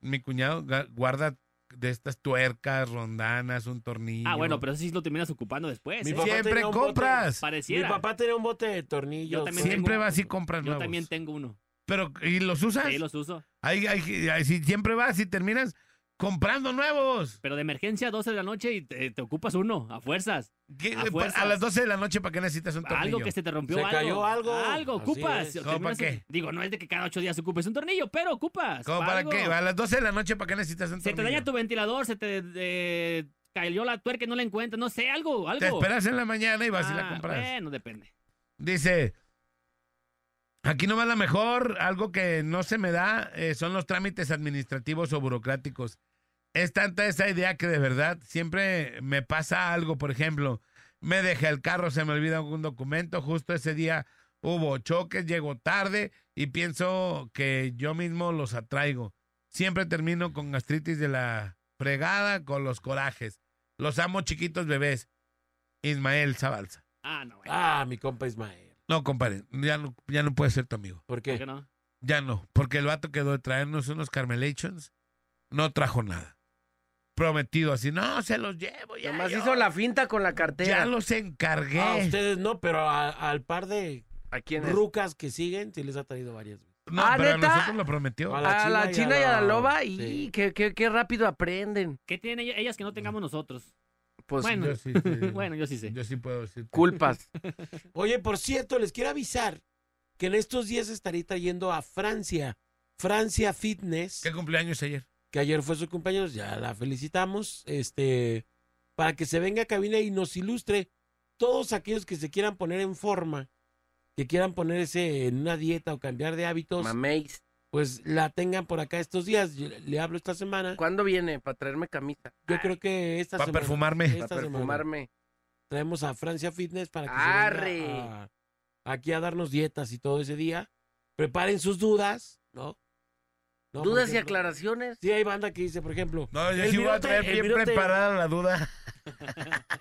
Speaker 6: mi cuñado ga- guarda de estas tuercas, rondanas, un tornillo.
Speaker 7: Ah, bueno, pero eso sí lo terminas ocupando después.
Speaker 6: Mi
Speaker 7: ¿eh?
Speaker 6: papá Siempre tenía un bote. compras.
Speaker 7: Pareciera.
Speaker 6: Mi papá
Speaker 4: tenía un bote de tornillos.
Speaker 6: Siempre vas y compras
Speaker 7: Yo
Speaker 6: nuevos.
Speaker 7: también tengo uno.
Speaker 6: Pero, ¿y los usas?
Speaker 7: Sí, los uso.
Speaker 6: Ay, ay, ay, si siempre vas y terminas comprando nuevos.
Speaker 7: Pero de emergencia, 12 de la noche y te, te ocupas uno, a fuerzas.
Speaker 6: ¿Qué- Eh,
Speaker 7: a,
Speaker 6: pa-
Speaker 7: fuerzas.
Speaker 6: a las 12 de la noche, ¿para qué necesitas un tornillo?
Speaker 7: Algo que se te rompió algo. Algo,
Speaker 6: Así
Speaker 7: ocupas.
Speaker 6: es. ¿Cómo para
Speaker 7: Terminas-
Speaker 6: qué?
Speaker 7: Digo, no es de que cada ocho días ocupes un tornillo, pero ocupas.
Speaker 6: ¿Cómo para
Speaker 7: algo.
Speaker 6: qué? A las 12 de la noche, ¿para qué necesitas un
Speaker 7: Se te
Speaker 6: tornillo?
Speaker 7: daña tu ventilador, se te eh, cayó la tuerca y no la encuentras, no sé, algo, algo.
Speaker 6: Te esperas en la mañana y vas y
Speaker 7: Ah,
Speaker 6: la compras.
Speaker 7: Bueno, depende.
Speaker 6: Dice, aquí nomás la mejor, algo que no se me da eh, son los trámites administrativos o burocráticos. Es tanta esa idea que de verdad siempre me pasa algo, por ejemplo, me deja el carro, se me olvida un documento, justo ese día hubo choques, llego tarde y pienso que yo mismo los atraigo. Siempre termino con gastritis de la fregada, con los corajes. Los amo chiquitos bebés. Ismael Zabalza.
Speaker 7: Ah, no.
Speaker 4: Ah, mi compa Ismael.
Speaker 6: No, compadre, ya no, ya no puede ser tu amigo.
Speaker 4: ¿Por qué?
Speaker 7: no?
Speaker 6: Ya no, porque el vato quedó de traernos unos Carmelations, no trajo nada. Prometido así, no, se
Speaker 4: Ah,
Speaker 6: los llevo. Ya,
Speaker 5: Nomás
Speaker 6: yo-
Speaker 5: hizo la finta con la cartera.
Speaker 6: Ya los encargué.
Speaker 4: A ustedes no, pero a- al par de
Speaker 5: ¿A quiénes?
Speaker 4: rucas que siguen, sí les ha traído varias veces.
Speaker 6: No,
Speaker 5: Ah,
Speaker 6: pero a
Speaker 5: ¿neta?
Speaker 6: nosotros lo prometió.
Speaker 5: A la, China y a la Loba, y
Speaker 4: sí.
Speaker 5: qué, qué- qué rápido aprenden.
Speaker 7: ¿Qué tienen ellas- ellas que no tengamos nosotros?
Speaker 5: Pues
Speaker 7: bueno,
Speaker 6: yo sí te-
Speaker 7: bueno, yo sí sé.
Speaker 6: Yo sí puedo decir.
Speaker 5: culpas.
Speaker 4: Oye, por cierto, les quiero avisar que en estos días estaré trayendo a Francia, Francia Fitness.
Speaker 6: ¿Qué cumpleaños ayer?
Speaker 4: Que ayer fue su cumpleaños, ya la felicitamos. Este, para que se venga a cabina y nos ilustre todos aquellos que se quieran poner en forma, que quieran ponerse en una dieta o cambiar de hábitos,
Speaker 5: Mameis.
Speaker 4: pues la tengan por acá estos días. Yo le- le hablo esta semana.
Speaker 5: ¿Cuándo viene? Para traerme camisa.
Speaker 4: Yo creo que esta
Speaker 6: Pa'
Speaker 4: semana.
Speaker 6: perfumarme.
Speaker 4: esta
Speaker 5: Para
Speaker 4: semana.
Speaker 5: perfumarme.
Speaker 4: Traemos a Francia Fitness para que se
Speaker 5: Arre.
Speaker 4: venga a- aquí a darnos dietas y todo ese día. Preparen sus dudas, ¿no? No, por
Speaker 5: ¿Dudas y
Speaker 4: ejemplo,
Speaker 5: aclaraciones?
Speaker 4: Sí, hay banda que dice, por ejemplo.
Speaker 6: No, yo
Speaker 4: el
Speaker 6: sí voy a
Speaker 4: virote-
Speaker 6: traer
Speaker 4: el
Speaker 6: bien
Speaker 4: virote-
Speaker 6: preparada la duda.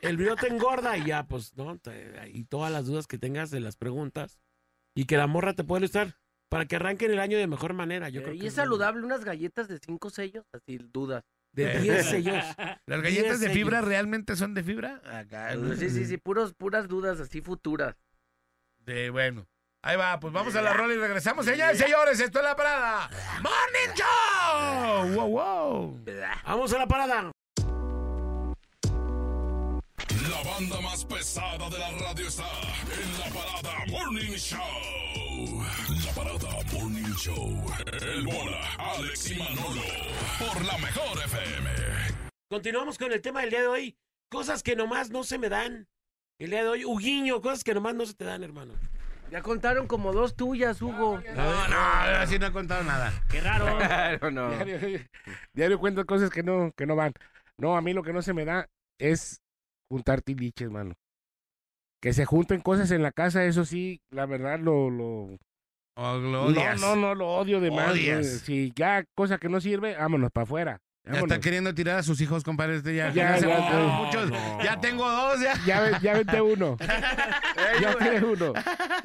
Speaker 4: El virote engorda y ya, pues, ¿no? Te- Y todas las dudas que tengas de las preguntas. Y que la morra te pueda ilustrar para que arranquen el año de mejor manera. Yo creo
Speaker 5: Eh, y
Speaker 4: que
Speaker 5: es
Speaker 4: lo-
Speaker 5: saludable unas galletas de cinco sellos, así dudas.
Speaker 4: De 10 sellos.
Speaker 6: Eh. ¿Las
Speaker 4: 10
Speaker 6: galletas de fibra
Speaker 4: sellos.
Speaker 6: realmente son de fibra? Acá, ¿no?
Speaker 5: Sí, sí, sí, puros, puras dudas así futuras.
Speaker 6: Sí, bueno. Ahí va, pues vamos a
Speaker 5: Ah.
Speaker 6: la rola y regresamos. Señores, señores, esto es la parada. ¡Morning Show! ¡Wow, wow!
Speaker 4: Vamos a la parada.
Speaker 1: La banda más pesada de la radio está en la parada Morning Show. La parada Morning Show. El bola, Alex y Manolo. Por la mejor FM.
Speaker 4: Continuamos con el tema del día de hoy. Cosas que nomás no se me dan. El día de hoy, Uguiño, cosas que nomás no se te dan, hermano.
Speaker 5: Ya contaron como dos tuyas, Hugo.
Speaker 6: No, no, así no he contado nada.
Speaker 7: Qué
Speaker 5: Claro, no.
Speaker 20: Diario, diario cuento cosas que no, que no van. No, a mí lo que no se me da es juntar tiliches, mano. Que se junten cosas en la casa, eso sí, la verdad lo... lo...
Speaker 6: O lo
Speaker 20: No,
Speaker 6: odias.
Speaker 20: no, no, lo odio de más.
Speaker 6: Odias.
Speaker 20: güey. Si ya cosa que no sirve, vámonos para afuera.
Speaker 6: Ya está
Speaker 20: Vámonos.
Speaker 6: queriendo tirar a sus hijos, compadre. este ya,
Speaker 20: Ya,
Speaker 6: ya, se
Speaker 20: ya,
Speaker 6: juntaron
Speaker 20: ya.
Speaker 6: muchos.
Speaker 20: No.
Speaker 6: Ya tengo dos, ya.
Speaker 20: Ya, ve- ya vente uno. ya tienes uno.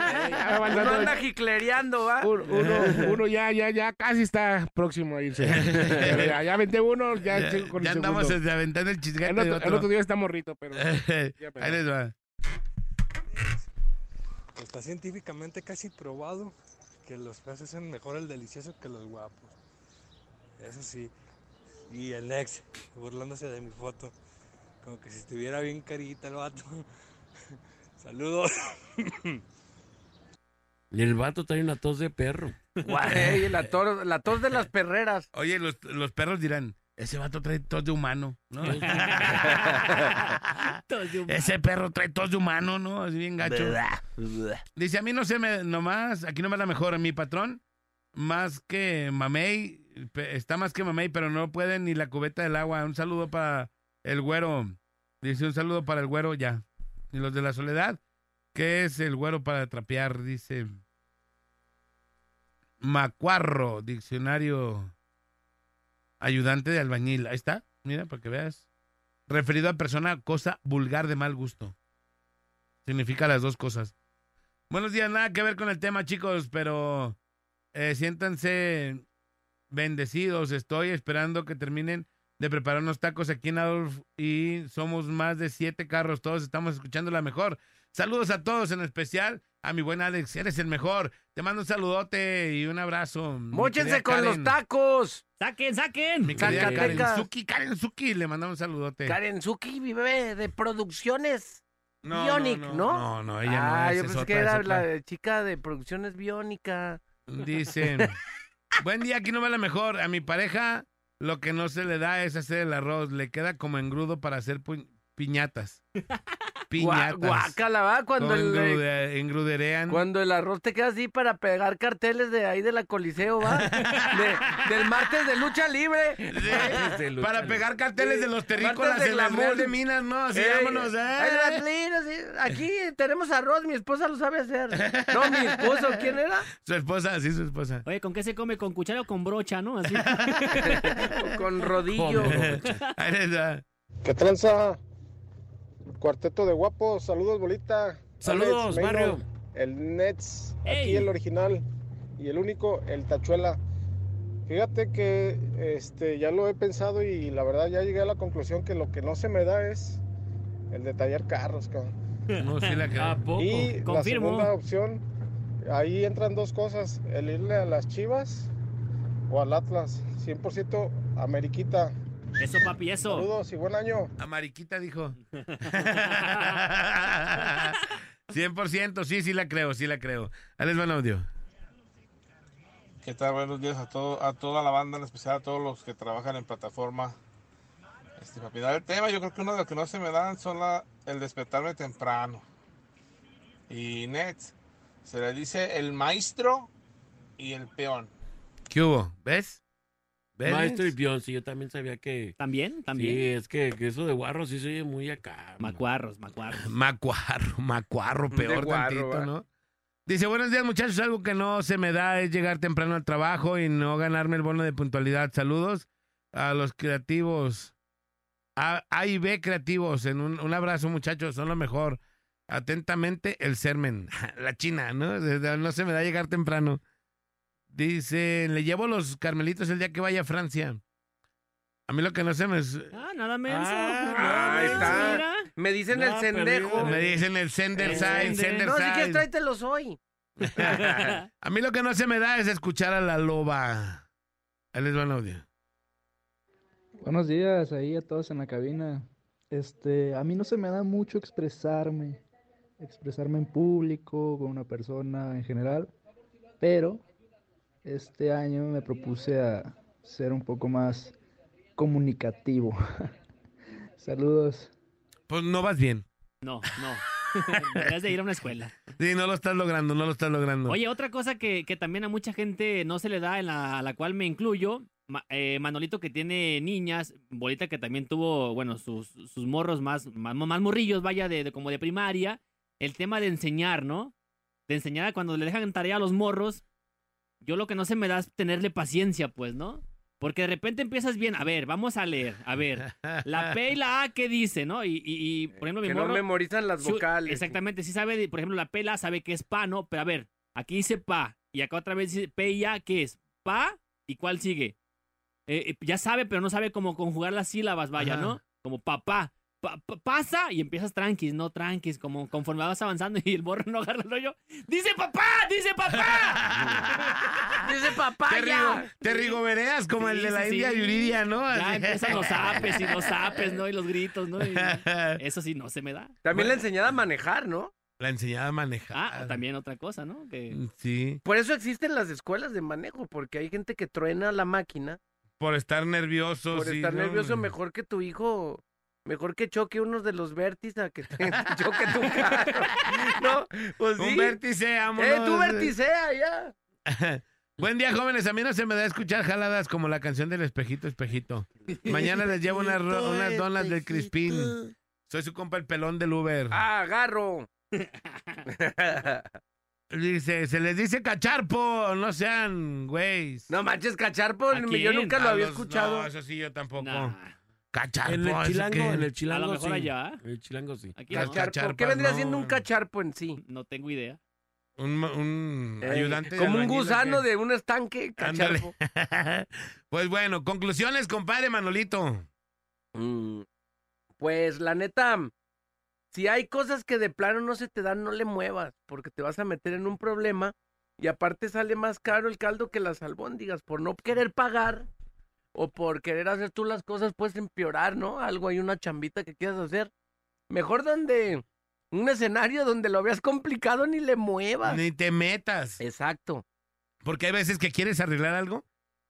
Speaker 4: Ah,
Speaker 5: Uno anda jiclereando, ¿va?
Speaker 20: Uno, uno ya, ya, ya casi está próximo a irse. Pero ya, ya vente uno, ya,
Speaker 6: Ya,
Speaker 20: sigo con
Speaker 6: ya
Speaker 20: el
Speaker 6: andamos
Speaker 20: segundo.
Speaker 6: desde aventando el chisguete.
Speaker 20: El
Speaker 6: de
Speaker 20: otro,
Speaker 6: otro.
Speaker 20: el otro día está morrito, pero.
Speaker 6: Ahí les va.
Speaker 8: pues, Está científicamente casi probado que los peces hacen mejor el delicioso que los guapos. Eso sí. Y el ex, burlándose de mi foto. Como que si estuviera bien carita el vato. Saludos.
Speaker 4: Y el vato trae una tos de perro.
Speaker 5: Güey, la, tor- la tos de las perreras.
Speaker 6: Oye, los, los perros dirán, ese vato trae tos de humano, ¿no? ese perro trae tos de humano, ¿no? Así bien gacho. Dice, a mí no se me, nomás, aquí nomás la mejor, mi patrón, más que mamey, pe- está más que mamey, pero no puede ni la cubeta del agua. Un saludo para el güero. Dice, un saludo para el güero, ya. Y los de la soledad, ¿qué es el güero para trapear? Dice, macuarro, diccionario ayudante de albañil. Ahí está, mira, para que veas. Referido a persona, cosa vulgar de mal gusto. Significa las dos cosas. Buenos días, nada que ver con el tema, chicos, pero eh, siéntanse bendecidos. Estoy esperando que terminen de preparar unos tacos aquí en Adolf y somos más de siete carros. Todos estamos escuchando la mejor. Saludos a todos, en especial a mi buen Alex. Eres el mejor. Te mando un saludote y un abrazo. mi querida
Speaker 5: Móchense con los
Speaker 6: Karen.
Speaker 5: tacos.
Speaker 7: Saquen, saquen.
Speaker 6: Mi querida
Speaker 5: Zacatecas.
Speaker 6: Karenzuki, Karenzuki, le mandamos un saludote.
Speaker 5: Karenzuki, mi bebé, de producciones.
Speaker 6: No,
Speaker 5: Bionic,
Speaker 6: no,
Speaker 5: ¿no?
Speaker 6: no, no, no, ella no
Speaker 5: ah,
Speaker 6: es,
Speaker 5: yo
Speaker 6: es
Speaker 5: pensé
Speaker 6: otra,
Speaker 5: que
Speaker 6: es
Speaker 5: era
Speaker 6: otra.
Speaker 5: la de chica de producciones biónica.
Speaker 6: Dice, buen día, aquí no va la mejor. A mi pareja lo que no se le da es hacer el arroz, le queda como engrudo para hacer pu- piñatas. piñatas.
Speaker 5: guácala, va, cuando
Speaker 6: Todo
Speaker 5: el-
Speaker 6: engrude- engruderean.
Speaker 5: Cuando el arroz te queda así para pegar carteles de ahí de la Coliseo, ¿va? De- del martes de lucha libre.
Speaker 6: Para pegar carteles de los terrícolas
Speaker 5: Martes de
Speaker 6: en la
Speaker 5: glamour.
Speaker 6: Real de Minas, no, así
Speaker 5: Ey,
Speaker 6: vámonos, eh.
Speaker 5: ay, Ratlín, así, Aquí tenemos arroz, mi esposa lo sabe hacer. No, mi esposo, ¿quién era?
Speaker 6: Su esposa, sí, su esposa.
Speaker 7: Oye, ¿con qué se come? ¿Con cuchara o con brocha, no? Así.
Speaker 5: con rodillo.
Speaker 6: Ahí está.
Speaker 21: ¿Qué tranza? Cuarteto de guapos, saludos bolita.
Speaker 4: Saludos,
Speaker 21: Maynor,
Speaker 4: barrio.
Speaker 21: El Nets,
Speaker 4: Ey.
Speaker 21: aquí el original y el único, el Tachuela. Fíjate que este ya lo he pensado y la verdad ya llegué a la conclusión que lo que no se me da es el de tallar carros, cabrón.
Speaker 6: No, sí la creo.
Speaker 21: Y
Speaker 6: Confirmo.
Speaker 21: la segunda opción, ahí entran dos cosas, el irle a las Chivas o al Atlas, 100% Ameriquita.
Speaker 7: Eso, papi, eso.
Speaker 21: Saludos y buen año.
Speaker 6: A Mariquita dijo. 100%, sí, sí la creo, sí la creo. Ahí les va el audio.
Speaker 17: ¿Qué tal? Buenos días a, todo, a toda la banda, en especial a todos los que trabajan en plataforma. Este, para opinar el tema, yo creo que uno de los que no se me dan son la- el despertarme temprano. Y Nets, se le dice el maestro y el peón.
Speaker 6: ¿Qué hubo? ¿Ves? ¿Ves?
Speaker 4: Maestro y peón, sí, yo también sabía que.
Speaker 7: ¿También? ¿También?
Speaker 4: Sí, es que, que eso de guarro sí se oye muy acá.
Speaker 7: Macuarros, macuarros.
Speaker 6: Macuarro, macuarro,
Speaker 4: De
Speaker 6: peor
Speaker 4: guarro,
Speaker 6: tantito,
Speaker 4: va.
Speaker 6: ¿no? Dice, buenos días muchachos, algo que no se me da es llegar temprano al trabajo y no ganarme el bono de puntualidad. Saludos a los creativos, a, A y B creativos, en un, un abrazo muchachos, son lo mejor. Atentamente, el sermen, la china, ¿no? No se me da llegar temprano. Dice, le llevo los carmelitos el día que vaya a Francia. A mí lo que no se me...
Speaker 7: Ah, nada menos.
Speaker 5: Ahí está. Me dicen el sendejo.
Speaker 6: Me dicen el sender sign, sender
Speaker 5: No, si quieres
Speaker 6: sign.
Speaker 5: tráetelos hoy.
Speaker 6: A mí lo que no se me da es escuchar a la loba. Ahí les va el audio.
Speaker 15: Buenos días ahí a todos en la cabina. Este, a mí no se me da mucho expresarme, expresarme en público, con una persona en general, pero este año me propuse a ser un poco más comunicativo. Saludos.
Speaker 6: Pues no vas bien.
Speaker 7: No, no. Deberías de ir a una escuela.
Speaker 6: Sí, no lo estás logrando, no lo estás logrando.
Speaker 7: Oye, otra cosa que, que también a mucha gente no se le da, en la, a la cual me incluyo, Ma- eh, Manolito que tiene niñas, Bolita que también tuvo, bueno, sus, sus morros más, más, más morrillos, vaya, de, de como de primaria, el tema de enseñar, ¿no? De enseñar a cuando le dejan tarea a los morros, yo lo que no se me da es tenerle paciencia, pues, ¿no? Porque de repente empiezas bien, a ver, vamos a leer, a ver, la P y la A, ¿qué dice, no? Y, y- y, por ejemplo, mi
Speaker 5: Que no
Speaker 7: morro...
Speaker 5: memorizan las
Speaker 7: Sí,
Speaker 5: vocales.
Speaker 7: Exactamente, sí sabe, de- por ejemplo, la P, la A sabe que es pa, ¿no? Pero a ver, aquí dice pa, y acá otra vez dice P y A, ¿qué es? Pa, ¿y cuál sigue? Eh, eh, ya sabe, pero no sabe cómo conjugar las sílabas, vaya,
Speaker 6: Ajá.
Speaker 7: ¿no? Como papá. Pa- pa- pasa y empiezas tranquis, no tranquis, como conforme vas avanzando y el morro no agarra el rollo. ¡Dice papá! ¡Dice papá!
Speaker 5: ¡Dice papá!
Speaker 6: Te, rigo- te rigobereas como el de la India Yuridia, ¿no?
Speaker 7: Ya
Speaker 6: Así.
Speaker 7: empiezan los apes y los apes, ¿no? Y los gritos, ¿no? Y eso sí no se me da.
Speaker 5: También la enseñada a manejar, ¿no?
Speaker 6: La enseñada Mm, a manejar.
Speaker 7: Ah, también otra cosa, ¿no? Que...
Speaker 6: Sí.
Speaker 5: Por eso existen las escuelas de manejo, porque hay gente que truena la máquina
Speaker 6: Por estar nervioso.
Speaker 5: por
Speaker 6: sí,
Speaker 5: estar
Speaker 6: ¿no?
Speaker 5: nervioso, mejor que tu hijo, mejor que choque unos de los vértices a que te choque tu carro. no, pues
Speaker 6: Un
Speaker 5: sí.
Speaker 6: vértice, vámonos.
Speaker 5: Eh, tú vérticea ya.
Speaker 6: Buen día, jóvenes. A mí no se me da escuchar jaladas como la canción del espejito, espejito. Mañana les llevo unas, ro- unas donas del Crispín. Soy su compa el pelón del Uber.
Speaker 5: Ah, agarro.
Speaker 6: Dice, se les dice cacharpo, no sean güeyes.
Speaker 5: No manches, cacharpo, yo nunca lo había escuchado.
Speaker 6: No, eso sí, yo tampoco.
Speaker 5: Nah.
Speaker 6: Cacharpo.
Speaker 4: En el
Speaker 6: ¿eso
Speaker 4: chilango,
Speaker 6: qué?
Speaker 4: en el chilango. sí.
Speaker 7: allá. ¿eh?
Speaker 4: En el chilango sí.
Speaker 6: Las
Speaker 5: Cacharpo. ¿Qué
Speaker 6: cacharpas,
Speaker 5: vendría
Speaker 6: no.
Speaker 5: siendo un cacharpo en sí?
Speaker 7: No tengo idea.
Speaker 6: Un, ma- un
Speaker 5: Eh,
Speaker 6: ayudante.
Speaker 5: como un gusano
Speaker 6: de
Speaker 5: de un estanque,
Speaker 6: albañil,
Speaker 5: cacharpo.
Speaker 6: ¿o qué? Ándale. pues bueno, conclusiones, compadre Manolito.
Speaker 5: Mm. Pues la neta, si hay cosas que de plano no se te dan, no le muevas, porque te vas a meter en un problema y aparte sale más caro el caldo que las albóndigas por no querer pagar o por querer hacer tú las cosas puedes empeorar, ¿no? Algo hay una chambita que quieras hacer. Mejor donde un escenario donde lo veas complicado ni le muevas.
Speaker 6: Ni te metas.
Speaker 5: Exacto.
Speaker 6: Porque hay veces que quieres arreglar algo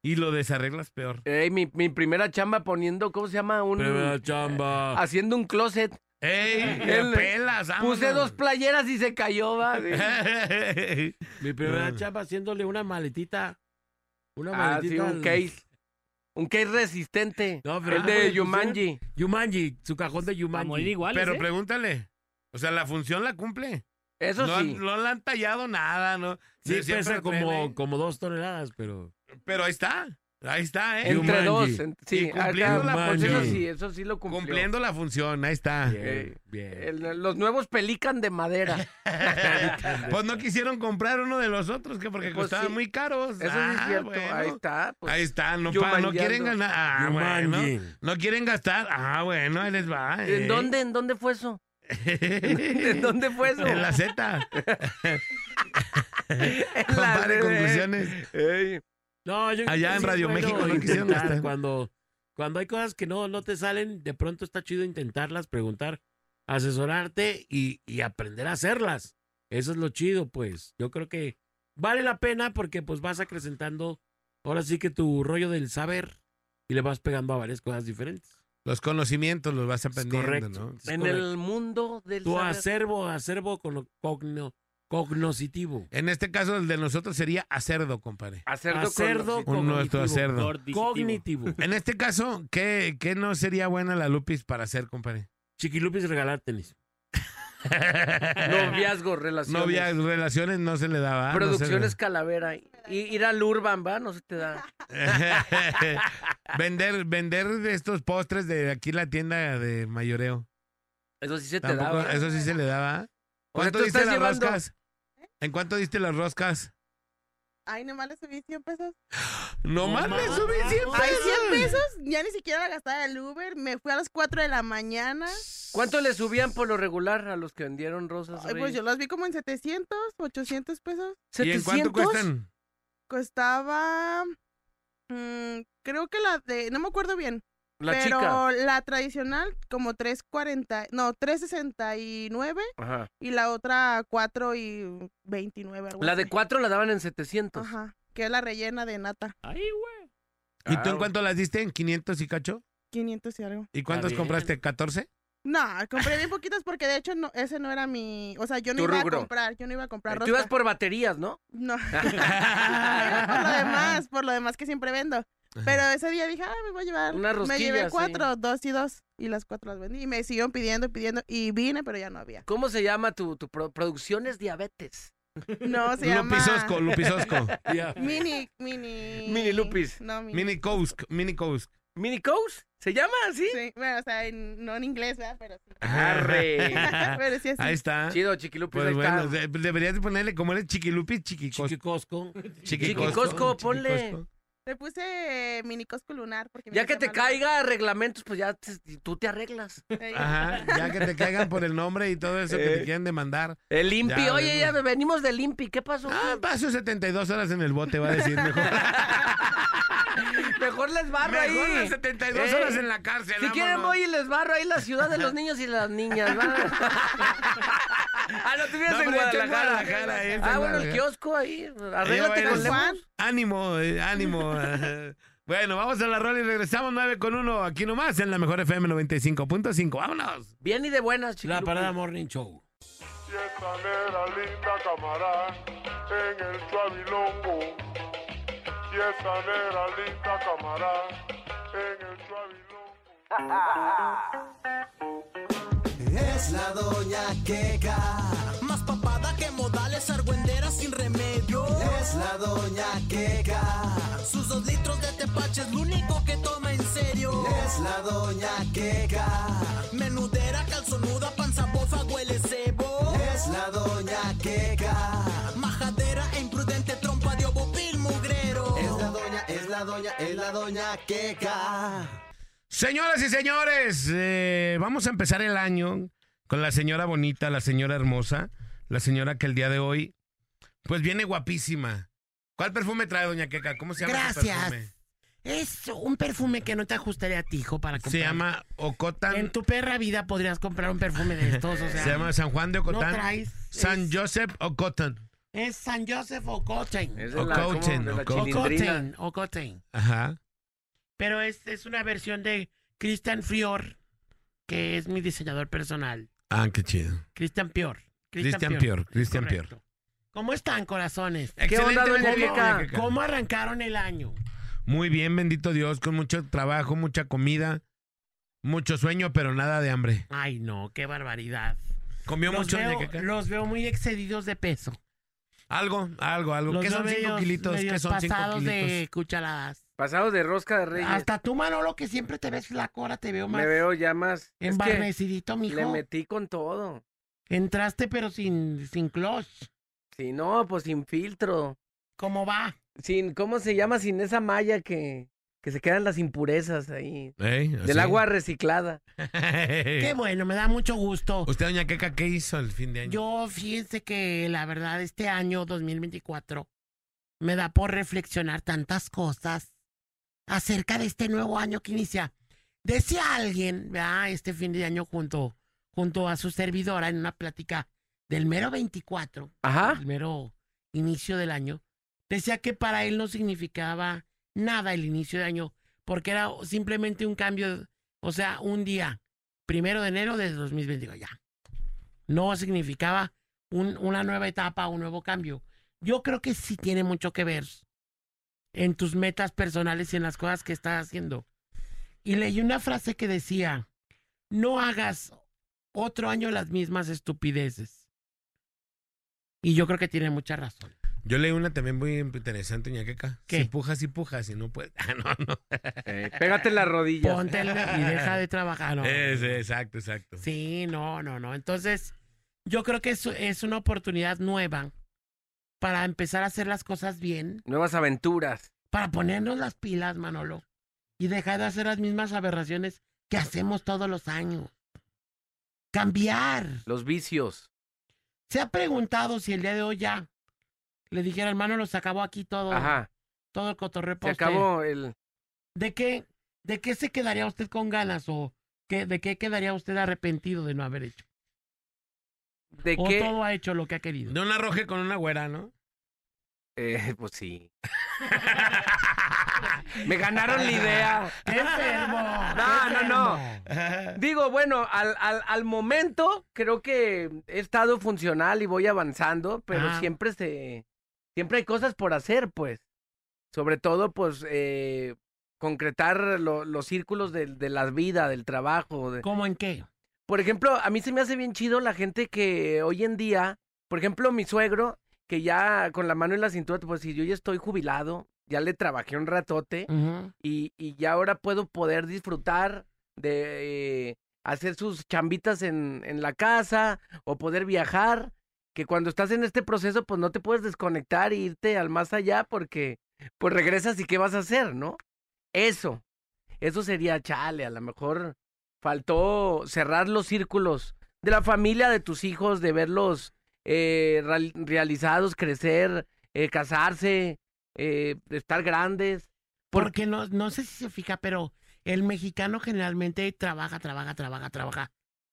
Speaker 6: y lo desarreglas peor.
Speaker 5: Ey, mi, mi primera chamba poniendo, ¿cómo se llama? Un eh,
Speaker 6: Primera chamba.
Speaker 5: haciendo un closet.
Speaker 6: ¡Ey! ¡Qué
Speaker 5: Él-
Speaker 6: pelas!
Speaker 5: Puse dos playeras y se cayó, va. güey.
Speaker 4: Mi
Speaker 6: Ah.
Speaker 4: primera chapa haciéndole una maletita. Una
Speaker 5: Ah, sí,
Speaker 4: maletita.
Speaker 5: un case. Un case resistente. el
Speaker 4: ¿cómo le
Speaker 5: de
Speaker 4: pusieron?
Speaker 5: Yumanji.
Speaker 4: Yumanji, su cajón de Yumanji.
Speaker 6: Pero pregúntale. O sea, la función la cumple.
Speaker 4: Eso
Speaker 6: no,
Speaker 4: sí.
Speaker 6: han- No le han tallado nada, ¿no?
Speaker 4: Sí,
Speaker 6: Siempre
Speaker 4: pesa
Speaker 6: lo traen ahí.
Speaker 4: como, como dos toneladas, pero.
Speaker 6: Pero ahí está. Ahí está, ¿eh?
Speaker 4: Entre Jumanji. dos, en-
Speaker 5: sí,
Speaker 6: Y cumpliendo
Speaker 5: acá,
Speaker 6: la
Speaker 5: pues, eso
Speaker 6: función.
Speaker 5: sí, eso sí lo cumplió.
Speaker 6: Cumpliendo la función, ahí está.
Speaker 5: Eh, el- los nuevos pelican de madera.
Speaker 6: Pues no quisieron comprar uno de los otros que porque
Speaker 5: Pues
Speaker 6: costaban
Speaker 5: sí.
Speaker 6: muy caros. Ah,
Speaker 5: Eso sí es cierto, ahí está, pues,
Speaker 6: ahí está, no, pa- no
Speaker 5: Yumanjiando.
Speaker 6: quieren ganar. Ah, bueno.
Speaker 5: Yumanji.
Speaker 6: No quieren gastar. Ah, bueno, ahí les va.
Speaker 5: ¿En
Speaker 6: eh.
Speaker 5: dónde, en dónde fue eso? ¿En dónde fue eso?
Speaker 6: En la Z. Compadre, conclusiones.
Speaker 4: No, yo
Speaker 6: Allá en
Speaker 4: sí es
Speaker 6: Radio
Speaker 4: bueno
Speaker 6: México no quisieron
Speaker 4: intentar
Speaker 6: gastar.
Speaker 4: Cuando, cuando hay cosas que no, no te salen, de pronto está chido intentarlas, preguntar, asesorarte y, y aprender a hacerlas. Eso es lo chido, pues. Yo creo que vale la pena porque pues vas acrecentando ahora sí que tu rollo del saber y le vas pegando a varias cosas diferentes.
Speaker 6: Los conocimientos los vas aprendiendo,
Speaker 4: correcto,
Speaker 6: ¿no?
Speaker 4: es
Speaker 5: En el mundo del
Speaker 4: Tu
Speaker 5: saber.
Speaker 4: acervo, acervo cono- cogno- cognoscitivo.
Speaker 6: En este caso, el de nosotros sería acerdo, compadre.
Speaker 5: Acerdo
Speaker 4: Acerdo
Speaker 6: con nuestro
Speaker 4: cognitivo.
Speaker 6: acerdo.
Speaker 4: Cognitivo.
Speaker 6: En este caso, ¿qué, qué no sería buena la Lupis para hacer, compadre?
Speaker 4: Chiquilupis regalar tenis.
Speaker 5: Noviazgo, relaciones.
Speaker 6: Novias, relaciones ah, no se le daba.
Speaker 5: Producciones calavera. Y, ir al Urban, ¿va? No se te da.
Speaker 6: vender, vender de estos postres de aquí la tienda de mayoreo.
Speaker 5: Eso sí se te
Speaker 6: Tampoco-
Speaker 5: da. ¿va?
Speaker 6: Eso sí se le daba.
Speaker 5: O sea,
Speaker 6: ¿Cuánto
Speaker 5: tú
Speaker 6: diste
Speaker 5: estás
Speaker 6: las
Speaker 5: llevando-
Speaker 6: roscas? ¿En cuánto diste las roscas?
Speaker 22: Ay, nomás le subí 100 pesos.
Speaker 6: No más le subí
Speaker 5: Ah,
Speaker 6: 100 pesos.
Speaker 22: Ay, 100 pesos. Ya ni siquiera la gastaba el Uber. Me fui a las 4 de la mañana.
Speaker 5: ¿Cuánto le subían por lo regular a los que vendieron rosas?
Speaker 22: Ay, pues yo las vi como en 700, 800 pesos.
Speaker 5: ¿Y en cuánto ¿700? cuestan?
Speaker 22: Costaba. mm, creo que la de. No me acuerdo bien.
Speaker 5: La
Speaker 22: pero
Speaker 5: chica.
Speaker 22: la tradicional, como 3.40. No, 3.69.
Speaker 5: Ajá.
Speaker 22: Y la otra, 4 y 29. algo
Speaker 5: La de
Speaker 22: así.
Speaker 5: cuatro la daban en 700.
Speaker 22: Ajá. Que es la rellena de nata.
Speaker 7: Ay, güey.
Speaker 6: ¿Y tú en cuánto las diste? ¿En 500 y cacho?
Speaker 22: 500 y algo.
Speaker 6: ¿Y cuántas
Speaker 22: Está bien.
Speaker 6: compraste? ¿14?
Speaker 22: No, compré bien poquitas porque de hecho no, ese no era mi. O sea, yo no
Speaker 6: Tu
Speaker 22: iba
Speaker 6: rubro.
Speaker 22: a comprar. Yo no iba a comprar
Speaker 5: Tú
Speaker 22: rosca.
Speaker 5: ibas por baterías, ¿no?
Speaker 22: No. Era por lo demás, por lo demás que siempre vendo. Pero ese día dije, ah, me voy a llevar.
Speaker 5: Unas
Speaker 22: me
Speaker 5: rosquillas,
Speaker 22: llevé
Speaker 5: sí.
Speaker 22: cuatro, dos y dos. Y las cuatro las vendí. Y me siguieron pidiendo, pidiendo. Y vine, pero ya no había.
Speaker 5: ¿Cómo se llama tu, tu pro- producciones diabetes?
Speaker 22: No, se llama- Lupisosco,
Speaker 6: lupisosco.
Speaker 22: Mini, mini.
Speaker 5: Mini lupis.
Speaker 22: No, mini.
Speaker 6: Mini Kousk, Mini Kousk.
Speaker 5: ¿Mini Coast? ¿Se llama así?
Speaker 22: Sí, bueno, o sea, en- no en inglés, ¿verdad? Pero sí.
Speaker 5: Arre.
Speaker 22: Pero sí, así.
Speaker 6: Ahí está.
Speaker 5: Chido, Chiquilupis,
Speaker 6: Pues
Speaker 5: ahí está.
Speaker 6: bueno, de- deberías de ponerle como eres Chiquilupis, Chiquicosco.
Speaker 4: Chiquicosco.
Speaker 5: Chiquicosco, ponle.
Speaker 22: Le puse eh, mini cosco lunar. Porque
Speaker 5: Ya que te caiga a reglamentos, pues ya te- tú te arreglas.
Speaker 6: Ajá, ya que te caigan por el nombre y todo eso que
Speaker 5: Eh.
Speaker 6: te quieren demandar.
Speaker 5: El Impi,
Speaker 6: Ya,
Speaker 5: oye,
Speaker 6: ves,
Speaker 5: ya venimos del Impi, ¿qué pasó?
Speaker 6: Ah, paso 72 horas en el bote, va a decir mejor.
Speaker 5: Mejor les barro ahí. Eh,
Speaker 6: Mejor las 72 horas en la cárcel,
Speaker 5: Si quieren
Speaker 6: vámonos.
Speaker 5: voy y les barro ahí la ciudad de los niños y las niñas. ¿va? ah, no, tú vives
Speaker 6: No,
Speaker 5: en
Speaker 6: hombre, está en
Speaker 5: Guadalajara.
Speaker 6: Guadalajara, está en
Speaker 5: ah, bueno, el
Speaker 6: Guadalajara.
Speaker 5: kiosco ahí.
Speaker 6: Eh,
Speaker 5: Arréglate
Speaker 6: bueno,
Speaker 5: con Lemon.
Speaker 6: Ánimo, eh, ánimo. bueno, vamos a la rola y regresamos 9 con 1 aquí nomás en la mejor FM 95.5. Vámonos.
Speaker 5: Bien y de buenas, chicos.
Speaker 4: La parada Morning Show.
Speaker 10: Era linda camarán en el Chavilongo. Y esa era linda camarán en el Chavilongo.
Speaker 3: Es la doña queca. Más papada que modales, argüendera sin remedio. Es la doña queca. Sus dos litros de tepache es lo único que toma en serio. Es la doña queca. Menudera, calzonuda, panza bofa, huele cebo. Es la doña queca. Majadera e imprudente, trompa de ovopil mugrero. Es la doña, es la doña, es la doña queca.
Speaker 6: Señoras y señores, eh, vamos a empezar el año con la señora bonita, la señora hermosa, la señora que el día de hoy, pues viene guapísima. ¿Cuál perfume trae, doña Queca? ¿Cómo se llama? su
Speaker 23: Gracias.
Speaker 6: perfume?
Speaker 23: Es un perfume que no te ajustaría a ti, hijo, para comprar.
Speaker 6: Se llama Ocotan.
Speaker 23: En tu perra vida podrías comprar un perfume de estos, o sea.
Speaker 6: se llama San Juan de Ocotán.
Speaker 23: No traes.
Speaker 6: San Joseph Ocotan.
Speaker 23: Es San Joseph Ocoten.
Speaker 6: Es de la- como Ocoten, de la Ocoten. chilindrina.
Speaker 23: Ocoten, Ocoten.
Speaker 6: Ajá.
Speaker 23: Pero es, es una versión de Christian Frior,
Speaker 4: que es mi diseñador personal,
Speaker 6: Ah, qué chido.
Speaker 4: Cristian Pior.
Speaker 6: Cristian Pior, Cristian Pior.
Speaker 4: Correcto. ¿Cómo están, corazones?
Speaker 6: ¿Qué Excelente, onda, doña
Speaker 4: ¿Cómo-
Speaker 6: Vieca? doña Vieca.
Speaker 4: ¿Cómo arrancaron el año?
Speaker 6: Muy bien, bendito Dios, con mucho trabajo, mucha comida, mucho sueño, pero nada de hambre.
Speaker 4: Ay, no, qué barbaridad.
Speaker 6: Comió
Speaker 4: los
Speaker 6: mucho, doña
Speaker 4: veo,
Speaker 6: Queca.
Speaker 4: los veo muy excedidos de peso.
Speaker 6: Algo, algo, algo.
Speaker 4: Los
Speaker 6: ¿Qué
Speaker 4: veo
Speaker 6: son cinco
Speaker 4: medios-
Speaker 6: kilitos? ¿Qué
Speaker 4: medios
Speaker 6: son cinco
Speaker 4: pasados de
Speaker 6: kilitos?
Speaker 4: cucharadas.
Speaker 5: Pasados de rosca de reyes.
Speaker 4: Hasta tú, Manolo, que siempre te ves flaco, ahora te veo más.
Speaker 5: Me veo ya más. es que
Speaker 4: Embarnecidito, mijo.
Speaker 5: Le metí con todo.
Speaker 4: Entraste, pero sin, sin cloche.
Speaker 5: Sí, no, pues sin filtro.
Speaker 4: ¿Cómo va?
Speaker 5: Sin, ¿cómo se llama? Sin esa malla que, que se quedan las impurezas ahí.
Speaker 6: Ey,
Speaker 5: Del
Speaker 6: así.
Speaker 5: agua reciclada.
Speaker 4: Qué bueno, me da mucho gusto.
Speaker 6: ¿Usted, doña Queca, qué hizo el fin de año?
Speaker 4: Yo fíjense que la verdad este año 2024 me da por reflexionar tantas cosas acerca de este nuevo año que inicia. Decía alguien, ¿verdad? este fin de año junto, junto a su servidora en una plática del mero 24,
Speaker 5: Ajá.
Speaker 4: el mero inicio del año, decía que para él no significaba nada el inicio de año, porque era simplemente un cambio, o sea, un día, primero de enero de 2022, ya no significaba un- una nueva etapa, un nuevo cambio. Yo creo que sí tiene mucho que ver en tus metas personales y en las cosas que estás haciendo. Y leí una frase que decía, no hagas otro año las mismas estupideces. Y yo creo que tiene mucha razón.
Speaker 6: Yo leí una también muy interesante, doña Queca. Si pujas y pujas y no puedes. Ah, no, no. Eh,
Speaker 5: pégate en las rodillas.
Speaker 4: Ponte el- y deja de trabajar. ¿no?
Speaker 6: Es, exacto, exacto.
Speaker 4: Sí, no, no, no. Entonces, yo creo que es, es una oportunidad nueva para empezar a hacer las cosas bien.
Speaker 5: Nuevas aventuras.
Speaker 4: para ponernos las pilas, Manolo, y dejar de hacer las mismas aberraciones que hacemos todos los años. Cambiar.
Speaker 5: Los vicios.
Speaker 4: Se ha preguntado si el día de hoy ya le dijera, hermano, nos acabó aquí todo.
Speaker 5: Ajá.
Speaker 4: Todo el cotorreo.
Speaker 5: Se
Speaker 4: para usted.
Speaker 5: acabó el.
Speaker 4: ¿De qué, ¿De qué se quedaría usted con ganas o qué, de qué quedaría usted arrepentido de no haber hecho?
Speaker 5: ¿De
Speaker 4: o
Speaker 5: qué?
Speaker 4: todo ha hecho lo que ha querido.
Speaker 6: De un arroje con una güera, ¿no?
Speaker 5: Eh, pues sí. Me ganaron la idea.
Speaker 4: ¡Qué enfermo!
Speaker 5: No,
Speaker 4: ¡Qué
Speaker 5: no, no. Digo, bueno, al, al, al momento creo que he estado funcional y voy avanzando, pero
Speaker 4: Ah.
Speaker 5: siempre se. Siempre hay cosas por hacer, pues. Sobre todo, pues, eh, concretar lo- los círculos de, de la vida, del trabajo. de-
Speaker 4: ¿Cómo en qué?
Speaker 5: Por ejemplo, a mí se me hace bien chido la gente que hoy en día, por ejemplo, mi suegro, que ya con la mano en la cintura, pues si yo ya estoy jubilado, ya le trabajé un ratote
Speaker 4: Ujú.
Speaker 5: y, y ya ahora puedo poder disfrutar de eh, hacer sus chambitas en, en la casa o poder viajar, que cuando estás en este proceso, pues no te puedes desconectar e irte al más allá porque pues regresas y qué vas a hacer, ¿no? Eso, eso sería chale, a lo mejor faltó cerrar los círculos de la familia, de tus hijos, de verlos eh, real- realizados, crecer, eh, casarse, eh, estar grandes.
Speaker 4: Porque no, no sé si se fija, pero el mexicano generalmente trabaja, trabaja, trabaja, trabaja.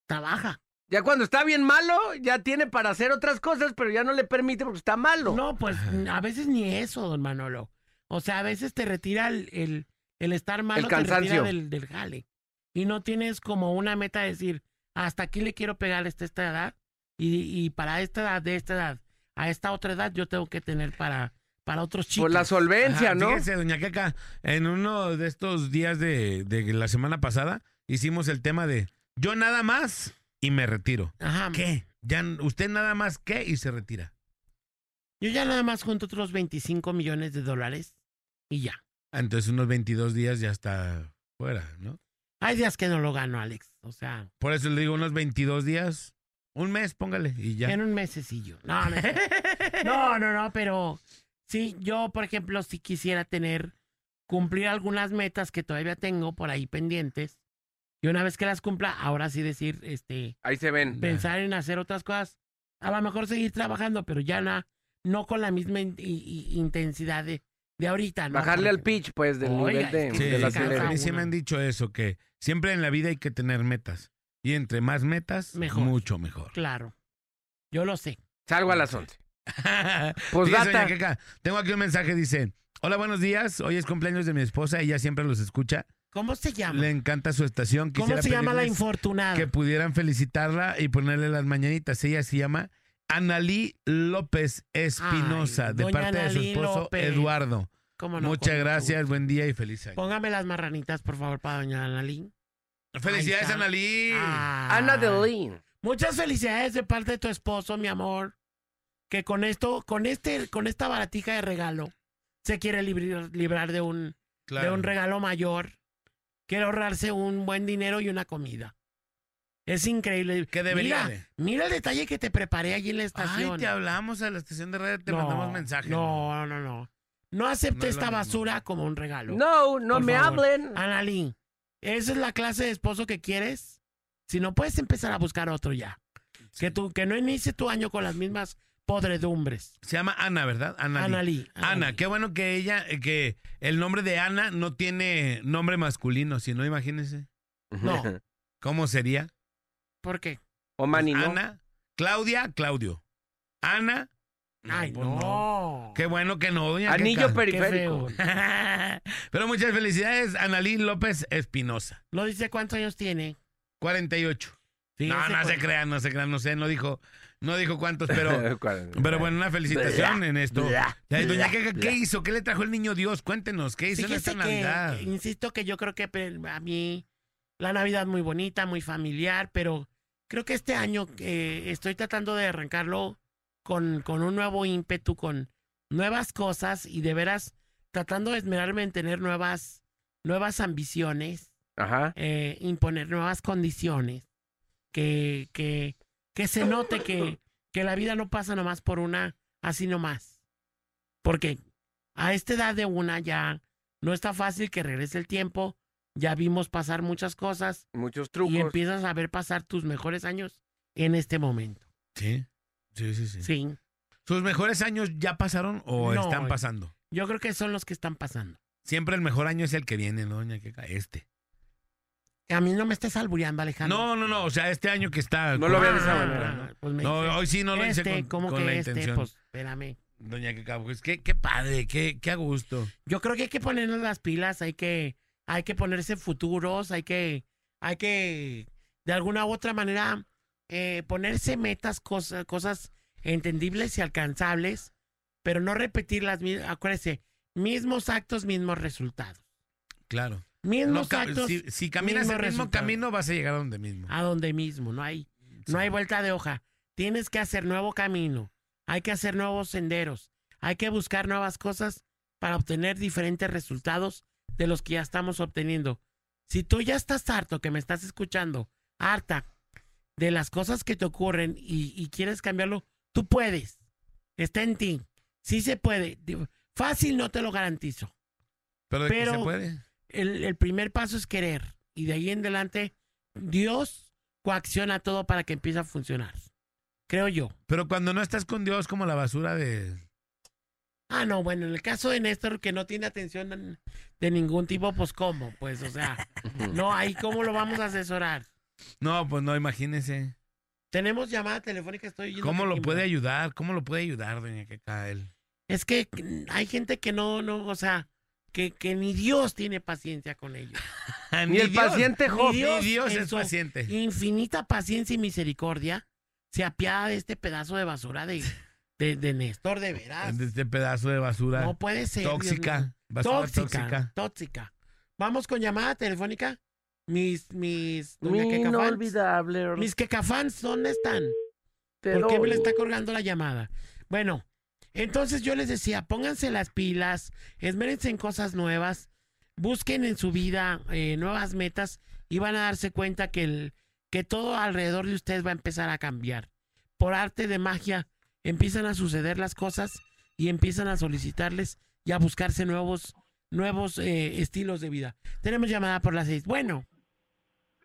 Speaker 4: Trabaja.
Speaker 5: Ya cuando está bien malo, ya tiene para hacer otras cosas, pero ya no le permite porque está malo.
Speaker 4: No, pues a veces ni eso, don Manolo. O sea, a veces te retira el, el, el estar malo,
Speaker 5: El
Speaker 4: te retira
Speaker 5: cansancio.
Speaker 4: del, del jale. Y no tienes como una meta de decir, hasta aquí le quiero pegar hasta esta edad. Y, y para esta edad, de esta edad, a esta otra edad, yo tengo que tener para, para otros chicos.
Speaker 5: Pues,
Speaker 6: Ajá, Fíjese, doña Queca, en uno de estos días de, de la semana pasada hicimos el tema de yo nada más y me retiro.
Speaker 4: Ajá.
Speaker 6: ¿Qué? Ya n- usted nada más qué y se retira.
Speaker 4: Yo ya nada más junto otros 25 millones de dólares y ya.
Speaker 6: Ah, Entonces unos 22 días ya está fuera, ¿no?
Speaker 4: Hay días que no lo gano, Alex. O sea,
Speaker 6: Por eso le digo unos 22 días, un mes, póngale y ya.
Speaker 4: En un mesecillo. No, no, es cierto. no, no, no, pero sí, yo, por ejemplo, si quisiera tener, cumplir algunas metas que todavía tengo por ahí pendientes. Y una vez que las cumpla, ahora sí decir, este,
Speaker 5: Ahí se ven.
Speaker 4: pensar en hacer otras cosas. A lo mejor seguir trabajando, pero ya na- no con la misma in- i- i- intensidad de, de ahorita. ¿no? Por
Speaker 5: Bajarle al
Speaker 4: ejemplo.
Speaker 5: pitch, pues, del
Speaker 4: Oiga,
Speaker 5: nivel de,
Speaker 4: es que
Speaker 5: de
Speaker 6: Sí,
Speaker 5: la
Speaker 6: sí, a
Speaker 5: celera.
Speaker 6: mí sí me han dicho eso, que siempre en la vida hay que tener metas. Y entre más metas,
Speaker 4: Mejor.
Speaker 6: mucho mejor.
Speaker 4: Claro. Yo lo sé.
Speaker 5: Salgo a las Pues, 11.
Speaker 6: Dice,
Speaker 5: Postdata.
Speaker 6: doña Queca, tengo aquí un mensaje, dice, hola, buenos días, hoy es cumpleaños de mi esposa, ella siempre los escucha,
Speaker 4: ¿Cómo se llama?
Speaker 6: Le encanta su estación.
Speaker 4: ¿Cómo
Speaker 6: Quisiera
Speaker 4: se llama la
Speaker 6: pedirles
Speaker 4: infortunada?
Speaker 6: Que pudieran felicitarla y ponerle las mañanitas. Ella se llama Analí López Espinosa,
Speaker 4: Ay,
Speaker 6: de
Speaker 4: doña
Speaker 6: parte de su
Speaker 4: Analí
Speaker 6: esposo
Speaker 4: López.
Speaker 6: Eduardo.
Speaker 4: ¿Cómo no? Con
Speaker 6: Muchas
Speaker 4: mucho
Speaker 6: gracias, buen día y feliz año.
Speaker 4: Póngame las marranitas, por favor, para doña Analín.
Speaker 6: Felicidades,
Speaker 4: Ahí está.
Speaker 6: Analí.
Speaker 4: Ah. Muchas felicidades de parte de tu esposo, mi amor. Que con esto, con este, con esta baratija de regalo, se quiere libri- librar de un,
Speaker 6: Claro.
Speaker 4: de un regalo mayor. Quiere ahorrarse un buen dinero y una comida. Es increíble.
Speaker 6: Que debería
Speaker 4: Mira,
Speaker 6: de.
Speaker 4: mira el detalle que te preparé allí en la estación.
Speaker 6: Ay, te hablamos a la estación de radio, te
Speaker 4: No,
Speaker 6: mandamos mensaje.
Speaker 4: No, no, no. No acepte
Speaker 6: No es lo
Speaker 4: esta
Speaker 6: mismo.
Speaker 4: basura como un regalo.
Speaker 5: No, no me hablen.
Speaker 4: Analín, ¿esa es la clase de esposo que quieres? Si no, puedes empezar a buscar otro ya. Que, tú, que no inicie tu año con las mismas podredumbres.
Speaker 6: Se llama Ana, ¿verdad? Ana.
Speaker 4: Analí,
Speaker 6: Ana, qué bueno que ella, eh, que el nombre de Ana no tiene nombre masculino, si no, imagínense.
Speaker 4: No.
Speaker 6: ¿Cómo sería?
Speaker 4: ¿Por qué?
Speaker 5: O
Speaker 6: Ana, Claudia, Claudio. Ana. Ay,
Speaker 4: no.
Speaker 6: Qué bueno que no, doña
Speaker 5: Anillo
Speaker 6: Queca.
Speaker 5: periférico.
Speaker 6: Qué feo. Pero muchas felicidades, Analí López Espinosa.
Speaker 4: ¿No dice cuántos años tiene?
Speaker 6: 48.
Speaker 4: Fíjese,
Speaker 6: no, no se
Speaker 4: pues.
Speaker 6: crean, no se crean, no sé, no dijo, no dijo cuántos, pero, pero bueno, una felicitación
Speaker 4: Bla,
Speaker 6: en esto.
Speaker 4: bla,
Speaker 6: Ay, doña
Speaker 4: bla,
Speaker 6: Queca, ¿qué
Speaker 4: bla.
Speaker 6: hizo? ¿Qué le trajo el niño Dios? Cuéntenos, ¿qué hizo en esta
Speaker 4: Fíjese que,
Speaker 6: Navidad?
Speaker 4: que insisto que yo creo que pe- a mí la Navidad muy bonita, muy familiar, pero creo que este año eh, estoy tratando de arrancarlo con, con un nuevo ímpetu, con nuevas cosas y de veras tratando de esmerarme en tener nuevas, nuevas ambiciones,
Speaker 5: Ajá.
Speaker 4: eh, imponer nuevas condiciones, que, que, que se note que, que la vida no pasa nomás por una, así nomás. Porque a esta edad de una ya no está fácil que regrese el tiempo. Ya vimos pasar muchas cosas.
Speaker 5: Muchos trucos.
Speaker 4: Y empiezas a ver pasar tus mejores años en este momento.
Speaker 6: Sí, sí, sí, sí.
Speaker 4: Sí.
Speaker 6: ¿Sus mejores años ya pasaron o
Speaker 4: No, eh.
Speaker 6: están pasando?
Speaker 4: Yo creo que son los que están pasando.
Speaker 6: Siempre el mejor año es el que viene, ¿no, doña Queca? Este.
Speaker 4: A mí no me estés albureando, Alejandro.
Speaker 6: No, no, no, o sea, este año que está. Ah, pues
Speaker 5: No lo veo
Speaker 6: vean
Speaker 5: de esa manera.
Speaker 6: No, hoy sí no lo hice
Speaker 4: Este,
Speaker 6: con,
Speaker 4: ¿cómo
Speaker 6: con
Speaker 4: que
Speaker 6: la
Speaker 4: este?
Speaker 6: intención.
Speaker 4: Pues, espérame.
Speaker 6: Doña Queca, pues qué, qué padre, qué, qué a gusto.
Speaker 4: Yo creo que hay que ponernos las pilas, hay que, hay que ponerse futuros, hay que, hay que, de alguna u otra manera, eh, ponerse metas, cosas, cosas entendibles y alcanzables, pero no repetir las mismas, acuérdense, mismos actos, mismos resultados.
Speaker 6: Claro.
Speaker 4: Mismos
Speaker 6: No, ca-
Speaker 4: actos,
Speaker 6: si, si caminas el mismo
Speaker 4: mismos resultados.
Speaker 6: camino, vas a llegar a donde mismo.
Speaker 4: A donde mismo, no hay, no hay vuelta de hoja. Tienes que hacer nuevo camino, hay que hacer nuevos senderos, hay que buscar nuevas cosas para obtener diferentes resultados de los que ya estamos obteniendo. Si tú ya estás harto que me estás escuchando, harta de las cosas que te ocurren y, y quieres cambiarlo, tú puedes. Está en ti. Sí se puede. Digo, Fácil no te lo garantizo.
Speaker 6: Pero de que se puede.
Speaker 4: El, el primer paso es querer. Y de ahí en adelante, Dios coacciona todo para que empiece a funcionar. Creo yo.
Speaker 6: Pero cuando no estás con Dios, como la basura de.
Speaker 4: Ah, no, bueno, en el caso de Néstor, que no tiene atención en- de ningún tipo, pues cómo, pues, o sea, no, ahí cómo lo vamos a asesorar.
Speaker 6: No, pues no, imagínese.
Speaker 4: Tenemos llamada telefónica, estoy yendo
Speaker 6: ¿Cómo
Speaker 4: que
Speaker 6: lo
Speaker 4: Kimberly.
Speaker 6: puede ayudar? ¿Cómo lo puede ayudar, doña Queca? Él?
Speaker 4: Es que mm, hay gente que no, no, o sea, que, que ni Dios tiene paciencia con ellos.
Speaker 6: Ah, Ni el paciente Job.
Speaker 4: Ni Dios,
Speaker 6: Ni Dios
Speaker 4: en
Speaker 6: es
Speaker 4: su
Speaker 6: paciente.
Speaker 4: Infinita paciencia y misericordia se apiada de este pedazo de basura de, de, de Néstor, de veras.
Speaker 6: De este pedazo de basura.
Speaker 4: No puede ser. Dios mío.
Speaker 6: Tóxica. Basura
Speaker 4: Tóxica,
Speaker 6: tóxica.
Speaker 4: tóxica. Vamos con llamada telefónica. Mis, mis, doña
Speaker 5: Mi
Speaker 4: Queca fans.
Speaker 5: inolvidable.
Speaker 4: Mis quecafans, ¿dónde están?
Speaker 5: Te
Speaker 4: ¿Por qué me
Speaker 5: doy.
Speaker 4: le está colgando la llamada? Bueno, entonces yo les decía, pónganse las pilas, esmérense en cosas nuevas, busquen en su vida eh, nuevas metas y van a darse cuenta que, el, que todo alrededor de ustedes va a empezar a cambiar. Por arte de magia empiezan a suceder las cosas y empiezan a solicitarles y a buscarse nuevos, nuevos eh, estilos de vida. Tenemos llamada por las seis. Bueno,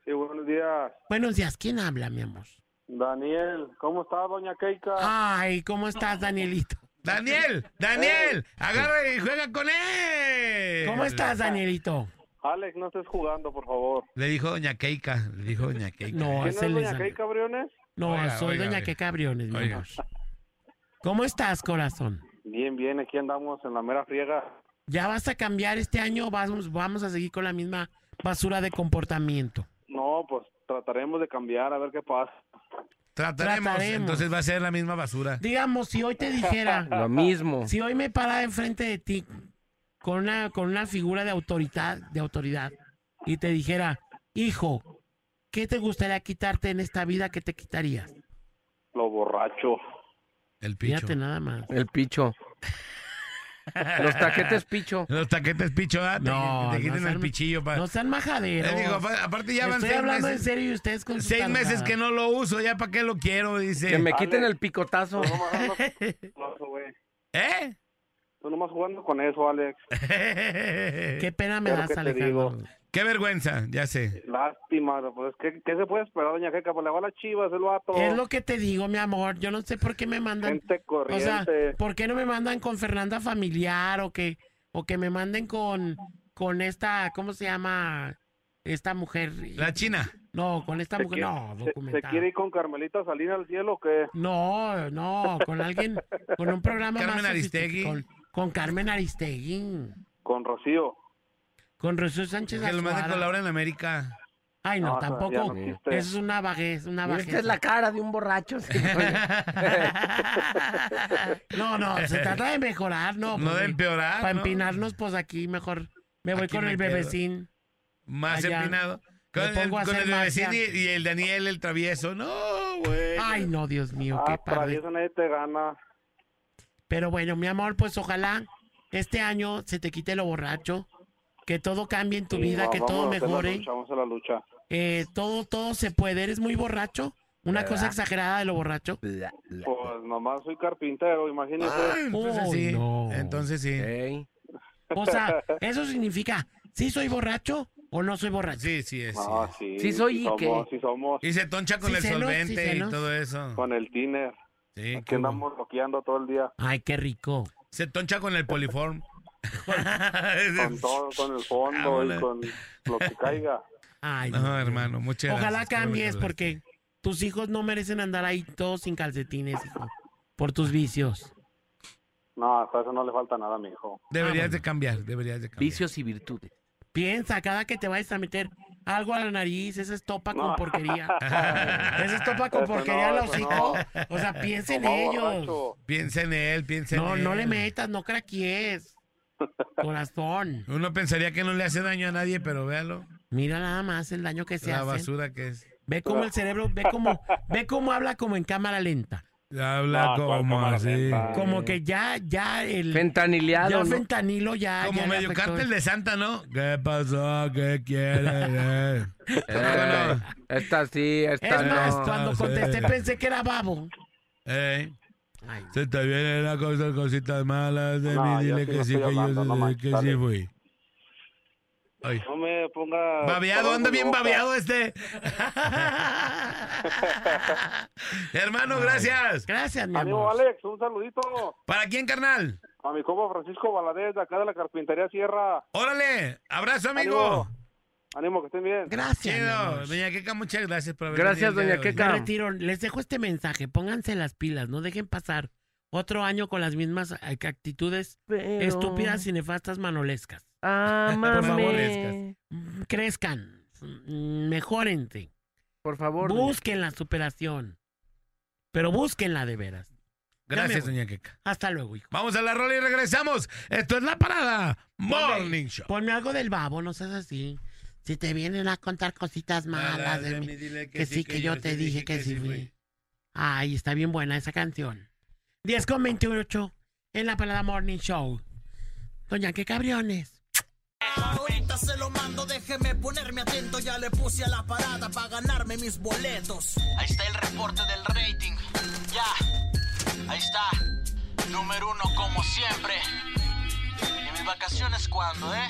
Speaker 11: Sí, buenos días.
Speaker 4: buenos días. ¿Quién habla, mi amor?
Speaker 11: Daniel, ¿cómo está, doña Keika?
Speaker 4: Ay, ¿cómo estás, Danielito?
Speaker 6: Ah, Daniel,
Speaker 11: Eh.
Speaker 6: Daniel, agarra y juega con él.
Speaker 4: ¿Cómo estás, Danielito?
Speaker 11: Alex, no estés jugando, por favor.
Speaker 6: Le dijo doña Keika. Le dijo doña Keika.
Speaker 4: No,
Speaker 11: ¿Quién
Speaker 4: es el de
Speaker 11: doña
Speaker 4: San-
Speaker 11: Keika Briones?
Speaker 4: No,
Speaker 6: Oiga,
Speaker 4: soy
Speaker 6: oiga,
Speaker 4: doña
Speaker 6: oiga.
Speaker 4: que cabriones, mi
Speaker 6: Oiga.
Speaker 4: amor. ¿Cómo estás, corazón?
Speaker 11: Bien, bien, aquí andamos en la mera friega.
Speaker 4: ¿Ya vas a cambiar este año o vamos, vamos a seguir con la misma basura de comportamiento.
Speaker 11: No, pues trataremos de cambiar a ver qué pasa.
Speaker 6: Trataremos,
Speaker 4: Trataremos.
Speaker 6: entonces va a ser la misma basura.
Speaker 4: Digamos, si hoy te dijera...
Speaker 6: Lo mismo.
Speaker 4: Si hoy me parara enfrente de ti con una, con una figura de autoridad, de autoridad y te dijera, hijo, ¿qué te gustaría quitarte en esta vida que te quitarías?
Speaker 11: Lo borracho.
Speaker 6: El
Speaker 4: picho. Fíjate nada más.
Speaker 5: El picho. Los taquetes picho.
Speaker 6: Los taquetes picho, ah, te-
Speaker 4: No,
Speaker 6: te, quiten
Speaker 4: no
Speaker 6: el
Speaker 4: sean-
Speaker 6: pichillo. Pa.
Speaker 4: No sean majaderos.
Speaker 6: Eh, digo, apa- aparte ya van
Speaker 4: Estoy
Speaker 6: seis
Speaker 4: hablando
Speaker 6: meses.
Speaker 4: en serio y ustedes con sus
Speaker 6: Seis meses
Speaker 4: tarugadas.
Speaker 6: que no lo uso, ya para qué lo quiero, dice.
Speaker 5: Que me quiten el picotazo.
Speaker 6: ¿Eh?
Speaker 11: Tú nomás jugando con eso, Alex.
Speaker 6: Qué
Speaker 4: pena
Speaker 11: me das, Alejandro.
Speaker 6: Qué vergüenza, ya sé.
Speaker 11: Lástima, pues, ¿qué, qué se puede esperar, doña Jeca? Pues le va a las chivas, el vato.
Speaker 4: Es lo que te digo, mi amor. Yo no sé por qué me mandan.
Speaker 11: Gente
Speaker 4: O sea,
Speaker 11: corriente.
Speaker 4: ¿por qué no me mandan con Fernanda Familiar o que, o que me manden con, con esta, ¿cómo se llama? Esta mujer.
Speaker 6: La china.
Speaker 4: No, con esta
Speaker 11: ¿Se
Speaker 4: mujer.
Speaker 11: quiere-
Speaker 4: No,
Speaker 11: se- ¿Se
Speaker 4: documentada.
Speaker 11: quiere ir con Carmelita Salina al cielo o qué?
Speaker 4: No, no, con alguien, con un programa más.
Speaker 11: Carmen
Speaker 4: sofisticado,
Speaker 11: Aristegui.
Speaker 4: Con, con Carmen Aristegui.
Speaker 11: Con Rocío.
Speaker 4: Con Rocío Sánchez
Speaker 6: Que lo manden
Speaker 4: Azuara.
Speaker 6: con Laura en América.
Speaker 4: Ay, no,
Speaker 6: No, eso ya
Speaker 4: tampoco.
Speaker 6: no
Speaker 4: Eso
Speaker 6: existe.
Speaker 4: es una vejez, una
Speaker 5: Esta
Speaker 4: vejez.
Speaker 5: es la cara de un borracho. sí.
Speaker 4: No, no, se trata de mejorar, no. Pues,
Speaker 6: No de empeorar,
Speaker 4: Para
Speaker 6: ¿no?
Speaker 4: empinarnos, pues aquí mejor me voy
Speaker 6: Aquí
Speaker 4: con
Speaker 6: me
Speaker 4: el
Speaker 6: quedo.
Speaker 4: bebecín.
Speaker 6: Más
Speaker 4: Allá.
Speaker 6: empinado.
Speaker 4: Me
Speaker 6: Con el,
Speaker 4: pongo a
Speaker 6: con
Speaker 4: hacer
Speaker 6: el bebecín
Speaker 4: magia.
Speaker 6: y, y el Daniel, el travieso. No, güey.
Speaker 4: Ay, no, Dios mío,
Speaker 11: Ah,
Speaker 4: qué padre.
Speaker 11: travieso nadie te gana.
Speaker 4: Pero bueno, mi amor, pues ojalá este año se te quite lo borracho, que todo cambie en tu
Speaker 11: Sí,
Speaker 4: vida,
Speaker 11: no,
Speaker 4: que todo
Speaker 11: vamos a hacer la
Speaker 4: mejore.
Speaker 11: lucha, Vamos a la lucha.
Speaker 4: Eh, todo, todo se puede. ¿Eres muy borracho? Una
Speaker 11: Bla.
Speaker 4: cosa exagerada de lo borracho.
Speaker 11: Pues nomás soy carpintero, imagínese.
Speaker 4: Ah,
Speaker 6: Entonces sí. Entonces sí.
Speaker 4: O sea, eso significa, ¿sí soy borracho o no soy borracho?
Speaker 6: Sí, sí, es.
Speaker 11: No, Ah, sí, sí somos, sí somos.
Speaker 6: Y se toncha con
Speaker 4: Sí,
Speaker 6: el
Speaker 4: se nos- sí,
Speaker 6: solvente
Speaker 4: se
Speaker 6: y
Speaker 4: nos.
Speaker 6: todo eso.
Speaker 11: Con el tiner.
Speaker 6: Sí,
Speaker 11: Aquí andamos bloqueando todo el día.
Speaker 4: Ay, qué rico.
Speaker 6: Se toncha con el poliform.
Speaker 11: Con todo, con el fondo y
Speaker 6: Vámonos.
Speaker 11: con lo que caiga.
Speaker 4: Ay,
Speaker 6: no, hermano, muchas
Speaker 4: Ojalá
Speaker 6: gracias. Qué bueno que
Speaker 4: cambies
Speaker 6: hablaste.
Speaker 4: porque tus hijos no merecen andar ahí todos sin calcetines, hijo. Por tus vicios.
Speaker 11: No, hasta eso no le falta nada, mi hijo.
Speaker 6: Deberías de cambiar, deberías de cambiar.
Speaker 5: Vicios y virtudes.
Speaker 4: Piensa, cada que te vayas a meter algo a la nariz, esa estopa con
Speaker 5: No.
Speaker 4: porquería. esa estopa con
Speaker 6: Eso
Speaker 4: porquería
Speaker 6: no,
Speaker 4: al
Speaker 6: eso
Speaker 4: hocico.
Speaker 6: no.
Speaker 4: O sea, piensa en
Speaker 6: Como
Speaker 4: ellos.
Speaker 6: borracho. Piensa en él, piensa
Speaker 4: No,
Speaker 6: en él.
Speaker 4: no le metas, no craquies. Corazón.
Speaker 6: Uno pensaría que no le hace daño a nadie, pero véalo.
Speaker 4: Mira nada más el daño que se
Speaker 6: la
Speaker 4: hace.
Speaker 6: basura que es.
Speaker 4: Ve cómo el cerebro, ve cómo, ve cómo habla como en cámara lenta. Ah,
Speaker 6: Habla como Ah, así.
Speaker 4: Como que ya, ya el.
Speaker 5: Fentanileado,
Speaker 4: Ya
Speaker 5: ¿no?
Speaker 4: fentanilo, Ah, ya.
Speaker 6: Como
Speaker 4: ya le
Speaker 6: medio
Speaker 4: afectó.
Speaker 6: cártel de Santa, ¿no? ¿Qué pasó? ¿Qué quieres?
Speaker 5: Eh, esta sí, esta
Speaker 4: Es más,
Speaker 5: no.
Speaker 4: cuando contesté pensé que era babo.
Speaker 6: Ey. Se te vienen las cosas, cositas malas de
Speaker 11: No,
Speaker 6: mí.
Speaker 11: yo
Speaker 6: Dile
Speaker 11: sí
Speaker 6: que
Speaker 11: no
Speaker 6: sí,
Speaker 11: estoy
Speaker 6: que
Speaker 11: hablando,
Speaker 6: yo
Speaker 11: no
Speaker 6: sé
Speaker 11: manches,
Speaker 6: que sí
Speaker 11: dale. Eh,
Speaker 6: fui. Ay.
Speaker 11: No me ponga...
Speaker 6: Babeado, anda bien
Speaker 11: Boca.
Speaker 6: babeado este. Hermano, gracias.
Speaker 4: Gracias,
Speaker 11: Amigo Alex, un saludito.
Speaker 6: ¿Para quién, carnal?
Speaker 11: A mi compa Francisco Valadez, de acá de la Carpintería Sierra.
Speaker 6: Órale, abrazo, amigo.
Speaker 11: Ánimo, Ánimo, que estén bien.
Speaker 4: Gracias. mi
Speaker 6: Chido.
Speaker 4: amor.
Speaker 6: Doña Queca, muchas gracias por haber
Speaker 5: Gracias,
Speaker 6: venido el
Speaker 5: doña
Speaker 6: día de
Speaker 5: Queca.
Speaker 6: hoy.
Speaker 4: Me retiro. Les dejo este mensaje. Pónganse las pilas. No dejen pasar otro año con las mismas eh, actitudes
Speaker 5: Pero-
Speaker 4: estúpidas y nefastas manolescas.
Speaker 5: Ámame.
Speaker 4: Por favor, crezcan. mm, Mejórense.
Speaker 5: Por favor.
Speaker 4: Busquen la superación. Pero búsquenla de veras. Ya me
Speaker 6: Gracias,
Speaker 4: voy.
Speaker 6: doña Queca.
Speaker 4: Hasta luego, hijo.
Speaker 6: Vamos a la rola y regresamos. Esto es La Parada Morning Show.
Speaker 4: Ponme algo del babo, no seas así. Si te vienen a contar cositas malas de mí, que, sí, que, yo te dije que, sí. fui. Ay, está bien buena esa canción. 10 con 28 en la Parada Morning Show. Doña, qué cabriones.
Speaker 3: Ahorita se lo mando, déjeme ponerme atento. Ya le puse a la parada para ganarme mis boletos. Ahí está el reporte del rating. Ya, ahí está. Número uno, como siempre. ¿Y mis vacaciones cuándo, eh?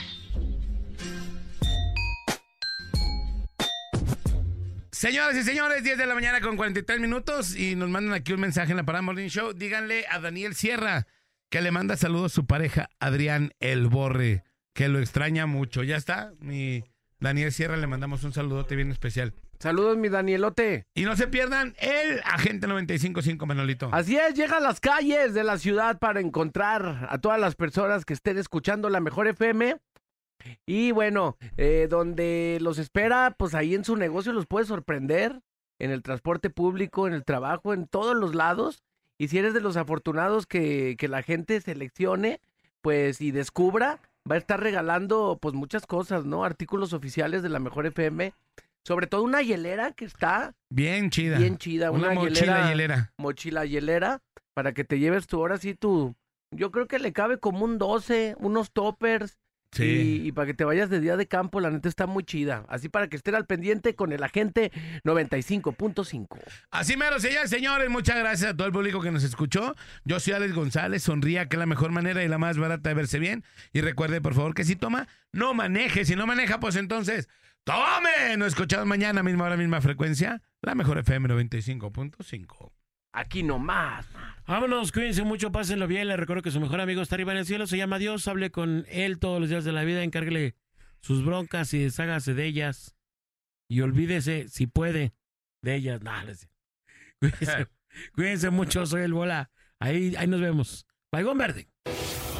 Speaker 6: Señoras y señores, 10 de la mañana con 43 minutos y nos mandan aquí un mensaje en la Parada Morning Show. Díganle a Daniel Sierra que le manda saludos a su pareja Adrián El Borre, que lo extraña mucho. Ya está, mi Daniel Sierra le mandamos un saludote bien especial.
Speaker 5: Saludos, mi Danielote.
Speaker 6: Y no se pierdan el Agente 955 Manolito.
Speaker 5: Así es, llega a las calles de la ciudad para encontrar a todas las personas que estén escuchando la mejor FM Y bueno, eh, donde los espera, pues ahí en su negocio los puede sorprender, en el transporte público, en el trabajo, en todos los lados. Y si eres de los afortunados que, que la gente seleccione, pues y descubra, va a estar regalando pues muchas cosas, ¿no? Artículos oficiales de la mejor FM. Sobre todo una hielera que está
Speaker 6: Bien chida.
Speaker 5: bien chida, una,
Speaker 6: mochila
Speaker 5: hielera,
Speaker 6: hielera.
Speaker 5: Mochila hielera, para que te lleves tu ahora sí tu. Yo creo que le cabe como un 12, unos toppers.
Speaker 6: Sí.
Speaker 5: Y, y para que te vayas de día de campo, la neta está muy chida. Así para que estén al pendiente con el agente 95.5.
Speaker 6: Así mero, señores, señores, muchas gracias a todo el público que nos escuchó. Yo soy Alex González, sonría que es la mejor manera y la más barata de verse bien. Y recuerde, por favor, que si toma, no maneje. Si no maneja, pues entonces, tome. Nos escuchamos mañana, misma hora, misma frecuencia. La mejor FM 95.5.
Speaker 5: Aquí nomás.
Speaker 4: Vámonos, cuídense mucho, pásenlo bien. Les recuerdo que su mejor amigo está arriba en el cielo, se llama Dios, hable con él todos los días de la vida, encárguele sus broncas y deshágase de ellas. Y olvídese, si puede, de ellas. Nah, no es cierto. cuídense, cuídense mucho, soy el bola. Ahí, ahí nos vemos. Baigón Verde.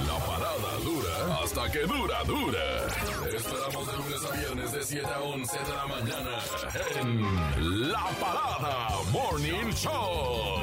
Speaker 1: La parada dura hasta que dura, dura. Te Esperamos de lunes a viernes de 7 a 11 de la mañana en La Parada Morning Show.